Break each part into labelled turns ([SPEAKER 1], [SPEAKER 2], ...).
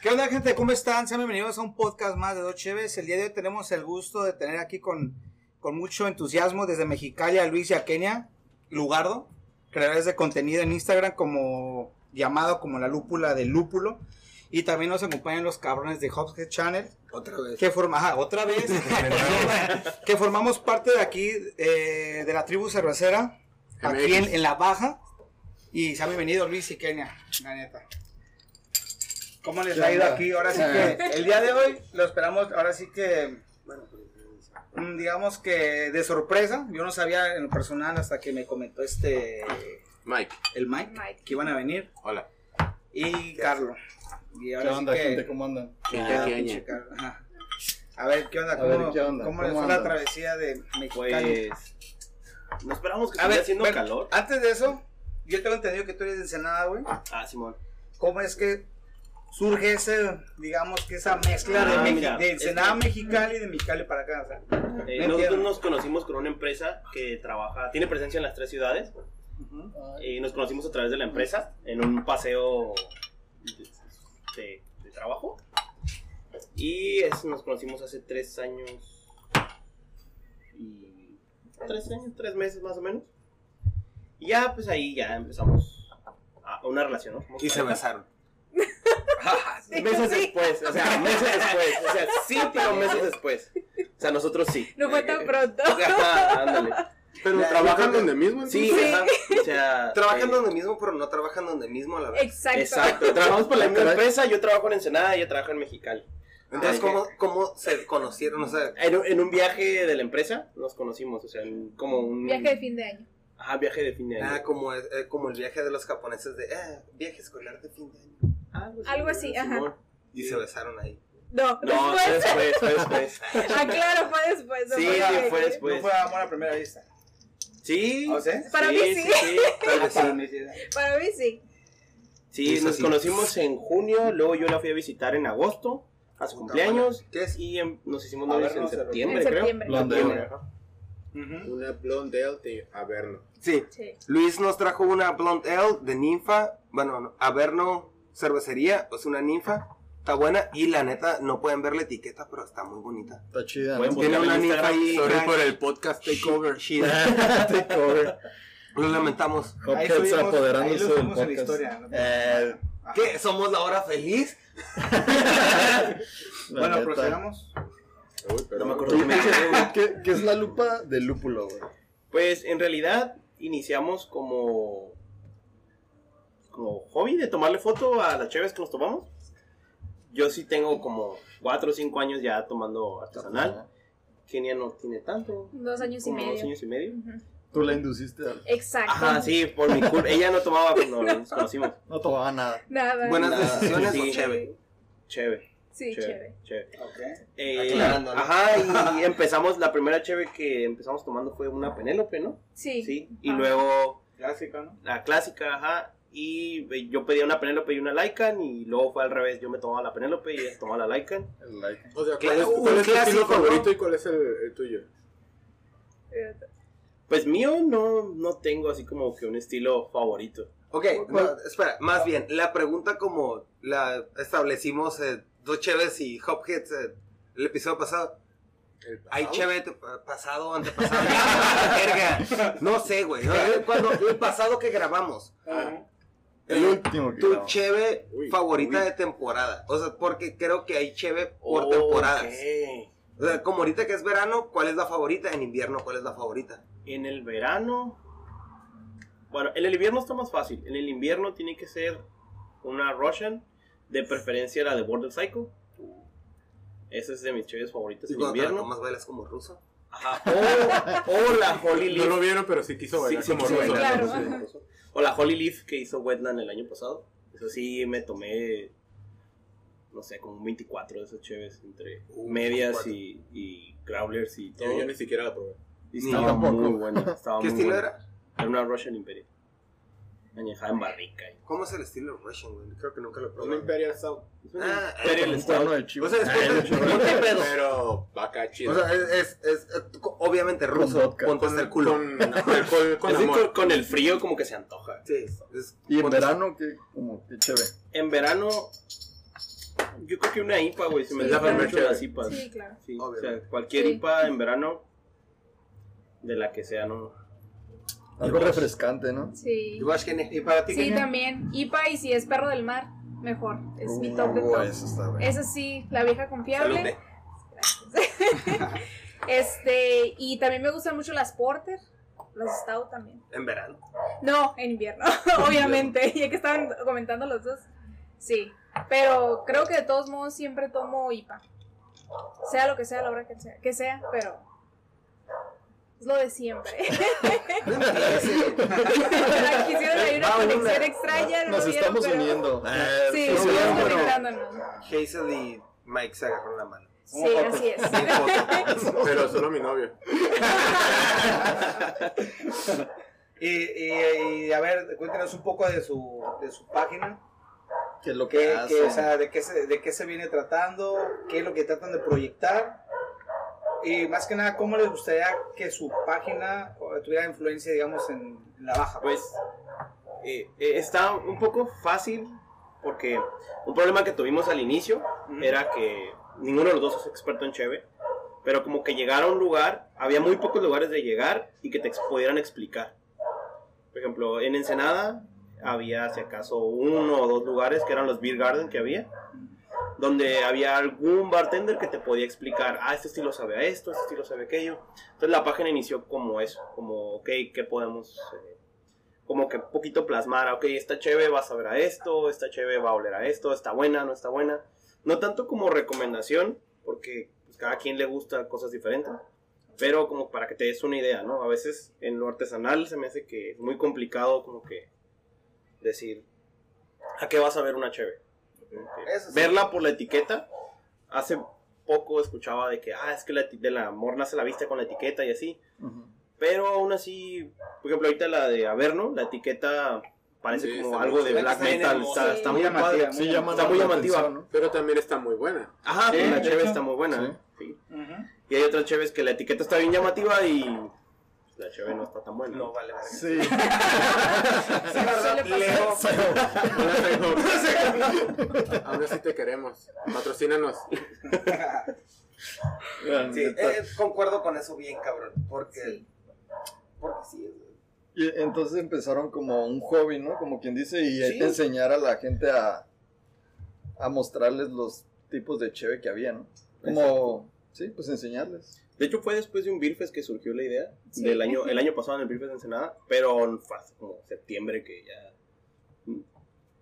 [SPEAKER 1] ¿Qué onda, gente? ¿Cómo están? Sean bienvenidos a un podcast más de Dos Cheves. El día de hoy tenemos el gusto de tener aquí con, con mucho entusiasmo desde Mexicali a Luis y a Kenia, Lugardo, creadores de contenido en Instagram como llamado como la lúpula del lúpulo. Y también nos acompañan los cabrones de Hophead Channel.
[SPEAKER 2] Otra vez.
[SPEAKER 1] Que forma, ajá, otra vez. que formamos parte de aquí, eh, de la tribu cervecera, aquí en, en La Baja. Y sean bienvenidos Luis y Kenia, la neta. ¿Cómo les
[SPEAKER 2] ¿Qué
[SPEAKER 1] ha ido
[SPEAKER 2] onda?
[SPEAKER 1] aquí? Ahora sí
[SPEAKER 2] Ah.
[SPEAKER 1] que el día de hoy lo esperamos, ahora sí que, mm, digamos que de sorpresa. Yo no sabía en lo personal hasta que me comentó este,
[SPEAKER 3] Mike,
[SPEAKER 1] el Mike,
[SPEAKER 4] Mike.
[SPEAKER 1] que iban a venir.
[SPEAKER 3] hola.
[SPEAKER 1] Y Carlos. Y ahora
[SPEAKER 2] ¿Qué
[SPEAKER 1] sí
[SPEAKER 2] onda,
[SPEAKER 1] que-
[SPEAKER 2] gente? ¿Cómo andan?
[SPEAKER 1] Ah,
[SPEAKER 3] ¿Qué
[SPEAKER 1] pinche
[SPEAKER 3] año?
[SPEAKER 1] Carlos, ajá. A ver, ¿qué onda?
[SPEAKER 2] A
[SPEAKER 1] ¿Cómo,
[SPEAKER 2] ver, ¿qué onda?
[SPEAKER 1] ¿Cómo,
[SPEAKER 2] ¿Cómo
[SPEAKER 1] les fue la
[SPEAKER 2] andan?
[SPEAKER 1] travesía de Mexicali?
[SPEAKER 5] Pues. No esperamos que
[SPEAKER 1] a
[SPEAKER 5] estuviera
[SPEAKER 1] ver,
[SPEAKER 5] haciendo
[SPEAKER 1] bueno,
[SPEAKER 5] calor.
[SPEAKER 1] antes de eso, yo tengo entendido que tú eres de Ensenada, güey.
[SPEAKER 5] Ah, Simón.
[SPEAKER 1] ¿Cómo es que surge ese, digamos que esa mezcla de,
[SPEAKER 5] Ah,
[SPEAKER 1] Meji-
[SPEAKER 5] mira,
[SPEAKER 1] de Ensenada
[SPEAKER 5] es que-
[SPEAKER 1] Mexicali y de Mexicali para acá? O sea,
[SPEAKER 5] Eh,
[SPEAKER 1] No
[SPEAKER 5] nosotros
[SPEAKER 1] entiendo.
[SPEAKER 5] nos conocimos con una empresa que trabaja, tiene presencia en las tres ciudades. Y nos conocimos a través de la empresa en un paseo de, de- de trabajo. Y es- nos conocimos hace tres años. Y. Tres años, tres meses más o menos. Y ya, pues ahí ya empezamos a a una relación, ¿no? Somos
[SPEAKER 2] Y se
[SPEAKER 5] pareja.
[SPEAKER 2] besaron.
[SPEAKER 3] Meses después, o sea, meses después. O sea, sí, pero meses después. O sea, nosotros sí.
[SPEAKER 4] No fue tan pronto.
[SPEAKER 3] Ajá, ándale.
[SPEAKER 2] Pero
[SPEAKER 3] trabajan donde
[SPEAKER 2] mismo,
[SPEAKER 3] Sí,
[SPEAKER 4] Sí.
[SPEAKER 3] ajá, o sea.
[SPEAKER 2] Trabajan
[SPEAKER 3] eh,
[SPEAKER 2] donde mismo, pero no trabajan donde mismo a la vez.
[SPEAKER 5] eh,
[SPEAKER 4] Exacto.
[SPEAKER 3] Exacto, trabajamos por la misma
[SPEAKER 2] Caray.
[SPEAKER 3] empresa, yo trabajo en Ensenada, ella trabaja en Mexicali. Ah,
[SPEAKER 2] Entonces, ¿cómo, ¿cómo se conocieron? O sea,
[SPEAKER 5] En, un- en un viaje de la empresa nos conocimos, o sea, en como un
[SPEAKER 4] Viaje de fin de año.
[SPEAKER 5] Ajá, viaje de fin de año.
[SPEAKER 2] ah, como, es- eh, como el viaje de los japoneses de eh, viaje escolar de fin de año.
[SPEAKER 4] Algo así, ajá.
[SPEAKER 5] Ah, pues Simón.
[SPEAKER 2] Y se besaron ahí.
[SPEAKER 4] No,
[SPEAKER 5] No, fue
[SPEAKER 4] después.
[SPEAKER 5] después, fue después.
[SPEAKER 4] Aclaro, fue después. no
[SPEAKER 5] Sí,
[SPEAKER 4] fue
[SPEAKER 5] sí,
[SPEAKER 4] de-
[SPEAKER 5] fue después.
[SPEAKER 1] no fue amor a primera vista.
[SPEAKER 5] Sí.
[SPEAKER 1] ¿O Ah, sea?
[SPEAKER 4] Para mí sí.
[SPEAKER 5] Tal vez sí.
[SPEAKER 4] Para mí sí.
[SPEAKER 5] Sí,
[SPEAKER 2] Eso
[SPEAKER 5] nos
[SPEAKER 2] sí.
[SPEAKER 5] conocimos en junio, luego yo la fui a visitar en agosto, a su
[SPEAKER 2] Puta
[SPEAKER 5] cumpleaños,
[SPEAKER 2] ¿Qué es?
[SPEAKER 5] y en- nos hicimos
[SPEAKER 1] A
[SPEAKER 5] novios
[SPEAKER 1] ver, no
[SPEAKER 5] en
[SPEAKER 1] se lo-
[SPEAKER 5] septiembre,
[SPEAKER 4] en
[SPEAKER 5] creo.
[SPEAKER 4] septiembre.
[SPEAKER 5] Septiembre, ajá.
[SPEAKER 1] Ujú.
[SPEAKER 3] Una Blondale de Averno.
[SPEAKER 2] Sí,
[SPEAKER 4] Sí.
[SPEAKER 2] Luis nos trajo una Blonde Ale de ninfa. Bueno, no, Averno cervecería, o sea, una ninfa. Está buena y la neta, no pueden ver la etiqueta, pero está muy bonita.
[SPEAKER 6] Está chida.
[SPEAKER 5] Pueden
[SPEAKER 6] ¿no? Pues
[SPEAKER 2] Tiene
[SPEAKER 5] buscarla
[SPEAKER 2] una
[SPEAKER 5] en
[SPEAKER 2] ninfa
[SPEAKER 5] Instagram.
[SPEAKER 2] ahí.
[SPEAKER 3] Sorry
[SPEAKER 2] crack,
[SPEAKER 3] por el podcast takeover.
[SPEAKER 2] Chida. Lo lamentamos.
[SPEAKER 1] Ahí
[SPEAKER 6] Hopkins
[SPEAKER 1] subimos- ahí
[SPEAKER 6] apoderándose
[SPEAKER 1] lo
[SPEAKER 6] del
[SPEAKER 1] subimos en la
[SPEAKER 6] podcast.
[SPEAKER 1] historia, ¿no?
[SPEAKER 6] Eh,
[SPEAKER 2] ¿Qué? ¿Somos la hora feliz?
[SPEAKER 6] la
[SPEAKER 1] Bueno,
[SPEAKER 6] neta.
[SPEAKER 1] procedamos.
[SPEAKER 3] Uy, perdón.
[SPEAKER 5] No me acuerdo qué me dice, güey.
[SPEAKER 6] ¿Qué, qué es la lupa de lúpulo, güey?
[SPEAKER 5] Pues en realidad iniciamos como como hobby de tomarle foto a las cheves que nos tomamos. Yo sí tengo como 4 o 5 años ya tomando artesanal. Kenia no tiene tanto.
[SPEAKER 4] Dos años y
[SPEAKER 5] como
[SPEAKER 4] medio.
[SPEAKER 5] Dos años y medio.
[SPEAKER 4] Ujú.
[SPEAKER 6] Tú la induciste a...
[SPEAKER 4] Exacto.
[SPEAKER 5] Ajá, sí, por mi culpa. Ella no tomaba cuando nos conocimos.
[SPEAKER 6] No tomaba nada.
[SPEAKER 4] Nada.
[SPEAKER 2] Buenas decisiones
[SPEAKER 5] sí.
[SPEAKER 2] o chévere.
[SPEAKER 5] Cheve,
[SPEAKER 4] Sí,
[SPEAKER 5] cheve,
[SPEAKER 4] chévere.
[SPEAKER 5] cheve.
[SPEAKER 1] Ok.
[SPEAKER 5] Eh,
[SPEAKER 2] Aclarando, ¿no?
[SPEAKER 5] ajá, y empezamos, la primera cheve que empezamos tomando fue una Penélope, ¿no?
[SPEAKER 4] Sí. Ah,
[SPEAKER 5] Y
[SPEAKER 4] Ajá.
[SPEAKER 5] luego
[SPEAKER 1] Clásico, ¿no?
[SPEAKER 5] La clásica, ajá. Y eh, yo pedía una Penélope y una Lycan. Y luego fue al revés. Yo me tomaba la Penélope y ella se tomaba la Lycan.
[SPEAKER 6] El like.
[SPEAKER 3] O sea,
[SPEAKER 2] Claro, un clásico, ¿no?
[SPEAKER 3] y cuál es el, el tuyo?
[SPEAKER 5] Pues mío no, no tengo así como que un estilo favorito.
[SPEAKER 2] Ok, no, espera, más bien, la pregunta como la establecimos eh, Dos Cheves y Hopheads eh, el episodio pasado.
[SPEAKER 3] Ah,
[SPEAKER 2] Hay Cheve te- pasado, antepasado. ya, la verga. No sé, güey. no, eh, cuando, el pasado que grabamos.
[SPEAKER 6] El último que
[SPEAKER 2] Tu
[SPEAKER 6] grabamos.
[SPEAKER 2] Cheve
[SPEAKER 3] Uy,
[SPEAKER 2] favorita
[SPEAKER 3] uy.
[SPEAKER 2] de temporada. O sea, porque creo que hay Cheve por
[SPEAKER 5] Oh,
[SPEAKER 2] temporadas.
[SPEAKER 5] ok.
[SPEAKER 2] O sea, como ahorita que es verano, ¿cuál es la favorita? En invierno, ¿cuál es la favorita?
[SPEAKER 5] En el verano. Bueno, en el invierno está más fácil. En el invierno tiene que ser una Russian. De preferencia la de Border Psycho. Esa es de mis cheves favoritas
[SPEAKER 2] Y
[SPEAKER 5] en
[SPEAKER 2] cuando te la
[SPEAKER 5] invierno.
[SPEAKER 2] tomas, bailas como ruso.
[SPEAKER 5] Ajá. O, o la Holy Leaf.
[SPEAKER 3] No lo vieron, pero sí quiso bailar
[SPEAKER 5] Sí, sí,
[SPEAKER 3] como
[SPEAKER 5] sí,
[SPEAKER 3] ruso.
[SPEAKER 4] bailar.
[SPEAKER 5] claro.
[SPEAKER 4] Sí,
[SPEAKER 5] O la Holy Leaf que hizo Wetland el año pasado. Eso sí, me tomé, no sé, como un 24 de esos chéves entre
[SPEAKER 2] Uh,
[SPEAKER 5] medias
[SPEAKER 2] 24.
[SPEAKER 5] y, y growlers y todo.
[SPEAKER 3] Yo, yo ni siquiera la probé.
[SPEAKER 5] Y
[SPEAKER 2] ni
[SPEAKER 5] estaba
[SPEAKER 6] tampoco.
[SPEAKER 5] muy buena. Estaba
[SPEAKER 2] ¿Qué
[SPEAKER 5] Ah, muy
[SPEAKER 2] estilo
[SPEAKER 5] buena.
[SPEAKER 2] era?
[SPEAKER 5] Era una Russian Imperial. Añejada en barrica. y-
[SPEAKER 2] ¿Cómo es el estilo Russian, güey? Creo que nunca lo
[SPEAKER 3] Una
[SPEAKER 2] probé.
[SPEAKER 3] Imperial Sound.
[SPEAKER 5] Es una
[SPEAKER 2] Ah,
[SPEAKER 3] eh,
[SPEAKER 5] Imperial
[SPEAKER 6] Un
[SPEAKER 5] Stout.
[SPEAKER 6] cuerno de chivo.
[SPEAKER 2] o sea,
[SPEAKER 6] Ah, el
[SPEAKER 2] después de-
[SPEAKER 6] chivo.
[SPEAKER 2] ponte pedo.
[SPEAKER 3] Pero vaca chida.
[SPEAKER 2] O sea, es, es, es, eh, obviamente
[SPEAKER 6] Con
[SPEAKER 2] ruso,
[SPEAKER 6] vodka.
[SPEAKER 2] ponte hasta el culo.
[SPEAKER 3] Con alcohol, con
[SPEAKER 5] Es que
[SPEAKER 3] amor.
[SPEAKER 5] con, con el frío como que se antoja.
[SPEAKER 2] Sí, es-
[SPEAKER 6] Y en
[SPEAKER 2] ponte-
[SPEAKER 6] verano, que como que chévere.
[SPEAKER 5] En verano, yo creo que una IPA, güey, se me
[SPEAKER 4] Sí,
[SPEAKER 5] da
[SPEAKER 4] claro.
[SPEAKER 5] mucho las IPAs.
[SPEAKER 4] Sí, claro.
[SPEAKER 5] Sí, o
[SPEAKER 2] Obvio.
[SPEAKER 5] sea, cualquier
[SPEAKER 4] Sí.
[SPEAKER 5] IPA en verano, de la que sea, no.
[SPEAKER 6] Algo refrescante, ¿no?
[SPEAKER 4] Sí.
[SPEAKER 2] ¿Y vos, Kenia? ¿Y para ti?
[SPEAKER 4] Sí,
[SPEAKER 2] Kenia?
[SPEAKER 4] también. IPA y si es perro del mar, mejor. Es mi top de
[SPEAKER 6] Uh,
[SPEAKER 4] top.
[SPEAKER 6] Eso está bueno.
[SPEAKER 4] Esa sí, la vieja confiable.
[SPEAKER 2] Salud, eh.
[SPEAKER 4] Este, y también me gustan mucho las porter, las stout también.
[SPEAKER 2] En verano.
[SPEAKER 4] No, en invierno, obviamente, ya que estaban comentando los dos. Sí, pero creo que de todos modos siempre tomo IPA. Sea lo que sea, la hora que sea, que sea pero es lo de siempre. Quisiera hay una
[SPEAKER 2] Va, una.
[SPEAKER 4] conexión extraña. no
[SPEAKER 6] Nos
[SPEAKER 4] lo vieron,
[SPEAKER 6] estamos
[SPEAKER 4] pero-
[SPEAKER 6] uniendo.
[SPEAKER 2] Nos
[SPEAKER 4] Sí, estamos
[SPEAKER 2] vieron, pero-
[SPEAKER 4] conectándonos.
[SPEAKER 2] Hazel y Mike se agarraron la mano.
[SPEAKER 4] Sí, así es.
[SPEAKER 7] Pero solo mi novia.
[SPEAKER 8] Y, y- y, a ver, cuéntenos un poco de su, de su página.
[SPEAKER 6] Que es lo que,
[SPEAKER 8] ¿Qué,
[SPEAKER 6] hacen.
[SPEAKER 8] qué, o sea, de, qué se, ¿De qué se viene tratando? ¿Qué es lo que tratan de proyectar? Y más que nada, ¿cómo les gustaría que su página eh, tuviera influencia, digamos, en, en la baja?
[SPEAKER 5] Pues eh, eh, está un poco fácil porque un problema que tuvimos al inicio
[SPEAKER 8] Ujú.
[SPEAKER 5] era que ninguno de los dos es experto en cheve, pero como que llegar a un lugar, había muy pocos lugares de llegar y que te ex- pudieran explicar. Por ejemplo, en Ensenada había, si acaso, uno o dos lugares que eran los beer garden que había, donde había algún bartender que te podía explicar, ah, este estilo sabe a esto, este estilo sabe a aquello. Entonces la página inició como eso, como, ok, ¿qué podemos eh, como que un poquito plasmar, "Ah, ok, esta cheve va a saber a esto, esta cheve va a oler a esto, está buena, no está buena. No tanto como recomendación, porque pues, cada quien le gusta cosas diferentes, pero como para que te des una idea, ¿no? A veces en lo artesanal se me hace que es muy complicado como que decir, ¿a qué vas a ver una cheve? Como que
[SPEAKER 2] Eso sí.
[SPEAKER 5] Verla por la etiqueta, hace poco escuchaba de que, ah, es que la, eti- de la morna se la viste con la etiqueta y así.
[SPEAKER 6] Ujú.
[SPEAKER 5] Pero aún así, por ejemplo, ahorita la de Averno, la etiqueta parece
[SPEAKER 7] Sí,
[SPEAKER 5] como
[SPEAKER 7] está
[SPEAKER 5] algo
[SPEAKER 7] muy-
[SPEAKER 5] de
[SPEAKER 7] está
[SPEAKER 5] black
[SPEAKER 2] bien
[SPEAKER 5] metal,
[SPEAKER 2] hermosa.
[SPEAKER 5] está,
[SPEAKER 4] Sí,
[SPEAKER 5] está
[SPEAKER 4] muy
[SPEAKER 5] muy padre.
[SPEAKER 6] Sí, llama
[SPEAKER 5] Está
[SPEAKER 6] la
[SPEAKER 5] muy
[SPEAKER 6] atención,
[SPEAKER 5] llamativa.
[SPEAKER 6] ¿no?
[SPEAKER 7] Pero también está muy buena.
[SPEAKER 5] Ajá,
[SPEAKER 8] Sí,
[SPEAKER 5] pues la
[SPEAKER 8] de
[SPEAKER 5] cheve
[SPEAKER 8] hecho.
[SPEAKER 5] está muy buena.
[SPEAKER 6] Sí.
[SPEAKER 5] sí. Y hay otras cheves que la etiqueta está bien llamativa y la cheve no está tan buena.
[SPEAKER 2] No, vale, vale.
[SPEAKER 6] Sí.
[SPEAKER 4] Sí, le pasa.
[SPEAKER 2] Leo.
[SPEAKER 7] Aún así te queremos. Patrocínanos.
[SPEAKER 6] La
[SPEAKER 2] Sí, eh,
[SPEAKER 6] neta.
[SPEAKER 2] eh, concuerdo con eso bien, cabrón. Porque sí.
[SPEAKER 4] Sí.
[SPEAKER 2] Porque sí.
[SPEAKER 6] Y entonces empezaron como un hobby, ¿no? Como quien dice, y
[SPEAKER 2] Sí.
[SPEAKER 6] enseñar a la gente a, a mostrarles los tipos de cheve que había, ¿no? Como, sí, pues enseñarles.
[SPEAKER 5] De hecho, fue después de un Birfest que surgió la idea.
[SPEAKER 4] Sí.
[SPEAKER 5] Del año, el año pasado en el Birfest de Ensenada. Pero fue hace como septiembre que ya mm,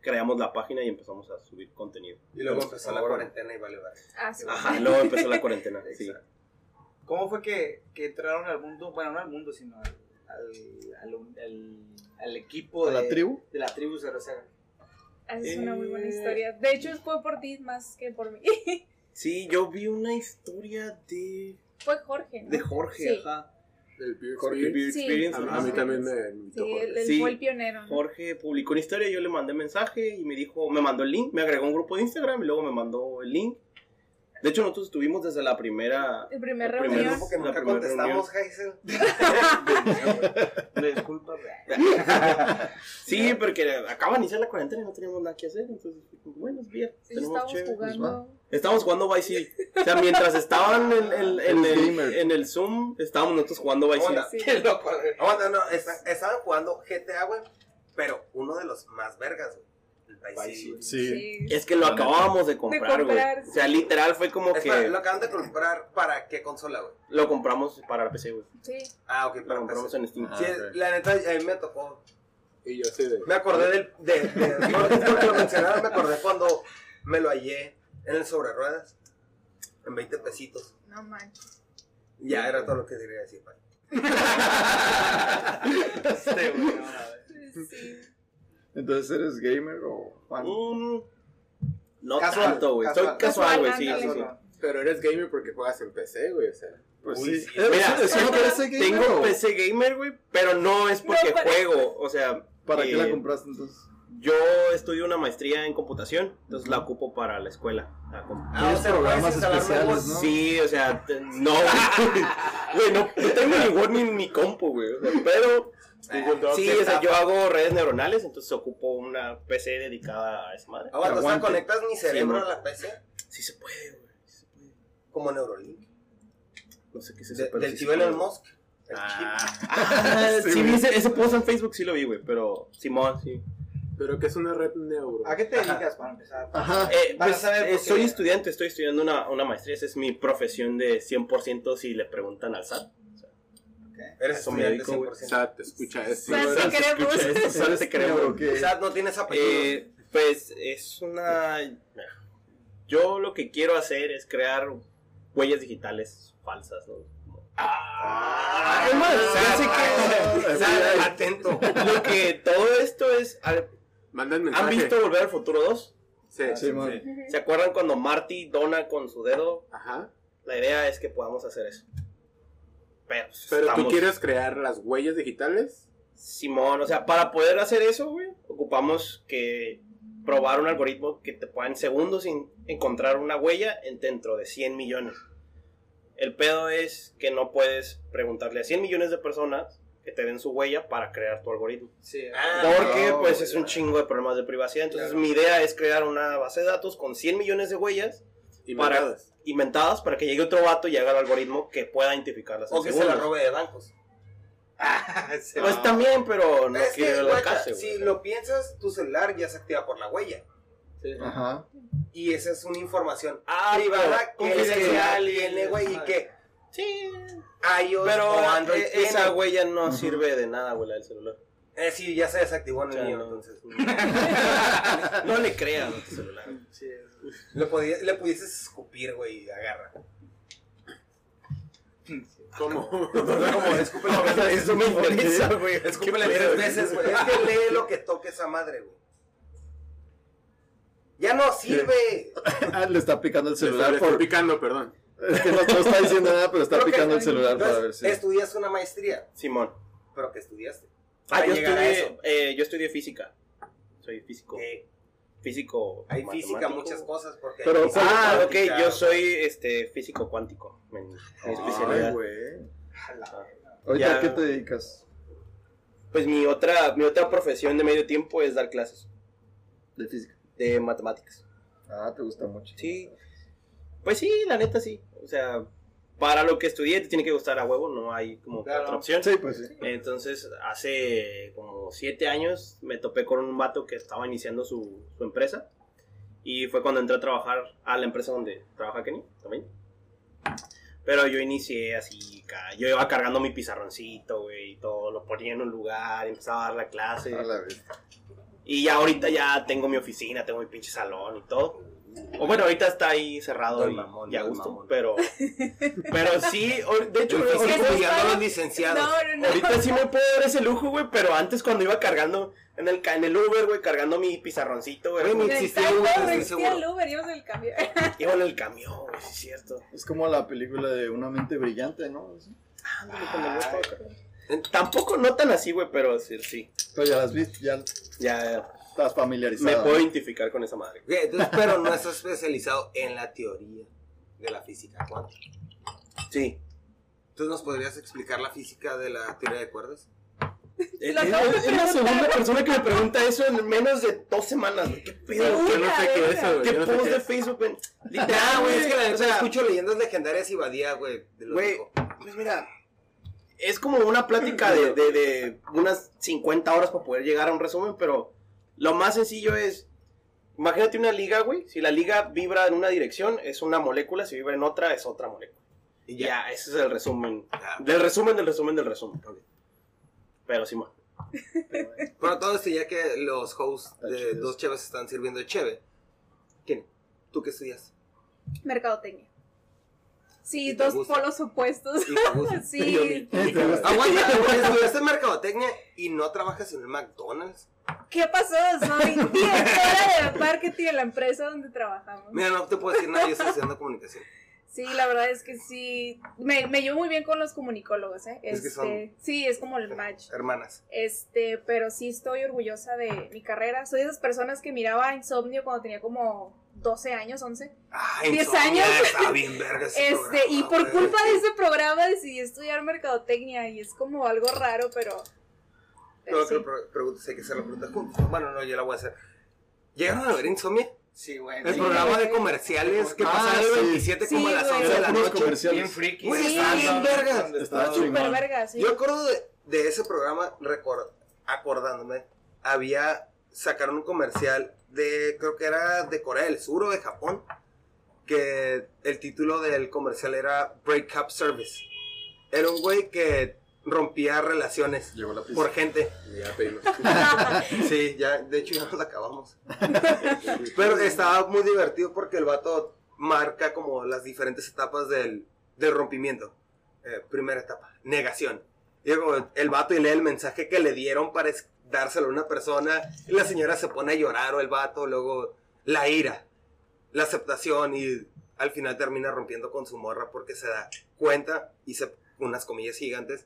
[SPEAKER 5] creamos la página y empezamos a subir contenido.
[SPEAKER 2] Y luego empezó la cuarentena y vale, vale.
[SPEAKER 4] Ah, sí.
[SPEAKER 5] Ajá, luego empezó la cuarentena. sí.
[SPEAKER 2] Exacto.
[SPEAKER 8] ¿Cómo fue que, que entraron al mundo, bueno, no al mundo, sino al, al, al- al- al equipo
[SPEAKER 6] ¿A la
[SPEAKER 8] de-
[SPEAKER 6] tribu?
[SPEAKER 8] De la tribu 00.
[SPEAKER 4] Ah, Es una muy buena
[SPEAKER 5] Eh.
[SPEAKER 4] historia. De hecho, fue por ti más que por mí.
[SPEAKER 5] Sí, yo vi una historia de,
[SPEAKER 4] Fue Jorge. ¿no?
[SPEAKER 5] de Jorge,
[SPEAKER 4] Sí.
[SPEAKER 5] ajá.
[SPEAKER 7] El Beer
[SPEAKER 5] Jorge
[SPEAKER 7] Experience.
[SPEAKER 5] Beer
[SPEAKER 4] Sí.
[SPEAKER 5] Experience,
[SPEAKER 7] A,
[SPEAKER 5] ajá.
[SPEAKER 7] a mí también me invitó
[SPEAKER 4] Sí, él,
[SPEAKER 7] Jorge.
[SPEAKER 4] él
[SPEAKER 5] Sí.
[SPEAKER 4] fue el pionero. ¿no?
[SPEAKER 5] Jorge publicó una historia, yo le mandé mensaje y me dijo, me mandó el link, me agregó un grupo de Instagram y luego me mandó el link. De hecho, nosotros estuvimos desde la primera...
[SPEAKER 4] El primer
[SPEAKER 5] El primer
[SPEAKER 4] reunión.
[SPEAKER 2] Porque
[SPEAKER 5] La
[SPEAKER 2] nunca
[SPEAKER 5] primera
[SPEAKER 2] contestamos, Hazel.
[SPEAKER 5] Disculpa. sí, porque acaba de iniciar la cuarentena y no teníamos nada que hacer, entonces, bueno, es bien.
[SPEAKER 4] Sí, estábamos
[SPEAKER 5] chévere.
[SPEAKER 7] pues,
[SPEAKER 4] jugando.
[SPEAKER 5] Estábamos jugando Vice City. O sea, mientras estaban en, en- en
[SPEAKER 6] Los
[SPEAKER 5] el,
[SPEAKER 6] gamers.
[SPEAKER 5] en el Zoom, estábamos nosotros jugando Vice City.
[SPEAKER 2] Onda, qué loco, güey. Onda, no, está- estaban jugando GTA, güey. Pero uno de los más vergas, güey. El Vice City.
[SPEAKER 5] Vice
[SPEAKER 4] Sí.
[SPEAKER 5] Es que lo
[SPEAKER 6] La neta.
[SPEAKER 5] acabábamos de comprar, güey.
[SPEAKER 4] comprar,
[SPEAKER 5] O sea, literal fue como
[SPEAKER 2] Espera,
[SPEAKER 5] que
[SPEAKER 2] lo acaban de comprar para qué consola, güey.
[SPEAKER 5] lo compramos para la PC, güey.
[SPEAKER 4] Sí.
[SPEAKER 2] Ah, ok,
[SPEAKER 5] Lo
[SPEAKER 2] para
[SPEAKER 5] compramos
[SPEAKER 2] PC.
[SPEAKER 5] en Steam.
[SPEAKER 6] Ah,
[SPEAKER 2] Sí,
[SPEAKER 6] ok.
[SPEAKER 2] la neta, a mí me tocó.
[SPEAKER 7] Y yo soy de.
[SPEAKER 2] Me acordé del. De, de- porque lo mencionaron, me acordé cuando me lo hallé en el sobre ruedas. En 20 pesitos.
[SPEAKER 4] No manches.
[SPEAKER 2] Ya era todo lo que quería decir, güey.
[SPEAKER 4] Sí.
[SPEAKER 6] Entonces, ¿eres gamer o fan?
[SPEAKER 5] Mm, no
[SPEAKER 8] Casual,
[SPEAKER 5] tanto, güey. Soy
[SPEAKER 8] casual.
[SPEAKER 5] casual, güey. Sí,
[SPEAKER 4] Casual,
[SPEAKER 5] sí, sí.
[SPEAKER 8] ándale.
[SPEAKER 7] Pero eres gamer porque juegas en PC, güey. O sea.
[SPEAKER 6] Pues
[SPEAKER 2] Uy,
[SPEAKER 6] sí.
[SPEAKER 2] sí.
[SPEAKER 6] ¿Eso-
[SPEAKER 5] Mira,
[SPEAKER 6] eso no parece gamer
[SPEAKER 5] Tengo
[SPEAKER 6] o-
[SPEAKER 5] PC gamer, güey, pero no es porque
[SPEAKER 4] No, pero-
[SPEAKER 5] juego. O sea,
[SPEAKER 6] ¿Para qué
[SPEAKER 5] eh,
[SPEAKER 6] la compraste entonces?
[SPEAKER 5] Yo estudio una maestría en computación, entonces la ocupo para la escuela. la compu-
[SPEAKER 2] Ah, o sea,
[SPEAKER 6] programas
[SPEAKER 2] puedes instalar
[SPEAKER 6] especiales,
[SPEAKER 2] nuevos-
[SPEAKER 6] Pues ¿no?
[SPEAKER 5] Sí, o sea, te- no, güey. Güey, no, no tengo ni Word ni, ni compu, güey. o sea, Pero sí, o sea, yo hago redes neuronales, entonces ocupo una PC dedicada a esa madre.
[SPEAKER 2] Ah, bueno, o sea,
[SPEAKER 6] Aguante.
[SPEAKER 2] conectas mi cerebro
[SPEAKER 5] Sí,
[SPEAKER 2] a la PC.
[SPEAKER 5] Sí se puede, güey. sí se puede.
[SPEAKER 2] Como Neurolink.
[SPEAKER 5] No sé qué es eso.
[SPEAKER 2] De-
[SPEAKER 5] pero
[SPEAKER 2] del
[SPEAKER 5] sí se
[SPEAKER 2] tío Elon
[SPEAKER 5] puede.
[SPEAKER 2] Musk. El chip.
[SPEAKER 5] Ah, ah, sí, vi ese, ese post en Facebook, sí lo vi, güey. Pero Simón, sí.
[SPEAKER 7] Pero que es una red neuro.
[SPEAKER 8] ¿A qué te dedicas para empezar?
[SPEAKER 6] Ajá.
[SPEAKER 5] Eh,
[SPEAKER 8] Para
[SPEAKER 5] pues,
[SPEAKER 8] saber,
[SPEAKER 5] eh,
[SPEAKER 8] porque-
[SPEAKER 5] soy estudiante, estoy estudiando una, una maestría. Esa es mi profesión de 100% si le preguntan al SAT.
[SPEAKER 2] Eres
[SPEAKER 5] Eso me
[SPEAKER 2] estudiante
[SPEAKER 5] dedico, güey.
[SPEAKER 2] 100%.
[SPEAKER 7] Sat, escucha eso.
[SPEAKER 4] Sat,
[SPEAKER 5] Ahora
[SPEAKER 4] te
[SPEAKER 5] se
[SPEAKER 4] queremos.
[SPEAKER 5] escucha esto, solo te queremos.
[SPEAKER 6] Creo que-
[SPEAKER 2] Sad, no tienes apellido.
[SPEAKER 5] Eh, pues es una... Yo lo que quiero hacer es crear huellas digitales falsas, ¿no?
[SPEAKER 2] Ah,
[SPEAKER 5] es más,
[SPEAKER 2] Sad,
[SPEAKER 5] pensé que-
[SPEAKER 2] Sad, atento.
[SPEAKER 5] Lo que todo esto es... al-
[SPEAKER 7] Mandan
[SPEAKER 5] ¿Han
[SPEAKER 7] mensaje.
[SPEAKER 5] visto Ah, Volver al Futuro 2?
[SPEAKER 7] Sí,
[SPEAKER 6] Sí, man.
[SPEAKER 5] ¿Se acuerdan cuando Marty dona con su dedo?
[SPEAKER 7] Ajá.
[SPEAKER 5] La idea es que podamos hacer eso. Pero, pues,
[SPEAKER 7] Pero tú
[SPEAKER 5] estamos-
[SPEAKER 7] quieres crear las huellas digitales.
[SPEAKER 5] Simón, o sea, para poder hacer eso, güey, ocupamos que probar un algoritmo que te pueda en segundos en- encontrar una huella en- dentro de 100 millones. El pedo es que no puedes preguntarle a 100 millones de personas que te den su huella para crear tu algoritmo.
[SPEAKER 8] Sí.
[SPEAKER 2] Ah,
[SPEAKER 5] Porque
[SPEAKER 6] no,
[SPEAKER 5] pues
[SPEAKER 6] güey,
[SPEAKER 5] es un chingo de problemas de privacidad. Entonces
[SPEAKER 8] Claro.
[SPEAKER 5] mi idea es crear una base de datos con 100 millones de huellas
[SPEAKER 7] Y
[SPEAKER 5] Para-
[SPEAKER 7] mandadas.
[SPEAKER 5] inventadas para que llegue otro vato y haga el algoritmo que pueda identificarlas. en
[SPEAKER 2] O que se
[SPEAKER 5] segundos.
[SPEAKER 2] la robe de bancos. Ah, se
[SPEAKER 5] Pues
[SPEAKER 2] va.
[SPEAKER 5] también, pero no
[SPEAKER 2] Es que,
[SPEAKER 5] quiero la
[SPEAKER 2] guacha,
[SPEAKER 5] casa, güey.
[SPEAKER 2] si lo piensas, tu celular ya se activa por la huella.
[SPEAKER 6] Ajá.
[SPEAKER 2] Y esa es una información
[SPEAKER 5] Ah,
[SPEAKER 2] privada,
[SPEAKER 5] pero
[SPEAKER 2] confidencial,
[SPEAKER 5] confidencial eh, y-
[SPEAKER 2] tiene, güey, y que
[SPEAKER 5] Sí.
[SPEAKER 2] iOS
[SPEAKER 5] Pero
[SPEAKER 2] o Android
[SPEAKER 5] eh,
[SPEAKER 2] tiene.
[SPEAKER 5] esa huella no
[SPEAKER 6] Ujú.
[SPEAKER 5] sirve de nada, güey, la del celular.
[SPEAKER 2] Eh, sí, ya se desactivó en
[SPEAKER 5] Ya,
[SPEAKER 2] el mío,
[SPEAKER 5] no.
[SPEAKER 2] entonces.
[SPEAKER 5] No le creas a tu celular.
[SPEAKER 2] Le, podías- le pudieses escupir, güey, y agarra.
[SPEAKER 7] ¿Cómo?
[SPEAKER 2] Como escúpele,
[SPEAKER 5] Eso me interesa, güey.
[SPEAKER 2] escúpele tres veces, güey. Es que lee lo que toque esa madre, güey. Ya no sirve.
[SPEAKER 6] Ah, le está picando el
[SPEAKER 7] Le
[SPEAKER 6] celular
[SPEAKER 7] estoy
[SPEAKER 6] por...
[SPEAKER 7] picando, perdón.
[SPEAKER 6] Es que no, no está diciendo nada, pero está
[SPEAKER 2] Creo que-
[SPEAKER 6] picando el celular para
[SPEAKER 2] Entonces,
[SPEAKER 6] ver si...
[SPEAKER 2] Estudias una maestría,
[SPEAKER 5] Simón.
[SPEAKER 2] pero que estudiaste.
[SPEAKER 5] Ah,
[SPEAKER 2] Para
[SPEAKER 5] yo
[SPEAKER 2] llegar a
[SPEAKER 5] estudié,
[SPEAKER 2] eso.
[SPEAKER 5] eh, yo estudié física. Soy físico.
[SPEAKER 2] Que
[SPEAKER 5] Físico.
[SPEAKER 2] hay física,
[SPEAKER 5] matemático.
[SPEAKER 2] muchas cosas. Porque
[SPEAKER 6] Pero-
[SPEAKER 2] hay física
[SPEAKER 5] Ah, ok,
[SPEAKER 2] cuántica,
[SPEAKER 5] yo soy este físico cuántico. Mi, mi
[SPEAKER 6] Ay,
[SPEAKER 5] especialidad.
[SPEAKER 6] güey.
[SPEAKER 5] Ah.
[SPEAKER 6] Ahorita,
[SPEAKER 5] Ya.
[SPEAKER 6] ¿a qué te dedicas?
[SPEAKER 5] Pues mi otra, mi otra profesión de medio tiempo es dar clases
[SPEAKER 6] De física.
[SPEAKER 5] de matemáticas.
[SPEAKER 6] Ah, te gusta mucho.
[SPEAKER 5] Sí. Pues sí, la neta sí. O sea, para lo que estudié te tiene que gustar a huevo, no hay como
[SPEAKER 8] Claro.
[SPEAKER 5] otra opción.
[SPEAKER 6] Sí, pues sí.
[SPEAKER 5] Entonces, hace como siete años me topé con un vato que estaba iniciando su, su empresa. Y fue cuando entré a trabajar a la empresa donde trabaja Kenny también. Pero yo inicié así, ca- yo iba cargando mi pizarroncito, güey, y todo, lo ponía en un lugar, empezaba a dar la clase.
[SPEAKER 6] A la vez.
[SPEAKER 5] Y ya ahorita ya tengo mi oficina, tengo mi pinche salón y todo. O bueno, ahorita está ahí cerrado
[SPEAKER 2] Don
[SPEAKER 5] y,
[SPEAKER 2] mamón,
[SPEAKER 5] y a
[SPEAKER 2] don
[SPEAKER 5] gusto,
[SPEAKER 2] mamón.
[SPEAKER 5] pero pero sí, o- de hecho
[SPEAKER 2] Yo estoy
[SPEAKER 5] ahorita-
[SPEAKER 4] Es que eso
[SPEAKER 2] estudiando a
[SPEAKER 4] estaba-
[SPEAKER 2] los licenciados.
[SPEAKER 4] No, no, no.
[SPEAKER 5] ahorita sí me puedo dar ese lujo, güey, pero antes cuando iba cargando en el ca- en el Uber, güey, cargando mi pizarroncito, güey,
[SPEAKER 2] Güey, ni-
[SPEAKER 4] Está
[SPEAKER 2] existía
[SPEAKER 4] el
[SPEAKER 2] Uber,
[SPEAKER 4] Uber,
[SPEAKER 2] estoy
[SPEAKER 4] existía
[SPEAKER 2] seguro.
[SPEAKER 4] el Uber, íbamos en el camión.
[SPEAKER 5] iba en el camión, güey, sí es cierto.
[SPEAKER 6] Es como la película de Una mente brillante, ¿no? Sí.
[SPEAKER 5] Ándale, cuando yo estaba cargando. Tampoco no tan así, güey, pero sí, sí.
[SPEAKER 6] Pero ya las viste, ya
[SPEAKER 5] Ya
[SPEAKER 6] estás
[SPEAKER 5] me
[SPEAKER 6] familiarizado.
[SPEAKER 5] puedo identificar con esa madre.
[SPEAKER 2] Güey, entonces, pero no estás especializado en la teoría de la física cuántica.
[SPEAKER 5] Sí.
[SPEAKER 2] Entonces, ¿nos podrías explicar la física de la teoría de cuerdas?
[SPEAKER 5] Es,
[SPEAKER 4] Lo acabo de
[SPEAKER 5] Eh, es la segunda persona que me pregunta eso en menos de dos semanas, güey. ¿Qué pedo?
[SPEAKER 4] Uy,
[SPEAKER 7] Yo no sé qué es eso, güey.
[SPEAKER 5] ¿Qué
[SPEAKER 7] Yo no sé
[SPEAKER 5] post
[SPEAKER 7] qué
[SPEAKER 5] de
[SPEAKER 7] es.
[SPEAKER 5] Facebook, güey?
[SPEAKER 2] Ah,
[SPEAKER 5] Literal,
[SPEAKER 2] güey, es que la
[SPEAKER 5] o
[SPEAKER 2] neta
[SPEAKER 5] sea,
[SPEAKER 2] escucho leyendas legendarias y badía, güey. de los
[SPEAKER 5] Güey,
[SPEAKER 2] dijo.
[SPEAKER 5] pues mira, es como una plática de, de- de unas 50 horas para poder llegar a un resumen, pero lo más sencillo es, imagínate una liga, güey, si la liga vibra en una dirección es una molécula, si vibra en otra es otra molécula.
[SPEAKER 2] Y
[SPEAKER 5] Ya,
[SPEAKER 2] ya.
[SPEAKER 5] ese es el resumen.
[SPEAKER 2] Ah.
[SPEAKER 5] Del resumen, del resumen, del resumen. Pero sí, bueno.
[SPEAKER 2] Bueno, todo esto ya que los hosts
[SPEAKER 6] Está
[SPEAKER 2] de
[SPEAKER 6] chido.
[SPEAKER 2] Dos Cheves están sirviendo de cheve. ¿Quién? ¿Tú qué estudias?
[SPEAKER 4] Mercadotecnia. Sí,
[SPEAKER 2] ¿Y te
[SPEAKER 4] dos
[SPEAKER 2] gusta?
[SPEAKER 4] polos opuestos.
[SPEAKER 2] ¿Y te gusta?
[SPEAKER 4] Sí.
[SPEAKER 6] Este,
[SPEAKER 2] Aguanta, estudiaste mercadotecnia y no trabajas en el McDonald's.
[SPEAKER 4] ¿Qué pasó? Soy directora de marketing en la empresa donde trabajamos.
[SPEAKER 2] Mira, no te puedo decir nada, yo estoy estudiando comunicación.
[SPEAKER 4] Sí, la verdad es que sí. Me, me llevo muy bien con los comunicólogos, ¿eh?
[SPEAKER 2] Es que son-
[SPEAKER 4] Este, Sí, es como el match.
[SPEAKER 2] Hermanas.
[SPEAKER 4] Este, pero sí estoy orgullosa de mi carrera. Soy de esas personas que miraba Insomnio cuando tenía como 12 años, 11.
[SPEAKER 2] Ay,
[SPEAKER 4] ¿Diez
[SPEAKER 2] Insomnia,
[SPEAKER 4] años?
[SPEAKER 2] Está bien verga ese
[SPEAKER 4] Este, y
[SPEAKER 2] programa,
[SPEAKER 4] por
[SPEAKER 2] güey.
[SPEAKER 4] culpa de ese programa decidí estudiar mercadotecnia y es como algo raro, pero. pero
[SPEAKER 2] No,
[SPEAKER 4] sí.
[SPEAKER 2] creo que pre- preguntas, hay que hacer la pregunta juntos. Bueno, no, yo la voy a hacer. ¿Llegaron a ver Insomnia?
[SPEAKER 8] Sí, güey.
[SPEAKER 2] El programa de comerciales que
[SPEAKER 6] Ah,
[SPEAKER 2] pasaba el
[SPEAKER 6] sí.
[SPEAKER 2] 27 como a
[SPEAKER 4] Sí,
[SPEAKER 2] las
[SPEAKER 4] güey.
[SPEAKER 2] 11 de la
[SPEAKER 6] Puros
[SPEAKER 2] noche.
[SPEAKER 8] Bien
[SPEAKER 6] comerciales.
[SPEAKER 8] friki.
[SPEAKER 2] Güey,
[SPEAKER 4] Sí.
[SPEAKER 2] está bien vergas.
[SPEAKER 6] Estaba
[SPEAKER 4] Súper
[SPEAKER 6] chingón.
[SPEAKER 4] verga, sí.
[SPEAKER 2] Yo acuerdo de, de ese programa, record- acordándome, había, sacaron un comercial de, creo que era de Corea del Sur o de Japón, que el título del comercial era Break Up Service. Era un güey que rompía relaciones
[SPEAKER 7] Llegó la pizza.
[SPEAKER 2] por gente.
[SPEAKER 7] Ya pedimos.
[SPEAKER 2] Sí, ya, de hecho ya nos la acabamos. Pero estaba muy divertido porque el vato marca como las diferentes etapas del, del rompimiento. Eh, primera etapa, negación. Y luego el vato y lee el mensaje que le dieron para es- dárselo a una persona. Y la señora se pone a llorar o el vato. Luego la ira, la aceptación y al final termina rompiendo con su morra porque se da cuenta y se unas comillas gigantes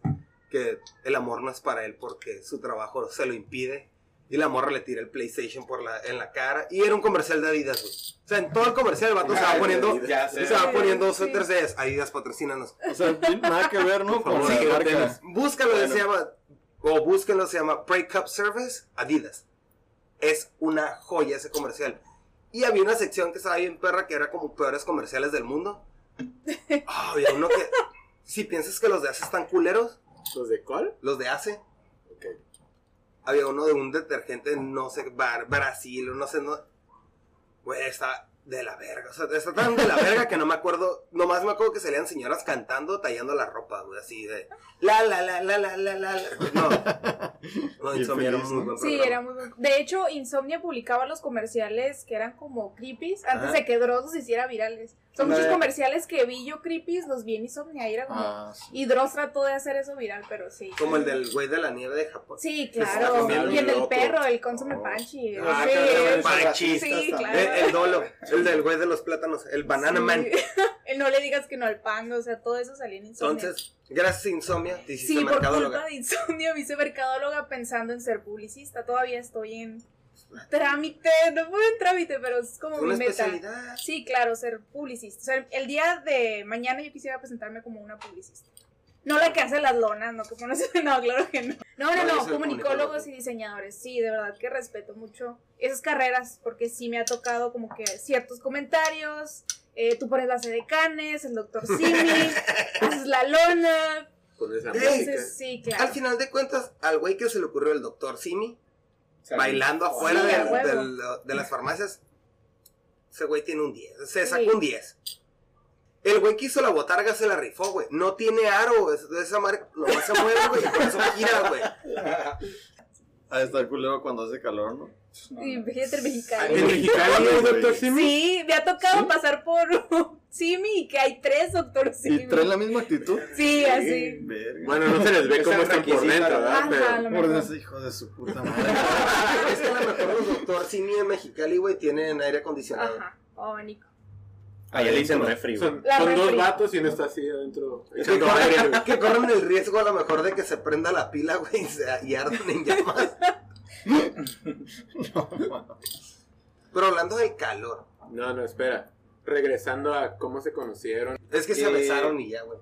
[SPEAKER 2] que el amor no es para él porque su trabajo se lo impide y la morra le tira el PlayStation por la, en la cara. Y era un comercial de Adidas, güey. O sea, en todo el comercial el vato se va
[SPEAKER 7] Ay,
[SPEAKER 2] poniendo,
[SPEAKER 5] Ya
[SPEAKER 2] se
[SPEAKER 5] sé.
[SPEAKER 2] va poniendo
[SPEAKER 4] Sí.
[SPEAKER 2] suéteres de Adidas patrocínanos.
[SPEAKER 6] O sea, nada que ver, ¿no? Con
[SPEAKER 7] favor,
[SPEAKER 6] la
[SPEAKER 7] sí,
[SPEAKER 6] marca.
[SPEAKER 7] tenis.
[SPEAKER 2] Búscalo, se llama, o búsquenlo, se llama Break Up Service Adidas. Es una joya ese comercial. Y había una sección que estaba bien perra que era como peores comerciales del mundo. Ah, había uno que, si piensas que los de hace están culeros,
[SPEAKER 7] ¿Los de cuál?
[SPEAKER 2] los de hace,
[SPEAKER 7] Ok.
[SPEAKER 2] había uno de un detergente, no sé, bar, Brasil, o no sé, no. Güey, está de la verga. O sea, está tan de la verga que no me acuerdo. Nomás me acuerdo que salían señoras cantando, tallando la ropa, güey, así de. La, la, la, la, la, la, la. la. No. No,
[SPEAKER 6] Bien
[SPEAKER 2] Insomnia era
[SPEAKER 6] feliz,
[SPEAKER 2] muy
[SPEAKER 6] ¿no?
[SPEAKER 2] buen
[SPEAKER 4] Sí,
[SPEAKER 2] programa.
[SPEAKER 4] era muy bueno. De hecho, Insomnia publicaba los comerciales que eran como creepies antes
[SPEAKER 2] Ajá.
[SPEAKER 4] de que Dross los hiciera virales. Son muchos
[SPEAKER 6] Ándale.
[SPEAKER 4] comerciales que vi yo creepies, los vi en Insomnia y era como...
[SPEAKER 6] Ah, sí.
[SPEAKER 4] Y Dross trató de hacer eso viral, pero sí.
[SPEAKER 2] Como el del güey de la nieve de Japón.
[SPEAKER 4] Sí,
[SPEAKER 2] Está
[SPEAKER 4] claro.
[SPEAKER 2] comiendo
[SPEAKER 4] Y el del
[SPEAKER 7] loco.
[SPEAKER 4] perro, el consume panchi.
[SPEAKER 2] Ah,
[SPEAKER 4] sí,
[SPEAKER 2] claro,
[SPEAKER 4] sí,
[SPEAKER 2] panchi.
[SPEAKER 4] Sí, claro.
[SPEAKER 2] Eh, El, dolo, el del güey de los plátanos, el Banana
[SPEAKER 4] Sí.
[SPEAKER 2] Man.
[SPEAKER 4] El no le digas que no al pango, o sea, todo eso salía en Insomnia.
[SPEAKER 2] Entonces, gracias a Insomnia, te hiciste
[SPEAKER 4] Sí, por culpa
[SPEAKER 2] mercadóloga.
[SPEAKER 4] de insomnio me hice mercadóloga pensando en ser publicista. Todavía estoy en trámite, no fue en trámite, pero es como
[SPEAKER 2] Una
[SPEAKER 4] mi meta.
[SPEAKER 2] especialidad.
[SPEAKER 4] Sí, claro, ser publicista. O sea, el día de mañana yo quisiera presentarme como una publicista. No la que hace las lonas, no que pone no, claro que no. No,
[SPEAKER 2] No,
[SPEAKER 4] no,
[SPEAKER 2] yo
[SPEAKER 4] no,
[SPEAKER 2] soy
[SPEAKER 4] comunicólogos
[SPEAKER 2] comunicólogo.
[SPEAKER 4] y diseñadores. Sí, de verdad que respeto mucho esas carreras porque sí me ha tocado como que ciertos comentarios. eh, tú pones las edecanes, el doctor Simi, haces la lona.
[SPEAKER 7] Con esa música.
[SPEAKER 4] Entonces, sí, claro.
[SPEAKER 2] Al final de cuentas, al güey que se le ocurrió el doctor Simi, bailando afuera
[SPEAKER 4] Sí,
[SPEAKER 2] del-
[SPEAKER 4] a huevo.
[SPEAKER 2] del- de las farmacias, ese güey tiene un 10. Se sacó
[SPEAKER 4] Sí.
[SPEAKER 2] un 10. El güey que hizo la botarga se la rifó, güey. No tiene aro, es- de esa marca. Nomás se mueve, güey, y por eso gira, güey.
[SPEAKER 6] Ha de estar culero cuando hace calor, ¿no?
[SPEAKER 4] Y fíjate el mexicano.
[SPEAKER 7] ¿En Mexicali es Doctor Simi?
[SPEAKER 4] Sí, me ha tocado pasar por un Simi y que hay tres doctor Simi.
[SPEAKER 6] Y trae la misma actitud.
[SPEAKER 4] Sí, así.
[SPEAKER 6] Verga.
[SPEAKER 7] Bueno, no se les ve
[SPEAKER 5] Es
[SPEAKER 7] cómo
[SPEAKER 5] el
[SPEAKER 7] están por
[SPEAKER 5] requisito,
[SPEAKER 7] dentro,
[SPEAKER 4] Ajá,
[SPEAKER 7] ¿verdad?
[SPEAKER 4] a
[SPEAKER 7] Pero
[SPEAKER 4] lo
[SPEAKER 6] Por
[SPEAKER 4] mejor.
[SPEAKER 6] ese hijo de su puta madre.
[SPEAKER 2] Es que a lo mejor los doctor Simi en Mexicali, güey, tienen aire acondicionado.
[SPEAKER 4] Ajá, Oh, abanico.
[SPEAKER 5] Allá le dicen refri, güey.
[SPEAKER 7] son,
[SPEAKER 4] La
[SPEAKER 7] son dos
[SPEAKER 4] refri.
[SPEAKER 7] vatos y uno está así adentro
[SPEAKER 2] Es Que
[SPEAKER 7] echando aire, güey.
[SPEAKER 2] corren, que corren el riesgo a lo mejor de que se prenda la pila, güey, y, se- y arden en llamas. Pero hablando del calor,
[SPEAKER 7] No, no, espera. Regresando a cómo se conocieron.
[SPEAKER 2] es que se
[SPEAKER 7] Eh,
[SPEAKER 2] besaron y ya, güey.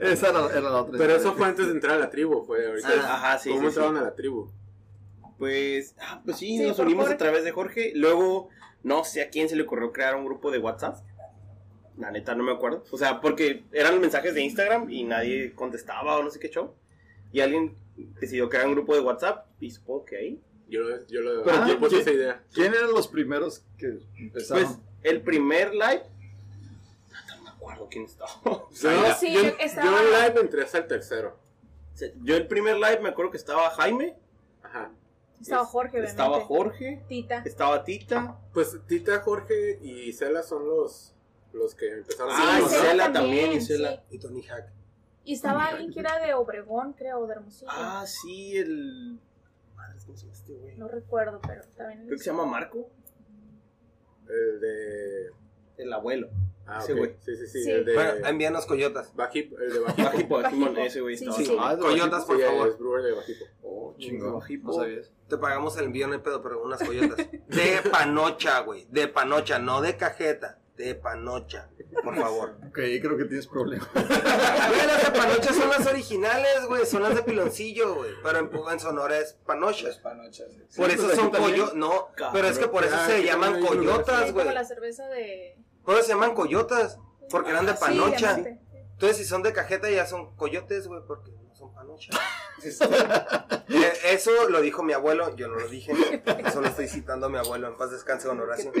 [SPEAKER 6] Esa era, era la otra.
[SPEAKER 7] Pero eso fue antes de entrar a la tribu, fue ahorita.
[SPEAKER 2] Ah,
[SPEAKER 5] Ajá, sí.
[SPEAKER 7] ¿Cómo
[SPEAKER 5] sí, sí.
[SPEAKER 7] entraron a la tribu?
[SPEAKER 5] Pues, ah, pues sí,
[SPEAKER 4] Sí,
[SPEAKER 5] nos
[SPEAKER 4] por
[SPEAKER 5] unimos
[SPEAKER 4] Jorge.
[SPEAKER 5] a través de Jorge. Luego, no sé a quién se le ocurrió crear un grupo de WhatsApp. La neta, no me acuerdo. O sea, porque eran mensajes de Instagram y nadie contestaba o no sé qué show. Y alguien decidió crear un grupo de WhatsApp y supongo que ahí.
[SPEAKER 7] Yo lo, yo lo
[SPEAKER 6] Pero
[SPEAKER 7] yo
[SPEAKER 6] yo-
[SPEAKER 7] puse
[SPEAKER 6] yo-
[SPEAKER 7] esa idea.
[SPEAKER 6] ¿Quién eran los primeros que
[SPEAKER 5] Pues
[SPEAKER 6] empezaron?
[SPEAKER 5] el primer live. No me acuerdo quién estaba.
[SPEAKER 7] Yo,
[SPEAKER 4] sí,
[SPEAKER 7] yo,
[SPEAKER 4] yo estaba-
[SPEAKER 7] yo en live entré hasta el tercero.
[SPEAKER 5] O sea, Yo el primer live me acuerdo que estaba Jaime,
[SPEAKER 7] Ajá.
[SPEAKER 4] Estaba
[SPEAKER 5] Es-
[SPEAKER 4] Jorge, obviamente.
[SPEAKER 5] estaba Jorge,
[SPEAKER 4] Tita.
[SPEAKER 5] estaba Tita.
[SPEAKER 7] Pues Tita, Jorge y Cela son los, los que empezaron
[SPEAKER 4] Sí,
[SPEAKER 5] Ah,
[SPEAKER 7] a
[SPEAKER 5] y
[SPEAKER 4] Isela
[SPEAKER 5] Isela también,
[SPEAKER 4] sí.
[SPEAKER 5] Isela.
[SPEAKER 2] Y Tony Hack.
[SPEAKER 4] Y estaba alguien que era de Obregón, creo, o de Hermosillo.
[SPEAKER 5] Ah, sí, el. Madre, ¿cómo se llama este güey?
[SPEAKER 4] No recuerdo, pero también.
[SPEAKER 5] Creo que se llama Marco,
[SPEAKER 7] El de.
[SPEAKER 5] el abuelo.
[SPEAKER 7] Ah,
[SPEAKER 5] Ese
[SPEAKER 7] ok.
[SPEAKER 5] güey.
[SPEAKER 7] Sí, sí, sí,
[SPEAKER 4] Sí.
[SPEAKER 7] El de.
[SPEAKER 2] Bueno, envíanos coyotas.
[SPEAKER 7] Bajipo, el de Bajipo.
[SPEAKER 5] Bajipo,
[SPEAKER 4] Bajipo.
[SPEAKER 5] Simón, ese güey
[SPEAKER 4] Sí,
[SPEAKER 5] estaba.
[SPEAKER 4] sí.
[SPEAKER 5] solo.
[SPEAKER 6] Ah,
[SPEAKER 2] Coyotas, por
[SPEAKER 7] Sí,
[SPEAKER 2] favor.
[SPEAKER 7] Es brewer de Bajipo.
[SPEAKER 5] Oh,
[SPEAKER 6] Chingón.
[SPEAKER 5] Bajipo.
[SPEAKER 6] No sabías.
[SPEAKER 2] Te pagamos el envío, no hay pedo, pero unas coyotas. De panocha, güey. De panocha, no de cajeta. de panocha, por favor.
[SPEAKER 6] Ok, creo que tienes problemas.
[SPEAKER 2] Güey, las de panocha son las originales, güey, son las de piloncillo, güey, pero en, en Sonora es panocha. Por eso son coyotas, no, pero es que por eso se llaman coyotas,
[SPEAKER 4] Es como
[SPEAKER 2] güey.
[SPEAKER 4] la cerveza de.
[SPEAKER 2] Por eso se llaman coyotas, porque eran de
[SPEAKER 4] Ah, Sí,
[SPEAKER 2] panocha.
[SPEAKER 4] diamante.
[SPEAKER 2] Entonces, si son de cajeta, ya son coyotes, güey, porque no son panocha. Eh, eso lo dijo mi abuelo, yo no lo dije. Eso lo estoy citando a mi abuelo. En paz descanse, don Horacio.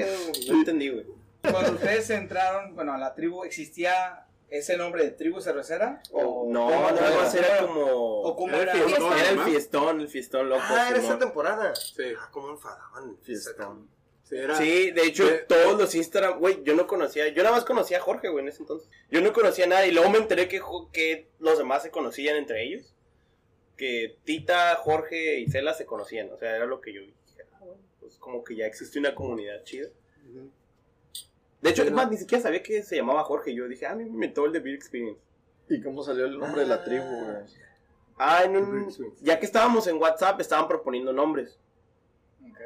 [SPEAKER 5] No entendí, güey.
[SPEAKER 8] Cuando ustedes entraron, bueno, a la tribu, ¿existía ese nombre de tribu cervecera? ¿O
[SPEAKER 5] No,
[SPEAKER 8] ¿cómo
[SPEAKER 5] no,
[SPEAKER 8] era?
[SPEAKER 5] nada más era
[SPEAKER 8] ¿O
[SPEAKER 5] como.
[SPEAKER 8] cómo era?
[SPEAKER 5] Era el fiestón,
[SPEAKER 4] Fiestón,
[SPEAKER 5] era el
[SPEAKER 7] ¿no?
[SPEAKER 5] fiestón, el fiestón loco.
[SPEAKER 2] Ah, era esa
[SPEAKER 5] Simón.
[SPEAKER 2] temporada.
[SPEAKER 7] Sí,
[SPEAKER 2] Ah, cómo enfadaban.
[SPEAKER 5] Fiestón.
[SPEAKER 7] sí, era.
[SPEAKER 5] Sí, de hecho,
[SPEAKER 7] De-
[SPEAKER 5] todos los Instagram, güey, yo no conocía, yo nada más conocía a Jorge, güey, en ese entonces. Yo no conocía a nadie, y luego me enteré que, jo- que los demás se conocían entre ellos. Que Tita, Jorge y Cela se conocían, o sea, era lo que yo vi. Dije, ah, bueno, Pues como que ya existe una comunidad chida. De hecho, es más, ni siquiera sabía que se llamaba Jorge. Yo dije, ah, a mí me inventó el de Beer Experience.
[SPEAKER 6] ¿Y cómo salió el nombre de la tribu, güey?
[SPEAKER 5] Ah, en un- ya que estábamos en WhatsApp, estaban proponiendo nombres.
[SPEAKER 8] Ok.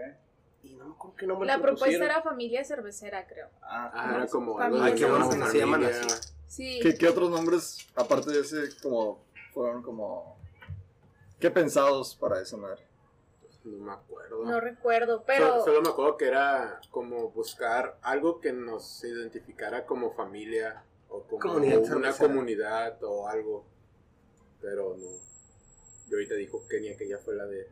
[SPEAKER 5] Y no me acuerdo qué nombre
[SPEAKER 4] La propuesta
[SPEAKER 5] propusieron.
[SPEAKER 4] era familia cervecera, creo.
[SPEAKER 7] Ah, era como.
[SPEAKER 4] Familia.
[SPEAKER 7] algo de
[SPEAKER 2] Ay, qué bueno
[SPEAKER 7] una
[SPEAKER 2] que se llaman
[SPEAKER 7] familia.
[SPEAKER 2] así.
[SPEAKER 4] Sí.
[SPEAKER 6] ¿Qué, qué otros nombres, aparte de ese, como, fueron como... ¿Qué pensados para esa madre?
[SPEAKER 7] No me acuerdo.
[SPEAKER 4] No recuerdo,
[SPEAKER 7] Sol-
[SPEAKER 4] pero.
[SPEAKER 7] solo me acuerdo que era como buscar algo que nos identificara como familia o como
[SPEAKER 2] Comunidad
[SPEAKER 7] una
[SPEAKER 2] cervecera.
[SPEAKER 7] comunidad o algo. Pero no. Y ahorita dijo Kenia que ya fue la de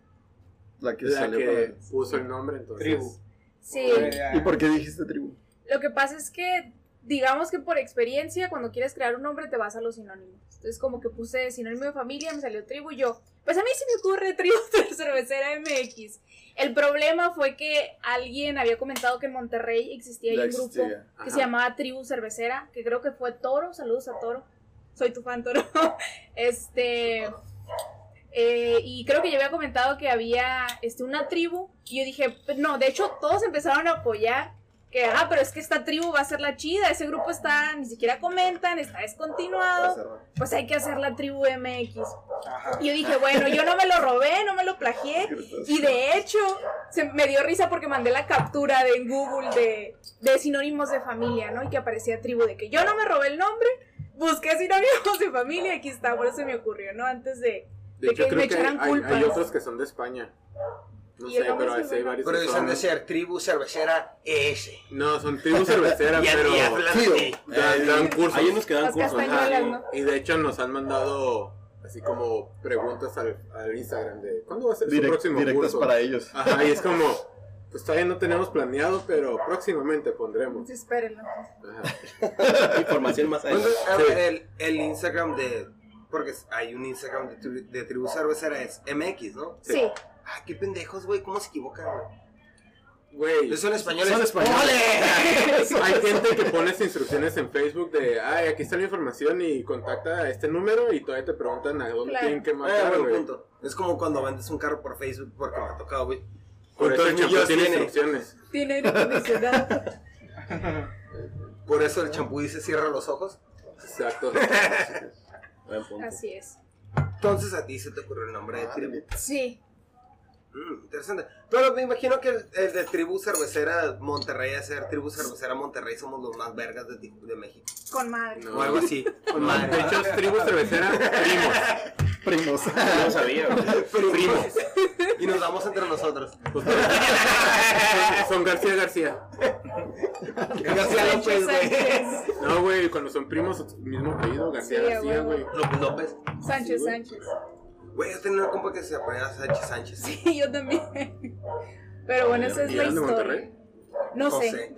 [SPEAKER 6] La que
[SPEAKER 7] la
[SPEAKER 6] salió
[SPEAKER 7] que
[SPEAKER 6] para-
[SPEAKER 7] puso el nombre, entonces.
[SPEAKER 8] Tribu.
[SPEAKER 4] Sí.
[SPEAKER 2] Eh,
[SPEAKER 6] ¿Y por qué dijiste tribu?
[SPEAKER 4] Lo que pasa es que, digamos que por experiencia, cuando quieres crear un nombre, te vas a los sinónimos. Entonces, como que puse sinónimo de familia, me salió tribu y yo. Pues a mí se me ocurre tribu de cervecera MX. El problema fue que alguien había comentado que en Monterrey existía
[SPEAKER 6] Ya
[SPEAKER 4] ahí un grupo
[SPEAKER 6] existía.
[SPEAKER 4] que
[SPEAKER 7] Ajá.
[SPEAKER 4] se llamaba Tribu Cervecera, que creo que fue Toro. Saludos a Toro. Soy tu fan, Toro. Este. eh, y creo que yo había comentado que había este, una tribu. Y yo dije, pues, no, de hecho, todos empezaron a apoyar. Que, ah, pero es que esta tribu va a ser la chida. Ese grupo está, ni siquiera comentan, está
[SPEAKER 6] Para
[SPEAKER 4] descontinuado.
[SPEAKER 6] cerrar.
[SPEAKER 4] Pues hay que hacer la tribu MX. Y yo dije, bueno, yo no me lo robé, no me lo plagié. Y de hecho, se me dio risa porque mandé la captura de en Google de, de sinónimos de familia, ¿no? Y que aparecía tribu de que yo no me robé el nombre, busqué sinónimos de familia, aquí está, por eso se me ocurrió, ¿no? Antes de...
[SPEAKER 7] De
[SPEAKER 4] de
[SPEAKER 7] hecho,
[SPEAKER 4] que me
[SPEAKER 7] creo que hay,
[SPEAKER 4] echaran
[SPEAKER 7] hay- hay
[SPEAKER 4] culpas.
[SPEAKER 7] otros que son de España. No
[SPEAKER 4] Y
[SPEAKER 7] sé,
[SPEAKER 4] el nombre
[SPEAKER 7] pero ahí
[SPEAKER 4] es
[SPEAKER 7] sí hay
[SPEAKER 4] muy
[SPEAKER 7] varios.
[SPEAKER 2] Pero
[SPEAKER 7] que
[SPEAKER 2] dicen
[SPEAKER 7] son-
[SPEAKER 2] de ser tribu cervecera ES.
[SPEAKER 7] No, son tribus cerveceras,
[SPEAKER 2] Y
[SPEAKER 7] pero
[SPEAKER 2] y hablan de-
[SPEAKER 7] da- dan cursos.
[SPEAKER 5] Hay unos que dan
[SPEAKER 4] Las
[SPEAKER 5] cursos.
[SPEAKER 7] Ajá,
[SPEAKER 4] castañuelas, ¿no?
[SPEAKER 7] Y de hecho nos han mandado así como preguntas al, al Instagram de ¿cuándo va a ser
[SPEAKER 6] Direct-
[SPEAKER 7] su próximo
[SPEAKER 6] directas
[SPEAKER 7] curso?
[SPEAKER 6] para ellos.
[SPEAKER 7] Ajá, y es como, pues todavía no tenemos planeado, pero próximamente pondremos.
[SPEAKER 4] Espérenlo.
[SPEAKER 7] Ajá.
[SPEAKER 5] Información más allá.
[SPEAKER 2] Entonces, a ver, el, el Instagram de. Porque hay un Instagram de, tri- de tribu cervecera, es MX, ¿no?
[SPEAKER 4] Sí.
[SPEAKER 2] Ah, qué pendejos, güey, ¿cómo se equivocan,
[SPEAKER 7] Ah,
[SPEAKER 2] Ah, güey?
[SPEAKER 7] Güey,
[SPEAKER 2] Son españoles.
[SPEAKER 6] Son españoles.
[SPEAKER 7] hay gente que pone sus instrucciones en Facebook de, ay, aquí está la información y contacta a este número y todavía te preguntan a dónde
[SPEAKER 4] Claro.
[SPEAKER 7] tienen que
[SPEAKER 2] ¡Ole! Ah,
[SPEAKER 7] marcar,
[SPEAKER 2] buen
[SPEAKER 7] güey.
[SPEAKER 2] punto. Es como cuando vendes un carro por Facebook, porque me ha tocado, güey.
[SPEAKER 7] Por eso el
[SPEAKER 2] ¿Cuántos
[SPEAKER 7] champú
[SPEAKER 2] millas
[SPEAKER 7] tiene
[SPEAKER 2] tiene?
[SPEAKER 7] instrucciones.
[SPEAKER 4] Tiene publicidad.
[SPEAKER 2] Por eso el champú dice cierra los ojos.
[SPEAKER 7] Exacto.
[SPEAKER 5] Buen punto.
[SPEAKER 4] Así es.
[SPEAKER 2] Entonces a ti se te ocurrió el nombre de tribu.
[SPEAKER 4] Sí.
[SPEAKER 2] Mm, interesante. Pero me imagino que el, el de tribu cervecera Monterrey, a ser tribu cervecera Monterrey, somos los más vergas de, ti- de México.
[SPEAKER 4] Con madre.
[SPEAKER 7] No.
[SPEAKER 2] O algo así. Con madre.
[SPEAKER 7] De hecho, es tribu cervecera, primos.
[SPEAKER 6] Primos.
[SPEAKER 5] No sabía, güey.
[SPEAKER 2] Primos. Y nos damos entre nosotros.
[SPEAKER 7] Pues, son- son García García.
[SPEAKER 2] García López, güey.
[SPEAKER 4] Sánchez.
[SPEAKER 7] No, güey, cuando son primos, mismo apellido, García
[SPEAKER 4] Sí, a
[SPEAKER 7] García,
[SPEAKER 4] huevo.
[SPEAKER 7] güey.
[SPEAKER 2] López López.
[SPEAKER 4] Sánchez, Sánchez.
[SPEAKER 2] Güey, yo tenía una compa que se apellidaba Sánchez Sánchez.
[SPEAKER 4] Sí, yo también. Pero bueno, esa es
[SPEAKER 7] ¿Y
[SPEAKER 4] la
[SPEAKER 7] eran de
[SPEAKER 4] historia.
[SPEAKER 7] Monterrey?
[SPEAKER 4] No
[SPEAKER 2] No
[SPEAKER 4] sé.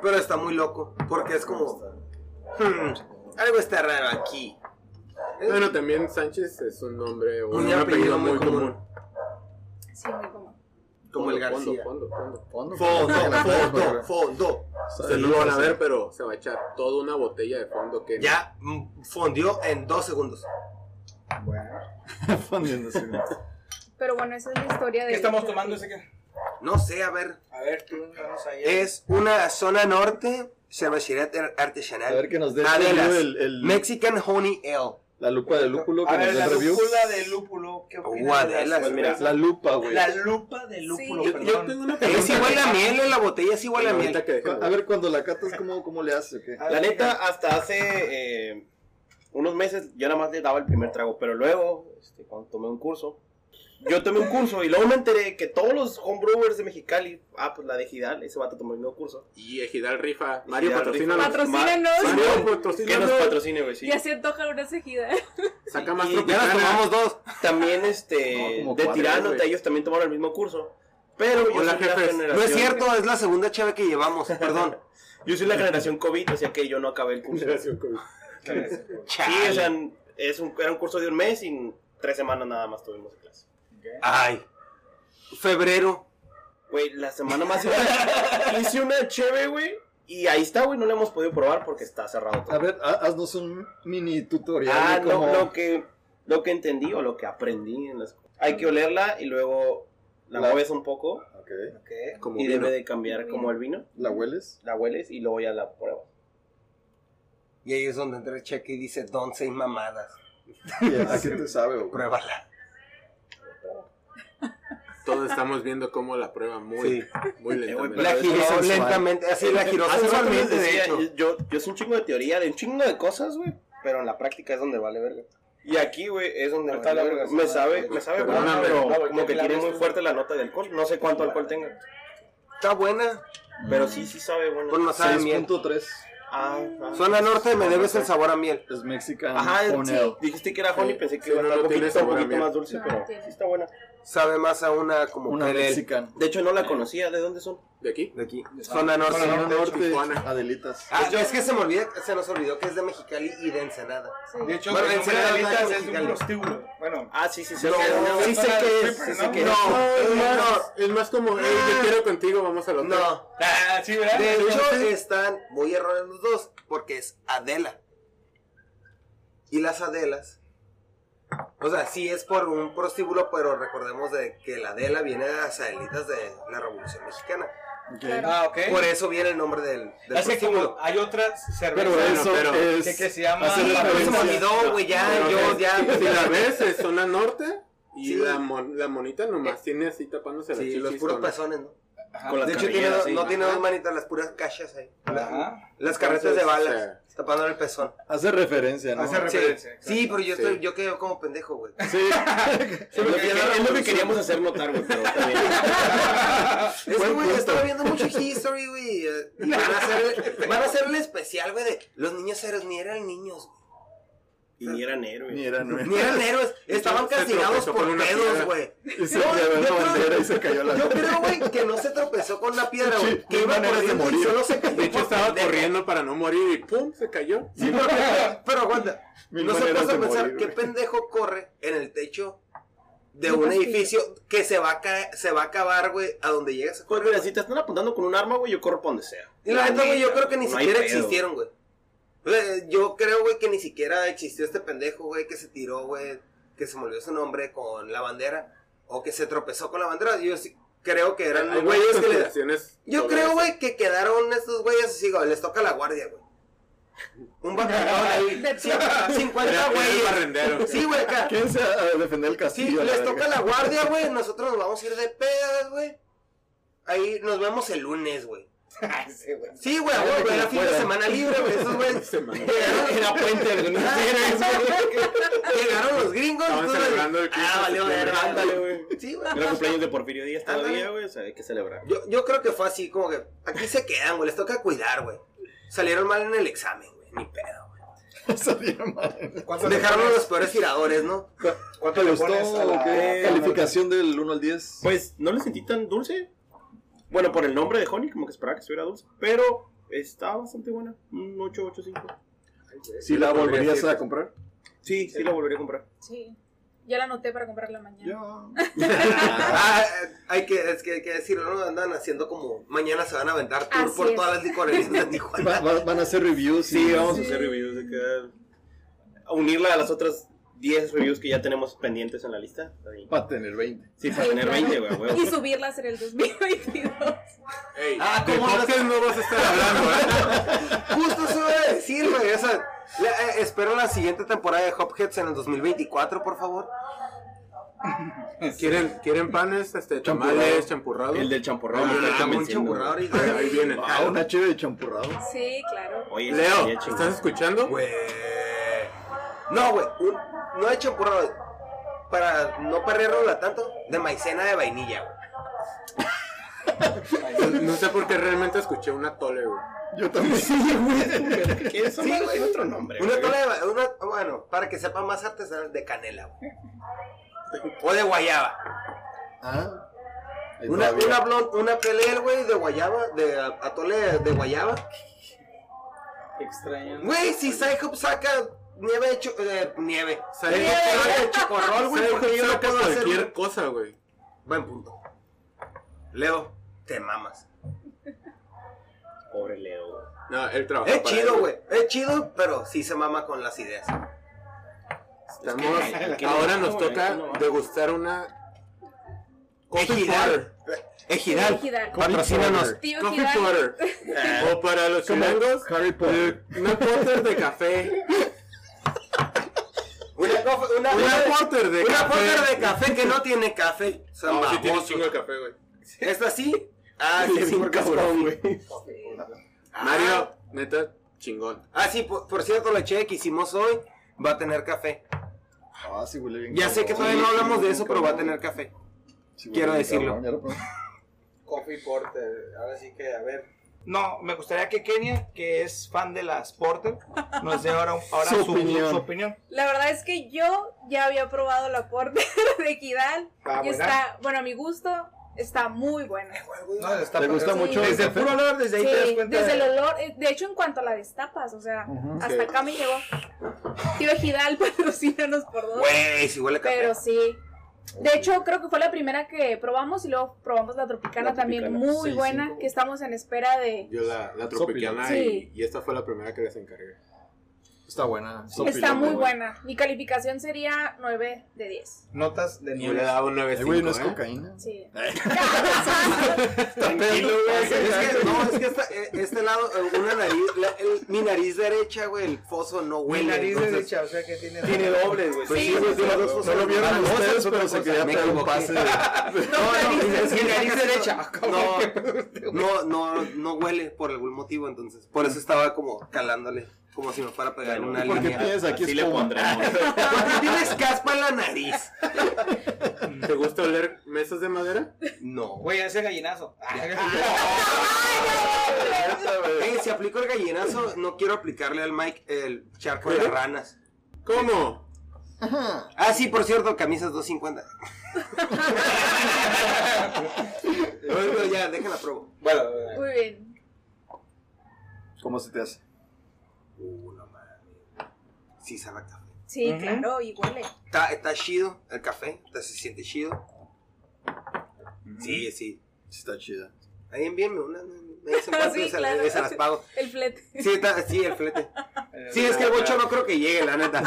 [SPEAKER 2] Pero está muy loco, porque es como... "Hmm, algo está raro aquí.
[SPEAKER 7] Bueno, también Sánchez es un nombre o
[SPEAKER 2] Un
[SPEAKER 7] un,
[SPEAKER 2] apellido
[SPEAKER 7] apellido,
[SPEAKER 2] muy
[SPEAKER 7] muy común.
[SPEAKER 4] Sí, muy común.
[SPEAKER 2] Como el
[SPEAKER 7] Fondo,
[SPEAKER 2] García.
[SPEAKER 7] Fondo, fondo.
[SPEAKER 6] Fondo.
[SPEAKER 2] Fondo, fondo,
[SPEAKER 6] Fondo.
[SPEAKER 2] fondo.
[SPEAKER 7] Ustedes no lo van a ver, pero se va a echar toda una botella de fondo que...
[SPEAKER 2] Ya mm, fondió en dos segundos.
[SPEAKER 6] Fondiendo, sí.
[SPEAKER 4] Pero bueno, esa es la historia de.
[SPEAKER 8] ¿Qué estamos tomando ese que?
[SPEAKER 2] No sé, a ver.
[SPEAKER 8] A ver, tú vamos allá.
[SPEAKER 2] Es una zona norte cervecería ar-
[SPEAKER 6] A
[SPEAKER 2] artesanal.
[SPEAKER 6] ver que nos dé
[SPEAKER 2] Adelas.
[SPEAKER 6] el, el, el
[SPEAKER 2] Mexican Honey Ale.
[SPEAKER 6] La lupa de lúpulo que
[SPEAKER 1] A
[SPEAKER 6] nos
[SPEAKER 1] ver,
[SPEAKER 6] dio
[SPEAKER 1] la
[SPEAKER 6] el review.
[SPEAKER 1] lúpula de lúpulo, ¿qué
[SPEAKER 2] Uh,
[SPEAKER 1] opinas? de
[SPEAKER 2] Adela,
[SPEAKER 1] las-
[SPEAKER 5] Pues mira,
[SPEAKER 6] La lupa, güey.
[SPEAKER 1] La lupa de lúpulo,
[SPEAKER 4] Sí.
[SPEAKER 7] Yo, yo
[SPEAKER 1] perdón.
[SPEAKER 7] tengo una pregunta.
[SPEAKER 2] Es igual a miel en la botella, es igual a
[SPEAKER 7] Ahorita
[SPEAKER 2] miel.
[SPEAKER 7] que dejé-
[SPEAKER 6] A ver, cuando la catas, ¿cómo, cómo le haces? o qué?
[SPEAKER 1] A
[SPEAKER 5] La
[SPEAKER 1] ver,
[SPEAKER 5] neta,
[SPEAKER 1] digan.
[SPEAKER 5] hasta hace eh, unos meses yo nada más le daba el primer trago, pero luego, este, cuando tomé un curso, yo tomé un curso y luego me enteré que todos los homebrewers de Mexicali, ah, pues la de Gidal, ese vato tomó el mismo curso.
[SPEAKER 7] Y Ejidal rifa. Mario
[SPEAKER 5] Ejidal
[SPEAKER 7] patrocina
[SPEAKER 5] rifa.
[SPEAKER 4] Patrocínanos.
[SPEAKER 7] Mario
[SPEAKER 5] Que nos
[SPEAKER 7] patrocina.
[SPEAKER 5] patrocine, güey, sí.
[SPEAKER 4] Ya se antoja una cejida.
[SPEAKER 7] Saca más
[SPEAKER 5] Y ya nos
[SPEAKER 2] Ya nos
[SPEAKER 7] tropicana.
[SPEAKER 2] tomamos dos.
[SPEAKER 5] También, este,
[SPEAKER 6] No, como
[SPEAKER 5] de
[SPEAKER 6] cuadros,
[SPEAKER 5] Tirano,
[SPEAKER 6] güey.
[SPEAKER 5] de ellos también tomaron el mismo curso. Pero yo
[SPEAKER 7] Hola,
[SPEAKER 5] soy de la
[SPEAKER 7] jefes.
[SPEAKER 5] generación-
[SPEAKER 2] No es cierto, es la segunda chave que llevamos, perdón.
[SPEAKER 5] Yo soy la generación COVID, o sea que yo no acabé el curso. Sí, o sea, es un, era un curso de un mes y tres semanas nada más tuvimos clase.
[SPEAKER 2] Ay. Febrero.
[SPEAKER 5] Güey, la semana más hice una chévere, güey. Y ahí está, güey, no la hemos podido probar porque está cerrado todo.
[SPEAKER 6] A ver, ha- haznos un mini tutorial.
[SPEAKER 5] ah,
[SPEAKER 6] de
[SPEAKER 5] no,
[SPEAKER 6] cómo-
[SPEAKER 5] lo que, lo que entendí o lo que aprendí en la escuela. Hay que olerla y luego la
[SPEAKER 6] La-
[SPEAKER 5] mueves un poco
[SPEAKER 6] Ok.
[SPEAKER 1] Ok.
[SPEAKER 7] Como
[SPEAKER 5] y
[SPEAKER 7] vino.
[SPEAKER 5] debe de cambiar
[SPEAKER 4] Como
[SPEAKER 5] como el vino.
[SPEAKER 6] ¿La hueles?
[SPEAKER 5] La hueles y luego ya la pruebas.
[SPEAKER 2] Y ahí es donde entra el cheque y dice, don seis mamadas.
[SPEAKER 6] Yeah, ¿A qué te sabe, güey?
[SPEAKER 2] Pruébala.
[SPEAKER 7] Todos estamos viendo cómo la prueba muy,
[SPEAKER 2] Sí.
[SPEAKER 7] muy lentamente.
[SPEAKER 2] La
[SPEAKER 6] es que
[SPEAKER 2] giró
[SPEAKER 6] sensual.
[SPEAKER 2] lentamente, así la giró
[SPEAKER 5] Hace rato les
[SPEAKER 2] sensualmente, de
[SPEAKER 5] decía,
[SPEAKER 2] hecho.
[SPEAKER 5] Yo, yo soy un chingo de teoría, de un chingo de cosas, güey. Pero en la práctica es donde vale verga. Y aquí, güey, es donde
[SPEAKER 1] Ahorita
[SPEAKER 5] está la
[SPEAKER 1] hablamos
[SPEAKER 5] verga.
[SPEAKER 1] de
[SPEAKER 5] Me
[SPEAKER 1] eso,
[SPEAKER 5] sabe,
[SPEAKER 1] ¿no?
[SPEAKER 5] me sabe,
[SPEAKER 7] Perdóname,
[SPEAKER 5] bueno,
[SPEAKER 7] pero-
[SPEAKER 5] pero como que
[SPEAKER 1] claro,
[SPEAKER 5] tiene muy
[SPEAKER 1] esto es-
[SPEAKER 5] fuerte la nota de alcohol. No sé cuánto alcohol tenga.
[SPEAKER 2] Está buena,
[SPEAKER 5] Pero sí, sí sabe, bueno.
[SPEAKER 2] pues no sabe miel.
[SPEAKER 6] 6.3
[SPEAKER 5] Ah, ah.
[SPEAKER 2] Suena norte, me debes el sabor a miel.
[SPEAKER 6] es Mexican
[SPEAKER 5] Ajá,
[SPEAKER 6] Pone
[SPEAKER 5] sí. Dijiste que era honey,
[SPEAKER 7] Sí,
[SPEAKER 5] pensé que
[SPEAKER 7] sí,
[SPEAKER 5] iba a
[SPEAKER 7] no,
[SPEAKER 5] estar
[SPEAKER 7] no
[SPEAKER 5] un
[SPEAKER 7] tiene
[SPEAKER 5] poquito, un
[SPEAKER 7] sabor a
[SPEAKER 5] poquito
[SPEAKER 7] miel.
[SPEAKER 5] más dulce,
[SPEAKER 4] No,
[SPEAKER 5] pero
[SPEAKER 4] tiene.
[SPEAKER 5] sí está buena.
[SPEAKER 2] Sabe más a una como
[SPEAKER 6] Una
[SPEAKER 2] pale ale.
[SPEAKER 6] Mexican.
[SPEAKER 5] De hecho, no la conocía. ¿De dónde son?
[SPEAKER 7] ¿De aquí?
[SPEAKER 2] de aquí. Zona norte.
[SPEAKER 6] Zona norte,
[SPEAKER 7] Tijuana.
[SPEAKER 6] Adelitas.
[SPEAKER 2] Ah, es que se me olvida, se nos olvidó que es de Mexicali y de Ensenada.
[SPEAKER 4] Sí.
[SPEAKER 1] De hecho,
[SPEAKER 2] Bueno,
[SPEAKER 1] el nombre de
[SPEAKER 2] ensalada
[SPEAKER 1] alitas
[SPEAKER 2] blanca
[SPEAKER 1] es un
[SPEAKER 2] mexicana.
[SPEAKER 1] prostíbulo. Bueno,
[SPEAKER 5] Ah, sí, sí, sí.
[SPEAKER 2] No,
[SPEAKER 5] sí,
[SPEAKER 1] no,
[SPEAKER 5] sí,
[SPEAKER 2] sí sé que es, sí sé que es. No,
[SPEAKER 7] Es
[SPEAKER 2] es
[SPEAKER 7] más,
[SPEAKER 2] más-
[SPEAKER 7] es más como, hey, yo quiero contigo, vamos al
[SPEAKER 2] no,
[SPEAKER 7] otro.
[SPEAKER 1] ah, sí, ¿verdad?
[SPEAKER 2] De hecho, están muy erróneos los dos, porque es Adela. Y las Adelas. O sea, sí es por un prostíbulo, pero recordemos de que la Adela viene de las Adelitas de la Revolución Mexicana.
[SPEAKER 4] Claro.
[SPEAKER 1] Ah, ok.
[SPEAKER 2] Por eso viene el nombre del, del
[SPEAKER 1] Es que
[SPEAKER 2] prostíbulo.
[SPEAKER 1] como hay otras cervezas
[SPEAKER 6] Pero eso
[SPEAKER 7] pero-
[SPEAKER 6] es...
[SPEAKER 1] que, que se llama...
[SPEAKER 6] hacer
[SPEAKER 2] Ah, pero se me
[SPEAKER 6] referencia.
[SPEAKER 2] olvidó, güey, ya,
[SPEAKER 7] Pero
[SPEAKER 2] Ah, yo,
[SPEAKER 7] es-
[SPEAKER 2] ya.
[SPEAKER 7] Si la ves, es zona norte. Y
[SPEAKER 2] Sí.
[SPEAKER 7] la, mon- la monita nomás tiene así tapándose la
[SPEAKER 2] Sí,
[SPEAKER 7] chichis
[SPEAKER 2] los puros
[SPEAKER 7] con-
[SPEAKER 2] pezones, ¿no?
[SPEAKER 5] Con las
[SPEAKER 2] De hecho, tiene,
[SPEAKER 5] carrilleras,
[SPEAKER 2] dos-
[SPEAKER 5] sí.
[SPEAKER 2] no tiene
[SPEAKER 7] Ajá.
[SPEAKER 2] dos manitas, las puras cachas ahí.
[SPEAKER 1] Ajá.
[SPEAKER 2] Las carretas de
[SPEAKER 7] Entonces, eh,
[SPEAKER 2] balas, tapando el pezón.
[SPEAKER 6] Hace referencia, ¿no?
[SPEAKER 1] Hace
[SPEAKER 2] Sí,
[SPEAKER 1] referencia. exacto.
[SPEAKER 2] sí, pero yo,
[SPEAKER 7] Sí.
[SPEAKER 2] estoy, yo quedo como pendejo, güey.
[SPEAKER 6] Sí.
[SPEAKER 5] Es lo que- es lo que queríamos hacer notar, güey, pero está bien.
[SPEAKER 2] Es que, güey, yo estaba viendo mucho History, güey. eh, y Van a hacer, van a hacer el especial, güey, de los niños héroes. Ni eran niños,
[SPEAKER 5] Y ni eran héroes.
[SPEAKER 6] Ni era nueva.
[SPEAKER 2] güey. Ni eran héroes. Estaban
[SPEAKER 7] Se
[SPEAKER 2] castigados
[SPEAKER 7] tropezó con
[SPEAKER 2] por
[SPEAKER 7] una piedra.
[SPEAKER 2] pedos, güey.
[SPEAKER 6] Y se
[SPEAKER 2] No,
[SPEAKER 6] llevó
[SPEAKER 2] yo
[SPEAKER 6] la
[SPEAKER 2] creo-
[SPEAKER 6] bandera y se cayó la...
[SPEAKER 2] Yo creo, güey, que no se tropezó con la piedra, güey.
[SPEAKER 6] Sí,
[SPEAKER 2] Que
[SPEAKER 6] no
[SPEAKER 2] iba
[SPEAKER 6] hay manera de
[SPEAKER 2] corriendo y
[SPEAKER 6] morir.
[SPEAKER 2] solo se cayó.
[SPEAKER 7] De hecho,
[SPEAKER 2] por
[SPEAKER 7] estaba
[SPEAKER 2] pendejo.
[SPEAKER 7] corriendo para no morir y ¡pum! se cayó.
[SPEAKER 2] Sí, pero, pero aguanta.
[SPEAKER 6] Mil
[SPEAKER 2] no se
[SPEAKER 6] maneras
[SPEAKER 2] puso a
[SPEAKER 6] de
[SPEAKER 2] pensar
[SPEAKER 6] morir,
[SPEAKER 2] qué
[SPEAKER 6] güey.
[SPEAKER 2] pendejo corre en el techo de
[SPEAKER 4] No,
[SPEAKER 2] un
[SPEAKER 4] pues, sí.
[SPEAKER 2] edificio que se va a, ca- se va a acabar, güey, a donde llegas.
[SPEAKER 5] Pues mira, si te están apuntando con un arma, güey, yo corro para donde sea.
[SPEAKER 2] Y la neta, güey, yo creo que ni
[SPEAKER 5] No hay
[SPEAKER 2] siquiera
[SPEAKER 5] pedo.
[SPEAKER 2] existieron, güey. O sea, Yo creo, güey, que ni siquiera existió este pendejo, güey, que se tiró, güey, que se me olvidó su nombre con la bandera o que se tropezó con la bandera. Yo sí creo que eran
[SPEAKER 7] Hay
[SPEAKER 2] los güeyes
[SPEAKER 7] varias
[SPEAKER 2] que le...
[SPEAKER 7] conspiraciones
[SPEAKER 2] Yo
[SPEAKER 7] sobre
[SPEAKER 2] creo,
[SPEAKER 7] eso.
[SPEAKER 2] güey, que quedaron estos güeyes así, güey, les toca la guardia, güey. Un batallón ahí.
[SPEAKER 4] De
[SPEAKER 2] cien- 50
[SPEAKER 7] Era- era el
[SPEAKER 2] güeyes.
[SPEAKER 7] barrendero.
[SPEAKER 2] Sí, güey, acá.
[SPEAKER 6] ¿Quién se a defender el
[SPEAKER 2] Sí,
[SPEAKER 6] castillo? a la
[SPEAKER 2] les
[SPEAKER 6] verga?
[SPEAKER 2] toca la guardia, güey. Nosotros nos vamos a ir de pedas, güey. Ahí nos vemos el lunes, güey.
[SPEAKER 1] Sí, güey.
[SPEAKER 2] Sí, güey,
[SPEAKER 6] Fíjate
[SPEAKER 2] güey,
[SPEAKER 6] que
[SPEAKER 2] era
[SPEAKER 6] no
[SPEAKER 2] fin de
[SPEAKER 6] puedan.
[SPEAKER 2] semana libre, güey. Esos güeyes.
[SPEAKER 7] Semana.
[SPEAKER 2] Llegaron-
[SPEAKER 3] Era puente de lunes.
[SPEAKER 2] Llegaron los gringos.
[SPEAKER 7] Estaban
[SPEAKER 2] entonces-
[SPEAKER 7] celebrando el 15
[SPEAKER 2] Ah,
[SPEAKER 7] de
[SPEAKER 2] valió
[SPEAKER 7] septiembre.
[SPEAKER 2] verga.
[SPEAKER 5] Este, Ándale, güey.
[SPEAKER 2] Sí, güey.
[SPEAKER 5] Era cumpleaños de Porfirio Díaz todavía,
[SPEAKER 2] Ándale.
[SPEAKER 5] güey, o sea, hay que celebrar.
[SPEAKER 2] Yo, yo creo que fue así, como que aquí se quedan, güey. Les toca cuidar, güey. Salieron mal en el examen, güey. Ni pedo, güey.
[SPEAKER 6] Salieron mal.
[SPEAKER 1] ¿Cuánto
[SPEAKER 2] Dejaron
[SPEAKER 1] le
[SPEAKER 2] a los
[SPEAKER 1] pones,
[SPEAKER 2] peores tiradores, ¿no?
[SPEAKER 1] cuánto
[SPEAKER 6] ¿Te
[SPEAKER 1] le
[SPEAKER 6] gustó
[SPEAKER 1] pones a la
[SPEAKER 6] o qué? Calificación del 1 al 10.
[SPEAKER 5] Pues no le sentí tan dulce. Bueno, por el nombre de Honey, como que esperaba que estuviera dulce. Pero está bastante buena. Un 885.
[SPEAKER 6] Si
[SPEAKER 7] Yo
[SPEAKER 6] la
[SPEAKER 7] le pondría
[SPEAKER 6] volverías
[SPEAKER 7] siete.
[SPEAKER 6] a comprar.
[SPEAKER 5] Sí, sí la volvería a comprar.
[SPEAKER 4] Sí. Ya la anoté para comprarla mañana.
[SPEAKER 6] Yo.
[SPEAKER 2] Ah, eh, hay que, es que, hay que decirlo, ¿no? Andan haciendo como mañana se van a aventar tour
[SPEAKER 4] Así
[SPEAKER 2] por
[SPEAKER 4] es.
[SPEAKER 2] todas las licorerías de
[SPEAKER 6] Va-
[SPEAKER 2] Tijuana.
[SPEAKER 6] va- van a hacer reviews.
[SPEAKER 5] Sí, vamos a
[SPEAKER 4] Sí.
[SPEAKER 5] hacer reviews de cada- A unirla a las otras 10 reviews que ya tenemos pendientes en la lista. Ahí.
[SPEAKER 6] Para tener 20.
[SPEAKER 5] Sí, para tener 20, güey, a huevo.
[SPEAKER 4] Y subirlas en el 2022.
[SPEAKER 7] Ey,
[SPEAKER 2] Ah,
[SPEAKER 7] de
[SPEAKER 2] ¿cómo no?
[SPEAKER 7] podcast no vas a estar hablando, ¿eh?
[SPEAKER 2] Justo se iba a decir, güey. O sea, la- eh, espero la siguiente temporada de Hopheads en el 2024, por favor.
[SPEAKER 7] ¿Quieren, ¿Quieren panes, este, tamales, champurrados?
[SPEAKER 3] El del champurrado. me está
[SPEAKER 2] Ah, un
[SPEAKER 3] convenciendo,
[SPEAKER 2] champurrado
[SPEAKER 3] güey.
[SPEAKER 2] ahorita.
[SPEAKER 7] Ahí vienen.
[SPEAKER 6] Ah, una cheve de champurrado.
[SPEAKER 4] Sí, claro.
[SPEAKER 5] Oye,
[SPEAKER 7] Leo,
[SPEAKER 5] estaría chingón.
[SPEAKER 7] ¿estás escuchando?
[SPEAKER 2] Güey. No, güey. un- No he champurrado. Para no perrearla tanto, de maicena de vainilla, güey.
[SPEAKER 7] No sé por qué realmente escuché una tole, güey.
[SPEAKER 6] Yo también.
[SPEAKER 5] ¿Qué es?
[SPEAKER 2] Sí, güey.
[SPEAKER 5] Hay otro nombre.
[SPEAKER 2] Una
[SPEAKER 5] güey.
[SPEAKER 2] tole de va- una, bueno, para que sepa más artesanal, de canela, güey. O de guayaba.
[SPEAKER 6] Ah. es
[SPEAKER 2] Una,
[SPEAKER 6] babia.
[SPEAKER 2] una, blon- una pelea, güey, de guayaba, de a- atole de guayaba.
[SPEAKER 1] Extraño.
[SPEAKER 2] Güey, si Psyhop saca nieve de cho- eh, nieve.
[SPEAKER 7] Psyhop
[SPEAKER 2] Nieve
[SPEAKER 7] saca-
[SPEAKER 2] de chocorrol, güey,
[SPEAKER 7] ¿Sabes
[SPEAKER 2] porque
[SPEAKER 7] qué?
[SPEAKER 2] yo no
[SPEAKER 7] Saca
[SPEAKER 2] puedo hacer.
[SPEAKER 7] cualquier
[SPEAKER 2] güey.
[SPEAKER 7] cosa, güey.
[SPEAKER 2] Buen punto. Leo, te mamas.
[SPEAKER 5] Pobre Leo. güey.
[SPEAKER 7] No, el trabajo.
[SPEAKER 2] Es
[SPEAKER 7] para
[SPEAKER 2] chido,
[SPEAKER 7] él,
[SPEAKER 2] güey. Es chido, pero sí se mama con las ideas.
[SPEAKER 7] Estamos,
[SPEAKER 5] Es que-
[SPEAKER 7] ahora
[SPEAKER 5] es que
[SPEAKER 7] nos
[SPEAKER 5] no,
[SPEAKER 7] toca
[SPEAKER 5] no, no.
[SPEAKER 7] degustar una coffee
[SPEAKER 2] Ejidal.
[SPEAKER 7] porter.
[SPEAKER 2] Ejidal.
[SPEAKER 4] Ejidal.
[SPEAKER 2] Patrocínanos.
[SPEAKER 4] Tío
[SPEAKER 7] Coffee
[SPEAKER 4] Ejidal.
[SPEAKER 7] porter. O para los chilangos,
[SPEAKER 6] Harry Potter.
[SPEAKER 7] una porter de café.
[SPEAKER 2] Una, cof- una,
[SPEAKER 7] Una porter de
[SPEAKER 2] una
[SPEAKER 7] café.
[SPEAKER 2] porter de café que no tiene café. Son
[SPEAKER 7] No, sí
[SPEAKER 2] babosos.
[SPEAKER 7] tiene un chingo de café, güey.
[SPEAKER 2] ¿Esta sí? Ah, sí, sí, porque es coffee. Ah.
[SPEAKER 7] Mario, neta, chingón.
[SPEAKER 2] Ah, sí, por, por cierto, la cheve que hicimos hoy va a tener café.
[SPEAKER 6] Ah, sí huele bien.
[SPEAKER 2] Ya sé que todavía no hablamos de eso, pero va a tener café. quiero decirlo.
[SPEAKER 1] Coffee Porter. Ahora sí que, a ver.
[SPEAKER 8] No, me gustaría que Kenia, que es fan de las Porter, nos dé ahora, ahora
[SPEAKER 6] Su
[SPEAKER 8] su, su opinión.
[SPEAKER 6] opinión.
[SPEAKER 4] La verdad es que yo ya había probado la porter de Equidal.
[SPEAKER 8] Ah,
[SPEAKER 4] y
[SPEAKER 8] buena.
[SPEAKER 4] está, bueno, a mi gusto, está muy buena.
[SPEAKER 8] No, está
[SPEAKER 6] ¿Te gusta
[SPEAKER 4] Sí.
[SPEAKER 6] mucho? el
[SPEAKER 8] Desde el
[SPEAKER 6] café?
[SPEAKER 8] puro olor, desde ahí
[SPEAKER 4] Sí,
[SPEAKER 8] te das cuenta.
[SPEAKER 4] desde
[SPEAKER 8] de-
[SPEAKER 4] el olor, eh, de hecho en cuanto la destapas, o sea, hasta
[SPEAKER 7] Sí.
[SPEAKER 4] acá me llegó. Tío Ejidal, patrocínanos por dos.
[SPEAKER 2] Güey, si huele a café.
[SPEAKER 4] Pero sí. De hecho, creo que fue la primera que probamos y luego probamos la tropicana
[SPEAKER 6] La
[SPEAKER 4] también
[SPEAKER 6] Tropicana,
[SPEAKER 4] muy
[SPEAKER 6] sí,
[SPEAKER 4] buena,
[SPEAKER 6] cinco.
[SPEAKER 4] que estamos en espera de...
[SPEAKER 7] Yo la, la tropicana
[SPEAKER 4] Sí.
[SPEAKER 7] y, y esta fue la primera que les encargué.
[SPEAKER 6] Está buena.
[SPEAKER 4] Está muy buena. Mi calificación sería 9 de 10.
[SPEAKER 1] Notas de
[SPEAKER 7] Yo le
[SPEAKER 1] nivel.
[SPEAKER 7] daba un 9
[SPEAKER 6] Eh, güey, ¿no es cocaína?
[SPEAKER 4] Sí.
[SPEAKER 7] Tranquilo,
[SPEAKER 2] Es que, no, es que esta- eh, este lado, eh, una nariz, la- el- mi nariz derecha, güey, el foso no
[SPEAKER 1] Mi
[SPEAKER 2] huele.
[SPEAKER 1] nariz
[SPEAKER 2] entonces-
[SPEAKER 1] derecha, o sea que tiene.
[SPEAKER 5] Tiene dobles, güey.
[SPEAKER 2] Pues sí,
[SPEAKER 4] Sí,
[SPEAKER 2] güey, tiene dos
[SPEAKER 6] No
[SPEAKER 2] fosas.
[SPEAKER 6] lo vieron
[SPEAKER 2] Barbosa es
[SPEAKER 6] ustedes,
[SPEAKER 2] otra
[SPEAKER 6] pero se
[SPEAKER 2] cosa.
[SPEAKER 6] quería
[SPEAKER 2] Me
[SPEAKER 6] pegar un
[SPEAKER 2] equivoqué.
[SPEAKER 6] pase. de-
[SPEAKER 2] No, no,
[SPEAKER 1] Es que nariz derecha. Ah, cabrón, qué
[SPEAKER 2] No, no, no, no huele por algún motivo, entonces. Por eso estaba como calándole, como si me fuera a pegar una
[SPEAKER 6] ¿Por qué
[SPEAKER 2] línea.
[SPEAKER 6] tienes aquí
[SPEAKER 5] Así le
[SPEAKER 6] espuma?
[SPEAKER 5] pondremos.
[SPEAKER 2] Porque tienes caspa en la nariz.
[SPEAKER 7] ¿Te gusta oler mesas de madera?
[SPEAKER 2] No.
[SPEAKER 1] Güey, ese gallinazo.
[SPEAKER 2] Eh, si aplico el gallinazo, no quiero aplicarle al Mike el charco de
[SPEAKER 7] ¿Puede?
[SPEAKER 2] ranas.
[SPEAKER 7] ¿Cómo?
[SPEAKER 6] Ajá.
[SPEAKER 2] Ah, sí, por cierto, camisas 250. Bueno, ya, déjala probo.
[SPEAKER 1] Bueno,
[SPEAKER 4] Muy bien.
[SPEAKER 6] ¿Cómo se te hace?
[SPEAKER 2] Uh, no mames. Sí, sabe a café.
[SPEAKER 4] Sí,
[SPEAKER 8] Ujú.
[SPEAKER 4] claro, y huele.
[SPEAKER 2] Está, está chido el café, está- se siente chido. Sí, sí.
[SPEAKER 6] Sí, está chida.
[SPEAKER 2] Ahí envíenme una. Me me dicen cuánto
[SPEAKER 4] Sí,
[SPEAKER 2] y se,
[SPEAKER 4] claro.
[SPEAKER 2] y se las pago.
[SPEAKER 4] El flete.
[SPEAKER 2] Sí, está, sí, el flete. Sí, es que el bocho no creo que llegue, la neta.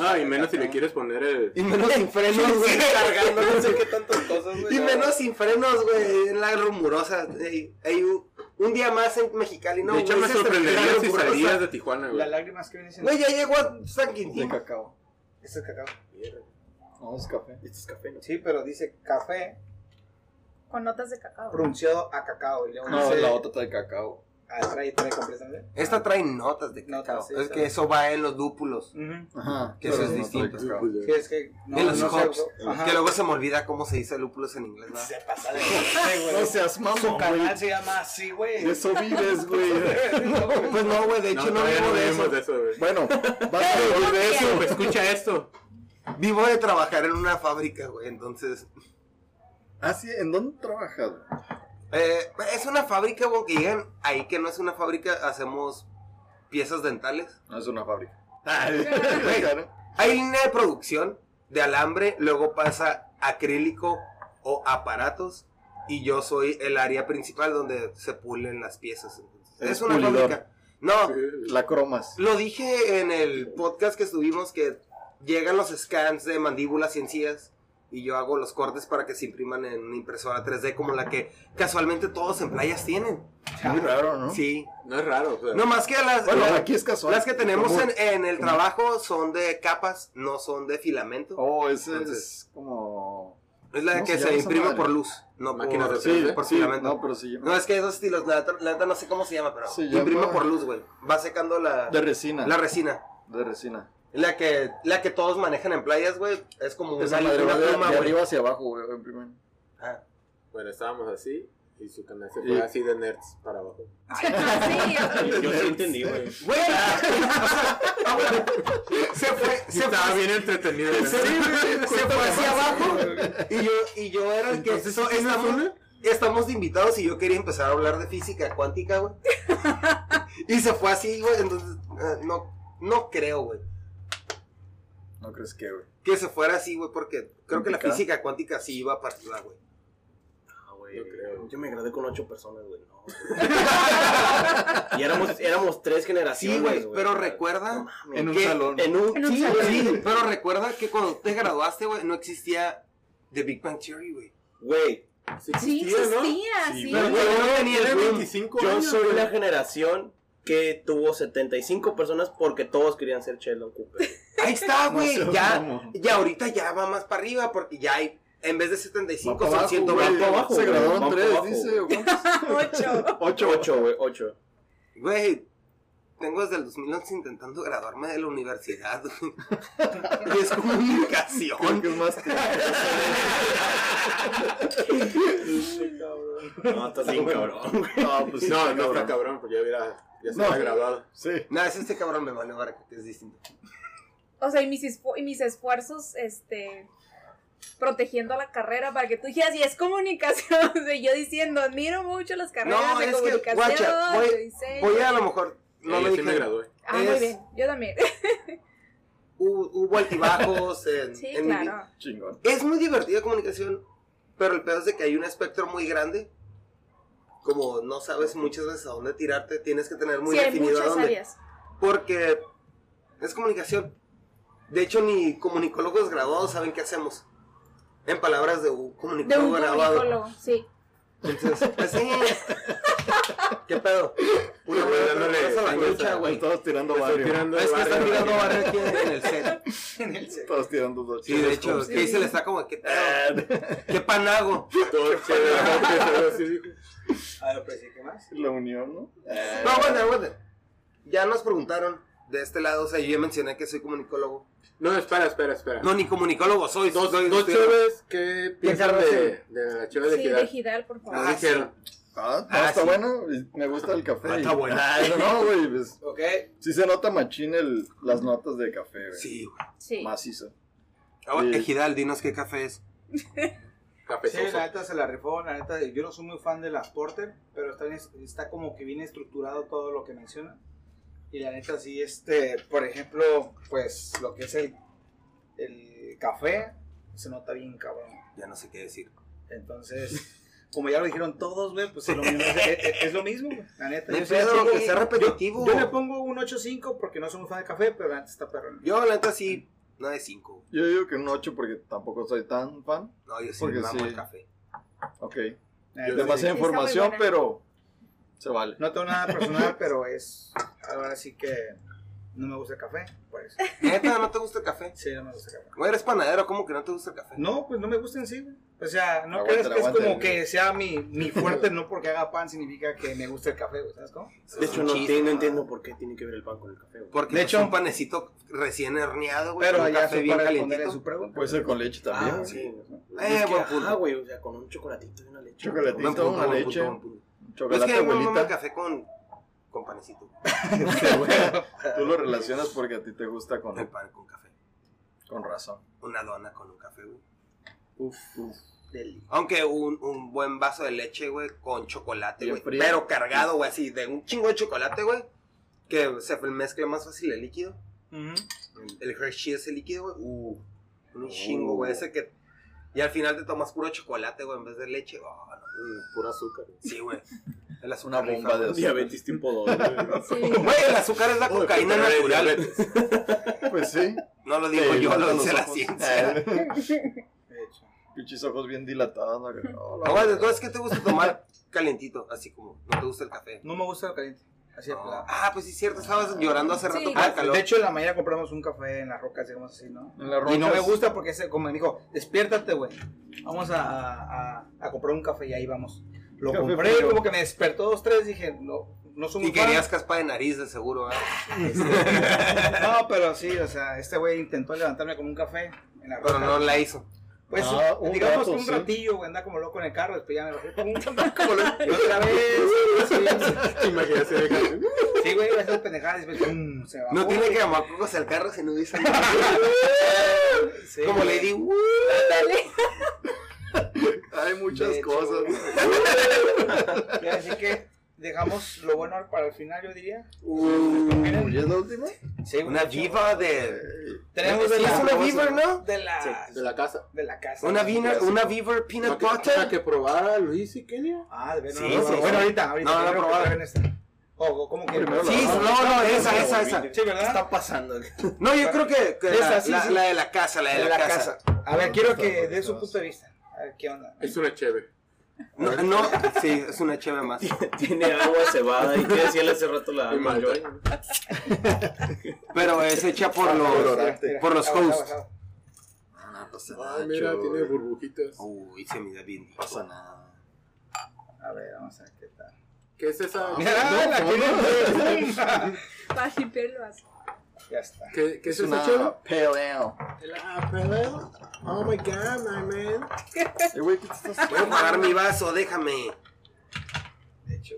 [SPEAKER 7] No, y menos si le quieres poner eh, el...
[SPEAKER 2] Y menos sin frenos, güey. Cargando, no sé qué.
[SPEAKER 1] tantas cosas, güey.
[SPEAKER 2] Y menos sin frenos, güey. En la rumorosa. Ey, ey, un, un día más en Mexicali, ¿no?
[SPEAKER 7] de hecho,
[SPEAKER 2] güey,
[SPEAKER 7] me
[SPEAKER 2] esa
[SPEAKER 7] sorprendería
[SPEAKER 2] terminal
[SPEAKER 7] si
[SPEAKER 2] rumorosa.
[SPEAKER 7] salías de Tijuana, güey.
[SPEAKER 1] Las lágrimas que vienen siendo.
[SPEAKER 2] Güey, ya llegó a San
[SPEAKER 6] De
[SPEAKER 2] Quintín.
[SPEAKER 6] cacao.
[SPEAKER 1] Este es cacao.
[SPEAKER 6] No, es café.
[SPEAKER 5] Este es café, ¿no?
[SPEAKER 1] Sí, pero dice café
[SPEAKER 4] Con notas de cacao.
[SPEAKER 1] pronunciado a cacao. Y luego
[SPEAKER 6] No,
[SPEAKER 1] dice,
[SPEAKER 6] la otra está de cacao.
[SPEAKER 1] Ah, trae, trae completamente.
[SPEAKER 2] Esta trae notas de cacao.
[SPEAKER 1] Notas, sí,
[SPEAKER 2] es
[SPEAKER 1] sabe.
[SPEAKER 2] que eso va en los dúpulos.
[SPEAKER 1] Ujú.
[SPEAKER 6] Ajá.
[SPEAKER 2] Que eso
[SPEAKER 6] pero
[SPEAKER 2] es
[SPEAKER 6] no está de
[SPEAKER 2] distinto.
[SPEAKER 6] cacao.
[SPEAKER 1] Sí, es que.
[SPEAKER 2] en los
[SPEAKER 1] sé,
[SPEAKER 2] hops.
[SPEAKER 1] ajá.
[SPEAKER 2] Que luego se me olvida cómo se dice lúpulos en inglés, ¿verdad?
[SPEAKER 1] Se pasa de. Sí, güey.
[SPEAKER 6] No seas
[SPEAKER 1] Su
[SPEAKER 6] mamón, güey.
[SPEAKER 1] canal se llama así, güey.
[SPEAKER 6] De eso vives, güey.
[SPEAKER 2] Pues no, güey, de
[SPEAKER 7] No,
[SPEAKER 2] hecho no,
[SPEAKER 7] todavía
[SPEAKER 2] vivo
[SPEAKER 7] no
[SPEAKER 2] de
[SPEAKER 7] vemos
[SPEAKER 2] eso.
[SPEAKER 7] de eso, güey.
[SPEAKER 6] Bueno, vas a vivir de eso.
[SPEAKER 7] Pues escucha esto.
[SPEAKER 2] Vivo de trabajar en una fábrica, güey, entonces...
[SPEAKER 6] Ah, sí, ¿en dónde trabajas?
[SPEAKER 2] eh, es una fábrica, güey, que llegan ahí que no es una fábrica, hacemos piezas dentales.
[SPEAKER 6] No, es una fábrica.
[SPEAKER 2] Hay línea de producción de alambre, luego pasa acrílico o aparatos, y yo soy el área principal donde se pulen las piezas. entonces.
[SPEAKER 6] Eres
[SPEAKER 2] es una
[SPEAKER 6] pulidor.
[SPEAKER 2] fábrica. No,
[SPEAKER 6] La cromas.
[SPEAKER 2] Lo dije en el podcast que estuvimos que llegan los scans de mandíbulas y encías y yo hago los cortes para que se impriman en una impresora 3D como la que casualmente todos en playas tienen.
[SPEAKER 6] Muy raro, ¿no?
[SPEAKER 2] Sí.
[SPEAKER 7] No es raro. o sea,
[SPEAKER 2] No más que las,
[SPEAKER 6] Bueno,
[SPEAKER 2] las-
[SPEAKER 6] aquí es casual.
[SPEAKER 2] las que tenemos
[SPEAKER 6] Como-
[SPEAKER 2] en, en el trabajo son de capas, no son de filamento.
[SPEAKER 6] Oh, ese
[SPEAKER 2] Entonces-
[SPEAKER 6] es como...
[SPEAKER 2] es la
[SPEAKER 6] ¿cómo
[SPEAKER 2] que
[SPEAKER 6] se
[SPEAKER 2] se
[SPEAKER 6] llama esa
[SPEAKER 2] imprime
[SPEAKER 6] madre?
[SPEAKER 2] por luz, no
[SPEAKER 7] Máquina
[SPEAKER 2] por,
[SPEAKER 7] de Sí,
[SPEAKER 2] ¿eh? por
[SPEAKER 6] sí,
[SPEAKER 2] filamento.
[SPEAKER 6] no,
[SPEAKER 2] No,
[SPEAKER 6] pero sí.
[SPEAKER 2] es que esos estilos, la neta- la neta no sé cómo se llama, pero
[SPEAKER 6] Se
[SPEAKER 2] imprime
[SPEAKER 6] llama-
[SPEAKER 2] por luz, güey. Va secando la,
[SPEAKER 6] De resina.
[SPEAKER 2] la resina.
[SPEAKER 6] de resina.
[SPEAKER 2] La que, la que todos manejan en playas, güey, es como una,
[SPEAKER 6] Esa madre
[SPEAKER 2] una
[SPEAKER 6] va de,
[SPEAKER 2] pluma,
[SPEAKER 6] de
[SPEAKER 2] güey.
[SPEAKER 6] arriba hacia abajo, güey. en primer-
[SPEAKER 2] Ah.
[SPEAKER 7] Bueno, estábamos así y su canal se
[SPEAKER 6] Y-
[SPEAKER 7] fue así de nerds para abajo.
[SPEAKER 4] Sí, o sea,
[SPEAKER 5] Yo sí entendí, güey.
[SPEAKER 2] Güey, o sea, ah, güey, se fue,
[SPEAKER 7] Sí,
[SPEAKER 2] se fue,
[SPEAKER 7] estaba bien entretenido. ¿no?
[SPEAKER 2] se, se fue hacia abajo y yo, y yo era el que...
[SPEAKER 7] Entonces,
[SPEAKER 2] so-
[SPEAKER 7] ¿quién
[SPEAKER 2] estamos-
[SPEAKER 7] asume?
[SPEAKER 2] Estamos de invitados y yo quería empezar a hablar de física cuántica, güey. y se fue así, güey. Entonces, eh, no, no creo, güey.
[SPEAKER 6] ¿No crees que, güey?
[SPEAKER 2] Que se fuera así, güey, porque creo que la
[SPEAKER 6] Complicado.
[SPEAKER 2] física cuántica sí iba a partirla, güey.
[SPEAKER 5] Ah,
[SPEAKER 7] Yo creo.
[SPEAKER 5] güey. Yo me gradué con ocho personas, güey. No, güey. y éramos, éramos tres generaciones.
[SPEAKER 2] Sí, güey, pero
[SPEAKER 5] No
[SPEAKER 2] recuerda
[SPEAKER 5] mames.
[SPEAKER 6] En un
[SPEAKER 2] ¿Qué?
[SPEAKER 6] salón.
[SPEAKER 5] En un.
[SPEAKER 4] En un
[SPEAKER 5] sí,
[SPEAKER 4] salón.
[SPEAKER 2] Sí, pero recuerda que cuando te graduaste, güey, no existía The Big Bang Theory, güey.
[SPEAKER 5] Güey.
[SPEAKER 4] Sí, existía, sí.
[SPEAKER 7] pero
[SPEAKER 2] güey,
[SPEAKER 7] yo
[SPEAKER 2] yo
[SPEAKER 7] no
[SPEAKER 2] tenía
[SPEAKER 7] tenía
[SPEAKER 2] el boom.
[SPEAKER 7] 25
[SPEAKER 5] Yo
[SPEAKER 7] años.
[SPEAKER 5] soy
[SPEAKER 7] güey.
[SPEAKER 5] la generación que tuvo 75 personas porque todos querían ser Sheldon Cooper.
[SPEAKER 2] Ahí está, güey.
[SPEAKER 6] sé
[SPEAKER 2] ya,
[SPEAKER 6] cómo.
[SPEAKER 2] ya ahorita ya va más para arriba porque ya hay, en vez de 75,
[SPEAKER 6] Va pa'
[SPEAKER 2] son
[SPEAKER 6] abajo,
[SPEAKER 2] 120.
[SPEAKER 5] va pa'
[SPEAKER 6] Se
[SPEAKER 5] abajo, güey, va
[SPEAKER 6] graduaron
[SPEAKER 5] pa'
[SPEAKER 6] tres,
[SPEAKER 5] abajo,
[SPEAKER 6] dice.
[SPEAKER 5] güey.
[SPEAKER 6] ¿o cuántos?
[SPEAKER 4] Ocho.
[SPEAKER 5] Ocho. Ocho, güey, ocho.
[SPEAKER 2] Güey, tengo desde el 2011 intentando graduarme de la universidad. güey. y es
[SPEAKER 6] Creo
[SPEAKER 2] comunicación.
[SPEAKER 6] que es más que-
[SPEAKER 5] No, está sin cabrón.
[SPEAKER 6] No, pues sí,
[SPEAKER 7] No, no
[SPEAKER 6] cabrón.
[SPEAKER 7] está cabrón, porque ya hubiera. Ya se
[SPEAKER 6] No.
[SPEAKER 7] hubiera graduado.
[SPEAKER 6] Sí.
[SPEAKER 2] Nada, es este cabrón me vale verga, que es distinto.
[SPEAKER 4] O sea, y mis, esfu- y mis esfuerzos, este, protegiendo la carrera para que tú dijeras, y es comunicación. O sea, yo diciendo, admiro mucho las carreras
[SPEAKER 2] No,
[SPEAKER 4] de
[SPEAKER 2] es que,
[SPEAKER 4] comunicación,
[SPEAKER 2] guacha, voy-
[SPEAKER 4] de diseño.
[SPEAKER 2] Voy a a lo mejor. No
[SPEAKER 7] Eh,
[SPEAKER 2] lo
[SPEAKER 7] yo sí
[SPEAKER 2] dije.
[SPEAKER 7] me gradué.
[SPEAKER 4] Ah,
[SPEAKER 2] es-
[SPEAKER 4] muy bien, yo también.
[SPEAKER 2] Hubo, hubo altibajos en,
[SPEAKER 4] Sí,
[SPEAKER 2] en mi vida.
[SPEAKER 4] claro.
[SPEAKER 6] Chingón.
[SPEAKER 2] Es muy divertida comunicación, pero el pedo es de que hay un espectro muy grande. Como no sabes muchas veces a dónde tirarte, tienes que tener muy
[SPEAKER 4] sí, hay
[SPEAKER 2] definido a
[SPEAKER 4] muchas
[SPEAKER 2] dónde.
[SPEAKER 4] áreas.
[SPEAKER 2] Porque es comunicación. De hecho, ni comunicólogos graduados saben qué hacemos. En palabras de un
[SPEAKER 4] De
[SPEAKER 2] comunicólogo
[SPEAKER 4] un
[SPEAKER 2] graduado.
[SPEAKER 4] comunicólogo, sí.
[SPEAKER 2] Entonces, pues sí. ¿Qué pedo? Una
[SPEAKER 7] Estoy
[SPEAKER 2] buena
[SPEAKER 7] dándole-
[SPEAKER 2] otra cosa a la
[SPEAKER 7] estoy-
[SPEAKER 2] lucha, güey.
[SPEAKER 6] Todos tirando
[SPEAKER 7] Estoy
[SPEAKER 6] barrio.
[SPEAKER 7] tirando
[SPEAKER 2] Es que
[SPEAKER 7] barrio.
[SPEAKER 2] están tirando barrio aquí en en el set.
[SPEAKER 6] Todos tirando dos.
[SPEAKER 2] Sí, de hecho,
[SPEAKER 4] Sí.
[SPEAKER 2] que se le está como, ¿qué pedo? ¿Qué panago?
[SPEAKER 7] Todo chévere, algo así, dijo.
[SPEAKER 1] A ver, pues sí, ¿qué más?
[SPEAKER 6] La unión, ¿no?
[SPEAKER 2] No, aguanta, aguanta. Ya nos preguntaron de este lado, o sea, yo ya mencioné que soy comunicólogo.
[SPEAKER 7] No, espera, espera, espera.
[SPEAKER 2] No, ni comunicólogo soy.
[SPEAKER 7] dos
[SPEAKER 2] soy-
[SPEAKER 7] dos
[SPEAKER 2] estoy-
[SPEAKER 7] chéves que piensan
[SPEAKER 2] carros
[SPEAKER 7] de, de la chévere de
[SPEAKER 4] Sí, de
[SPEAKER 7] Giral.
[SPEAKER 4] Gidal, por favor.
[SPEAKER 7] No dijeron.
[SPEAKER 6] Ah, no,
[SPEAKER 2] Ah,
[SPEAKER 6] está
[SPEAKER 2] sí.
[SPEAKER 6] bueno. y Me gusta el café.
[SPEAKER 2] Ah,
[SPEAKER 6] y-
[SPEAKER 2] está buena.
[SPEAKER 6] Pero no, güey. Pues,
[SPEAKER 1] Ok.
[SPEAKER 6] sí se nota machín el, las notas de café, güey.
[SPEAKER 2] Sí, güey.
[SPEAKER 4] Sí.
[SPEAKER 6] Macizo.
[SPEAKER 2] Ahora,
[SPEAKER 6] Sí.
[SPEAKER 2] Ejidal, dinos qué café es.
[SPEAKER 1] Sí,
[SPEAKER 7] Cafezoso.
[SPEAKER 1] la neta se la rifó, la neta, yo no soy muy fan de las Porter, pero está, bien- está como que bien estructurado todo lo que menciona. Y la neta sí, este, por ejemplo, pues lo que es el, el café, se nota bien cabrón.
[SPEAKER 2] Ya no sé qué decir.
[SPEAKER 1] Entonces, como ya lo dijeron todos, güey, pues es lo mismo, es, es- es lo mismo, güey, la neta.
[SPEAKER 2] No hay
[SPEAKER 1] Yo soy
[SPEAKER 2] pedo,
[SPEAKER 1] así,
[SPEAKER 2] que
[SPEAKER 1] güey.
[SPEAKER 2] sea repetitivo.
[SPEAKER 1] Yo, yo le pongo un 8.5 porque no soy muy fan de café, pero la neta está Eh, perrón.
[SPEAKER 2] Yo, la neta, sí, no de cinco.
[SPEAKER 6] Yo digo que un 8 porque tampoco soy tan fan.
[SPEAKER 2] No, yo sí
[SPEAKER 6] Porque
[SPEAKER 2] me mamo
[SPEAKER 6] sí.
[SPEAKER 2] el café.
[SPEAKER 6] Ok.
[SPEAKER 1] La neta, sí.
[SPEAKER 6] Demasiada
[SPEAKER 4] muy
[SPEAKER 6] información,
[SPEAKER 4] buena.
[SPEAKER 6] pero se vale.
[SPEAKER 1] pues, No tengo nada personal, pero es. Ahora sí que no me gusta el café, pues.
[SPEAKER 2] Neta, ¿no te gusta el café?
[SPEAKER 1] Sí, no me gusta el café.
[SPEAKER 2] Güey, eres panadero, ¿cómo que no te gusta el café?
[SPEAKER 1] No, pues no me gusta en sí, güey. O sea, no
[SPEAKER 6] Aguántala,
[SPEAKER 1] crees que es como
[SPEAKER 6] aguántala.
[SPEAKER 1] que sea mi, mi fuerte, no porque haga pan significa que me gusta el café, güey, ¿sabes cómo?
[SPEAKER 5] De hecho,
[SPEAKER 2] Es un
[SPEAKER 5] no,
[SPEAKER 2] chiste,
[SPEAKER 5] entiendo- no
[SPEAKER 2] ¿no?
[SPEAKER 5] entiendo por qué tiene que ver el pan con el café, güey.
[SPEAKER 2] Porque
[SPEAKER 1] De
[SPEAKER 2] de hecho,
[SPEAKER 1] hecho-
[SPEAKER 2] un panecito recién herneado, güey,
[SPEAKER 1] Pero
[SPEAKER 2] con un
[SPEAKER 1] ya
[SPEAKER 2] café
[SPEAKER 1] se
[SPEAKER 2] bien
[SPEAKER 1] para responder
[SPEAKER 2] calientito.
[SPEAKER 1] a su pregunta.
[SPEAKER 6] Puede ser con leche también.
[SPEAKER 5] Ah,
[SPEAKER 6] güey.
[SPEAKER 5] sí.
[SPEAKER 2] Eh,
[SPEAKER 5] Es que,
[SPEAKER 2] buen punto.
[SPEAKER 5] ajá, güey, o sea, con un chocolatito y una leche.
[SPEAKER 6] Chocolatito,
[SPEAKER 2] Buen punto,
[SPEAKER 6] una
[SPEAKER 2] buen
[SPEAKER 6] leche.
[SPEAKER 2] punto, buen punto. Es
[SPEAKER 6] Chocolate
[SPEAKER 2] que me mama el
[SPEAKER 6] abuelita.
[SPEAKER 2] café con, con panecito.
[SPEAKER 6] Tú lo relacionas porque a ti te gusta con,
[SPEAKER 2] El pan con café.
[SPEAKER 6] con razón.
[SPEAKER 2] Una dona con un café, güey.
[SPEAKER 6] Uf, uf.
[SPEAKER 2] Aunque un, un buen vaso de leche, güey, con chocolate,
[SPEAKER 6] Bien
[SPEAKER 2] güey.
[SPEAKER 6] fría.
[SPEAKER 2] Pero cargado, güey, así, de un chingo de chocolate, güey. Que se mezcle más fácil el líquido. El Hershey es el líquido, güey. Uh, un chingo, güey. Ese que. Y al final te tomas puro chocolate, güey, en vez de leche. Oh, no.
[SPEAKER 7] Mm, Pura azúcar.
[SPEAKER 2] Sí, güey. El azúcar.
[SPEAKER 6] Una bomba
[SPEAKER 2] rifa,
[SPEAKER 6] de
[SPEAKER 5] Diabetes tipo 2, güey.
[SPEAKER 4] Sí.
[SPEAKER 2] güey. Güey, el azúcar es la cocaína natural.
[SPEAKER 6] Pues sí.
[SPEAKER 2] No Eh. lo digo
[SPEAKER 6] Te
[SPEAKER 2] yo, lo
[SPEAKER 6] matan
[SPEAKER 2] dice
[SPEAKER 6] los
[SPEAKER 2] la
[SPEAKER 6] ojos.
[SPEAKER 2] ciencia.
[SPEAKER 1] De hecho.
[SPEAKER 6] Pinches ojos bien dilatados. ¿no? No, la
[SPEAKER 2] Aguanta,
[SPEAKER 6] verdad.
[SPEAKER 2] entonces, ¿qué te gusta tomar? calientito, así como no te gusta el café.
[SPEAKER 1] No me gusta el caliente. Así
[SPEAKER 2] No.
[SPEAKER 1] es la-
[SPEAKER 2] Ah, pues sí, cierto, estabas llorando hace rato
[SPEAKER 4] Sí.
[SPEAKER 2] por el Ah, calor.
[SPEAKER 1] De hecho, en la mañana compramos un café en las rocas, digamos así, ¿no?
[SPEAKER 6] En las
[SPEAKER 1] Y no me
[SPEAKER 6] rocas.
[SPEAKER 1] gusta porque, ese, como me dijo, despiértate, güey. Vamos a, a- a- a comprar un café y ahí vamos. Lo
[SPEAKER 6] Café
[SPEAKER 1] compré,
[SPEAKER 6] frío.
[SPEAKER 1] como que me despertó dos, tres, dije, no, no soy
[SPEAKER 2] y
[SPEAKER 1] muy
[SPEAKER 2] querías caspa de nariz, de seguro, ¿verdad?
[SPEAKER 1] fan. No, pero sí, o sea, este güey intentó levantarme con un café en la
[SPEAKER 2] Pero
[SPEAKER 1] roca.
[SPEAKER 2] no la hizo.
[SPEAKER 1] Pues
[SPEAKER 6] Ah, un
[SPEAKER 1] digamos
[SPEAKER 6] rato,
[SPEAKER 1] que un
[SPEAKER 6] sí.
[SPEAKER 1] ratillo, güey, anda como loco en el carro, después ya me bajé. pum,
[SPEAKER 2] Como lo-
[SPEAKER 1] Y otra vez, sí,
[SPEAKER 7] Imagínate, déjame.
[SPEAKER 1] sí, güey, esas pendejadas, después, pum, se va.
[SPEAKER 2] No tiene que llamar cocos al carro si no dice nada.
[SPEAKER 1] Sí,
[SPEAKER 2] Como
[SPEAKER 1] güey.
[SPEAKER 2] le digo,
[SPEAKER 6] Hay muchas
[SPEAKER 1] De hecho,
[SPEAKER 6] cosas.
[SPEAKER 1] Y Así que dejamos lo bueno para el final, yo diría.
[SPEAKER 6] ¿Y es la última?
[SPEAKER 1] Sí,
[SPEAKER 2] una diva de.
[SPEAKER 1] Tenemos
[SPEAKER 2] Sí,
[SPEAKER 1] de la,
[SPEAKER 2] es una beaver, ¿no?
[SPEAKER 1] de la,
[SPEAKER 7] De la casa.
[SPEAKER 1] de la casa.
[SPEAKER 2] Una beaver, una beaver
[SPEAKER 7] Para
[SPEAKER 2] peanut
[SPEAKER 7] que, para
[SPEAKER 2] butter.
[SPEAKER 7] que probara Luis y Kenia.
[SPEAKER 1] Ah, de ver, no,
[SPEAKER 2] Sí,
[SPEAKER 1] no, no,
[SPEAKER 2] sí,
[SPEAKER 1] bueno,
[SPEAKER 2] sí.
[SPEAKER 1] ahorita, ahorita.
[SPEAKER 2] No, no,
[SPEAKER 1] primero que
[SPEAKER 2] probada.
[SPEAKER 1] prueben esta. O, o como que.
[SPEAKER 6] Primero la-
[SPEAKER 2] Sí, no, no, esa, esa, esa.
[SPEAKER 1] Sí, ¿verdad?
[SPEAKER 5] Ah.
[SPEAKER 3] está pasando?
[SPEAKER 2] No, yo creo que, que
[SPEAKER 1] Esa,
[SPEAKER 2] la,
[SPEAKER 1] sí,
[SPEAKER 2] la-
[SPEAKER 1] sí.
[SPEAKER 2] la de la casa, la de, la, casa.
[SPEAKER 1] A ver, quiero que dé su punto de vista. A ver, ¿qué onda?
[SPEAKER 7] Es una chévere.
[SPEAKER 2] No, no, sí, es una chévere más.
[SPEAKER 5] Tiene agua cebada y que decía hace rato la
[SPEAKER 7] Y Malta.
[SPEAKER 2] Pero es hecha por
[SPEAKER 6] Colorante.
[SPEAKER 2] los. por los
[SPEAKER 1] Aguas, aguas,
[SPEAKER 2] hosts.
[SPEAKER 1] aguas.
[SPEAKER 2] No, no
[SPEAKER 6] pues,
[SPEAKER 2] pasa
[SPEAKER 7] Ay, mira,
[SPEAKER 2] Chuy.
[SPEAKER 7] tiene burbujitas.
[SPEAKER 2] Uy, se me da bien. rico.
[SPEAKER 6] pasa nada.
[SPEAKER 1] A ver, vamos a ver qué tal.
[SPEAKER 7] ¿Qué es esa?
[SPEAKER 1] Ah, la que-
[SPEAKER 4] Para limpiar el vaso.
[SPEAKER 1] Ya está.
[SPEAKER 7] ¿Qué, qué es
[SPEAKER 6] Es
[SPEAKER 7] esa
[SPEAKER 6] una
[SPEAKER 7] chévere?
[SPEAKER 6] pale ale.
[SPEAKER 7] Oh my god, my man.
[SPEAKER 6] Eh, güey, ¿qué te estás
[SPEAKER 2] Voy a pagar mi vaso, déjame.
[SPEAKER 1] De hecho,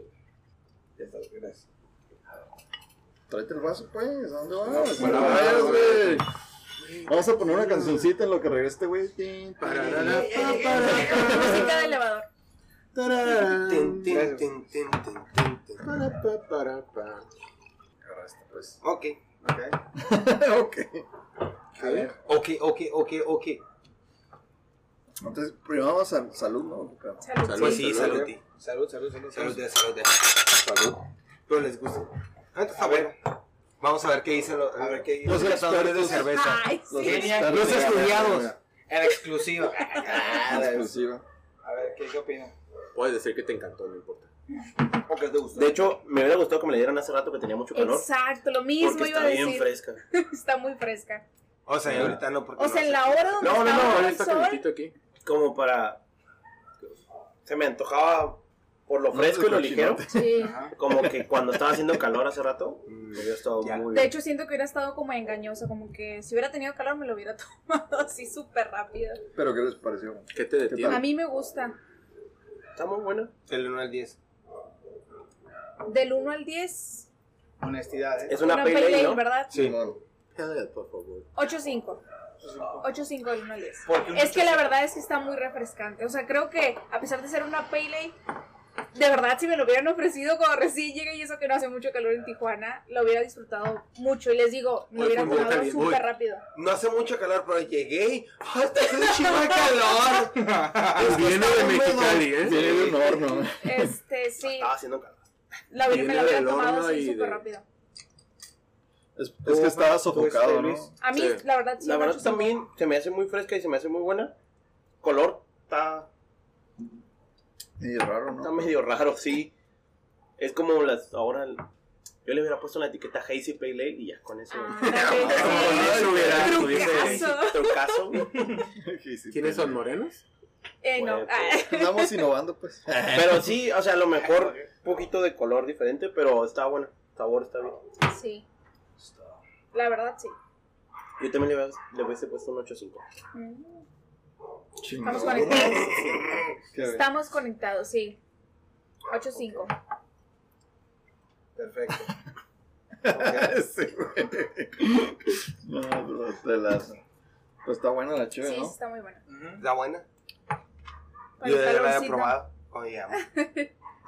[SPEAKER 1] ya está, gracias.
[SPEAKER 6] Tráete el vaso, pues. ¿A dónde vas?
[SPEAKER 7] Bueno,
[SPEAKER 6] No vayas,
[SPEAKER 7] bueno,
[SPEAKER 6] güey. Vamos a poner una cancioncita en lo que regrese, güey. Tin,
[SPEAKER 7] Pararara,
[SPEAKER 6] tin.
[SPEAKER 7] pa,
[SPEAKER 2] Ah.
[SPEAKER 7] pararara,
[SPEAKER 4] Música de elevador.
[SPEAKER 7] tararán.
[SPEAKER 2] Tin, tin, tin, tin, tin, tin, tin.
[SPEAKER 7] Para, pa, para, pa.
[SPEAKER 6] Ahora está, pues.
[SPEAKER 2] Ok,
[SPEAKER 6] ok.
[SPEAKER 7] ¿Qué?
[SPEAKER 2] ok, ok, ok, ok.
[SPEAKER 6] Entonces, primero vamos a salud, ¿no? Luca?
[SPEAKER 4] Salud.
[SPEAKER 2] Pues sí,
[SPEAKER 7] salud. eh.
[SPEAKER 2] salud. ti.
[SPEAKER 1] Salud, salud, salud.
[SPEAKER 2] Salud,
[SPEAKER 1] salud.
[SPEAKER 2] salud, salud. Pero les gusta. Ah, está bueno. Vamos a ver qué dicen los,
[SPEAKER 1] A ver qué
[SPEAKER 2] los catadores de
[SPEAKER 6] expertos.
[SPEAKER 2] cerveza.
[SPEAKER 4] Ay,
[SPEAKER 6] Los
[SPEAKER 4] sí.
[SPEAKER 6] expertos
[SPEAKER 2] Los
[SPEAKER 6] de la
[SPEAKER 2] estudiados.
[SPEAKER 6] verga.
[SPEAKER 1] En exclusiva.
[SPEAKER 6] Ah, exclusiva.
[SPEAKER 1] A ver, ¿qué, qué opinan?
[SPEAKER 7] Puedes decir que te encantó, no importa.
[SPEAKER 1] ¿O qué te gustó?
[SPEAKER 5] De hecho, me hubiera gustado que me la dieran hace rato que tenía mucho calor.
[SPEAKER 4] Exacto, lo mismo
[SPEAKER 5] Porque
[SPEAKER 4] iba
[SPEAKER 5] está
[SPEAKER 4] a
[SPEAKER 5] bien
[SPEAKER 4] decir.
[SPEAKER 5] fresca.
[SPEAKER 4] Está muy fresca.
[SPEAKER 2] O sea, y ahorita no porque
[SPEAKER 4] O
[SPEAKER 2] no
[SPEAKER 4] sea,
[SPEAKER 2] hace-
[SPEAKER 4] en la hora donde
[SPEAKER 5] No, no,
[SPEAKER 4] estaba
[SPEAKER 7] Ahora
[SPEAKER 4] el
[SPEAKER 7] está
[SPEAKER 4] sol,
[SPEAKER 7] calentito aquí.
[SPEAKER 5] Como para. Se me antojaba por lo
[SPEAKER 6] No
[SPEAKER 5] fresco
[SPEAKER 6] te
[SPEAKER 5] y lo ligero.
[SPEAKER 6] cochinotes.
[SPEAKER 4] Sí.
[SPEAKER 5] Como que cuando estaba haciendo calor hace rato, me hubiera estado
[SPEAKER 2] Ya.
[SPEAKER 5] muy
[SPEAKER 4] De
[SPEAKER 5] bien.
[SPEAKER 4] hecho, siento que hubiera estado como engañoso, como que si hubiera tenido calor me lo hubiera tomado así súper rápido.
[SPEAKER 6] Pero, ¿qué les pareció?
[SPEAKER 7] ¿Qué te
[SPEAKER 4] A
[SPEAKER 7] detiene?
[SPEAKER 4] mí me gusta.
[SPEAKER 5] Está muy buena.
[SPEAKER 2] Del 1 al 10.
[SPEAKER 4] Del 1 al 10,
[SPEAKER 1] Honestidad, ¿eh?
[SPEAKER 5] Es una, pale ale, ¿no?
[SPEAKER 4] ¿verdad?
[SPEAKER 6] Simón.
[SPEAKER 4] 8-5. 8-5 del 1 al 10.
[SPEAKER 1] Porque un
[SPEAKER 4] Es que la verdad es que está muy refrescante. O sea, creo que a pesar de ser una pale ale, de verdad si me lo hubieran ofrecido cuando recién llegué y eso que no hace mucho calor en Tijuana, lo hubiera disfrutado mucho. Y les digo, me lo
[SPEAKER 2] Oye,
[SPEAKER 4] hubiera
[SPEAKER 2] fue muy
[SPEAKER 4] tomado
[SPEAKER 2] caliente.
[SPEAKER 4] súper
[SPEAKER 2] Uy.
[SPEAKER 4] rápido.
[SPEAKER 2] No hace mucho calor, pero llegué y. ¡Ay, está haciendo un chingo de calor! Es que
[SPEAKER 7] Ah, Viene
[SPEAKER 2] está
[SPEAKER 7] de
[SPEAKER 2] húmedo.
[SPEAKER 7] Mexicali, ¿eh?
[SPEAKER 6] Tiene un horno.
[SPEAKER 4] Este, sí,
[SPEAKER 2] Ah,
[SPEAKER 5] Estaba haciendo calor.
[SPEAKER 4] la hubiera, me
[SPEAKER 7] viene
[SPEAKER 4] lo hubiera
[SPEAKER 7] del
[SPEAKER 4] tomado
[SPEAKER 7] horno
[SPEAKER 4] así
[SPEAKER 7] y
[SPEAKER 4] súper
[SPEAKER 7] de-
[SPEAKER 4] rápido.
[SPEAKER 6] Es, es que estaba sofocado, ¿no?
[SPEAKER 1] Luis.
[SPEAKER 4] A mí,
[SPEAKER 7] Sí.
[SPEAKER 4] la verdad, sí.
[SPEAKER 5] La
[SPEAKER 4] me
[SPEAKER 5] verdad
[SPEAKER 4] gustó.
[SPEAKER 5] también se me hace muy fresca y se me hace muy buena. Color está,
[SPEAKER 6] Y raro,
[SPEAKER 5] está
[SPEAKER 6] ¿no?
[SPEAKER 5] medio raro, sí. Es como las ahora el- yo le hubiera puesto la etiqueta Hazy Pale Ale y ya con eso.
[SPEAKER 4] Ah,
[SPEAKER 7] Eso hubiera-
[SPEAKER 4] Trucazo.
[SPEAKER 7] tuviese-
[SPEAKER 5] Trucazo.
[SPEAKER 7] ¿Quiénes son morenos?
[SPEAKER 4] Eh, no.
[SPEAKER 5] Bueno,
[SPEAKER 4] Ah,
[SPEAKER 6] Andamos innovando, pues.
[SPEAKER 5] Pero sí, o sea, a lo mejor un poquito de color diferente, pero está bueno. El Sabor está bien.
[SPEAKER 4] ah, sí. La verdad, sí.
[SPEAKER 5] Yo también le, hubiera- le hubiese puesto un 8.5.
[SPEAKER 4] Mm.
[SPEAKER 6] Chingón.
[SPEAKER 4] Estamos conectados.
[SPEAKER 6] Qué bien.
[SPEAKER 4] Estamos conectados, sí. 8-5.
[SPEAKER 1] Perfecto.
[SPEAKER 6] Sí, güey. No, pero te las... Pues está buena la
[SPEAKER 4] Sí,
[SPEAKER 6] chévere,
[SPEAKER 4] sí,
[SPEAKER 6] ¿no?
[SPEAKER 4] está muy bueno.
[SPEAKER 1] Ujú.
[SPEAKER 2] ¿Está buena?
[SPEAKER 4] Para
[SPEAKER 2] Yo
[SPEAKER 4] el
[SPEAKER 2] ya la había
[SPEAKER 4] calorcito.
[SPEAKER 2] probado.
[SPEAKER 4] Ah.
[SPEAKER 2] cuando llegamos.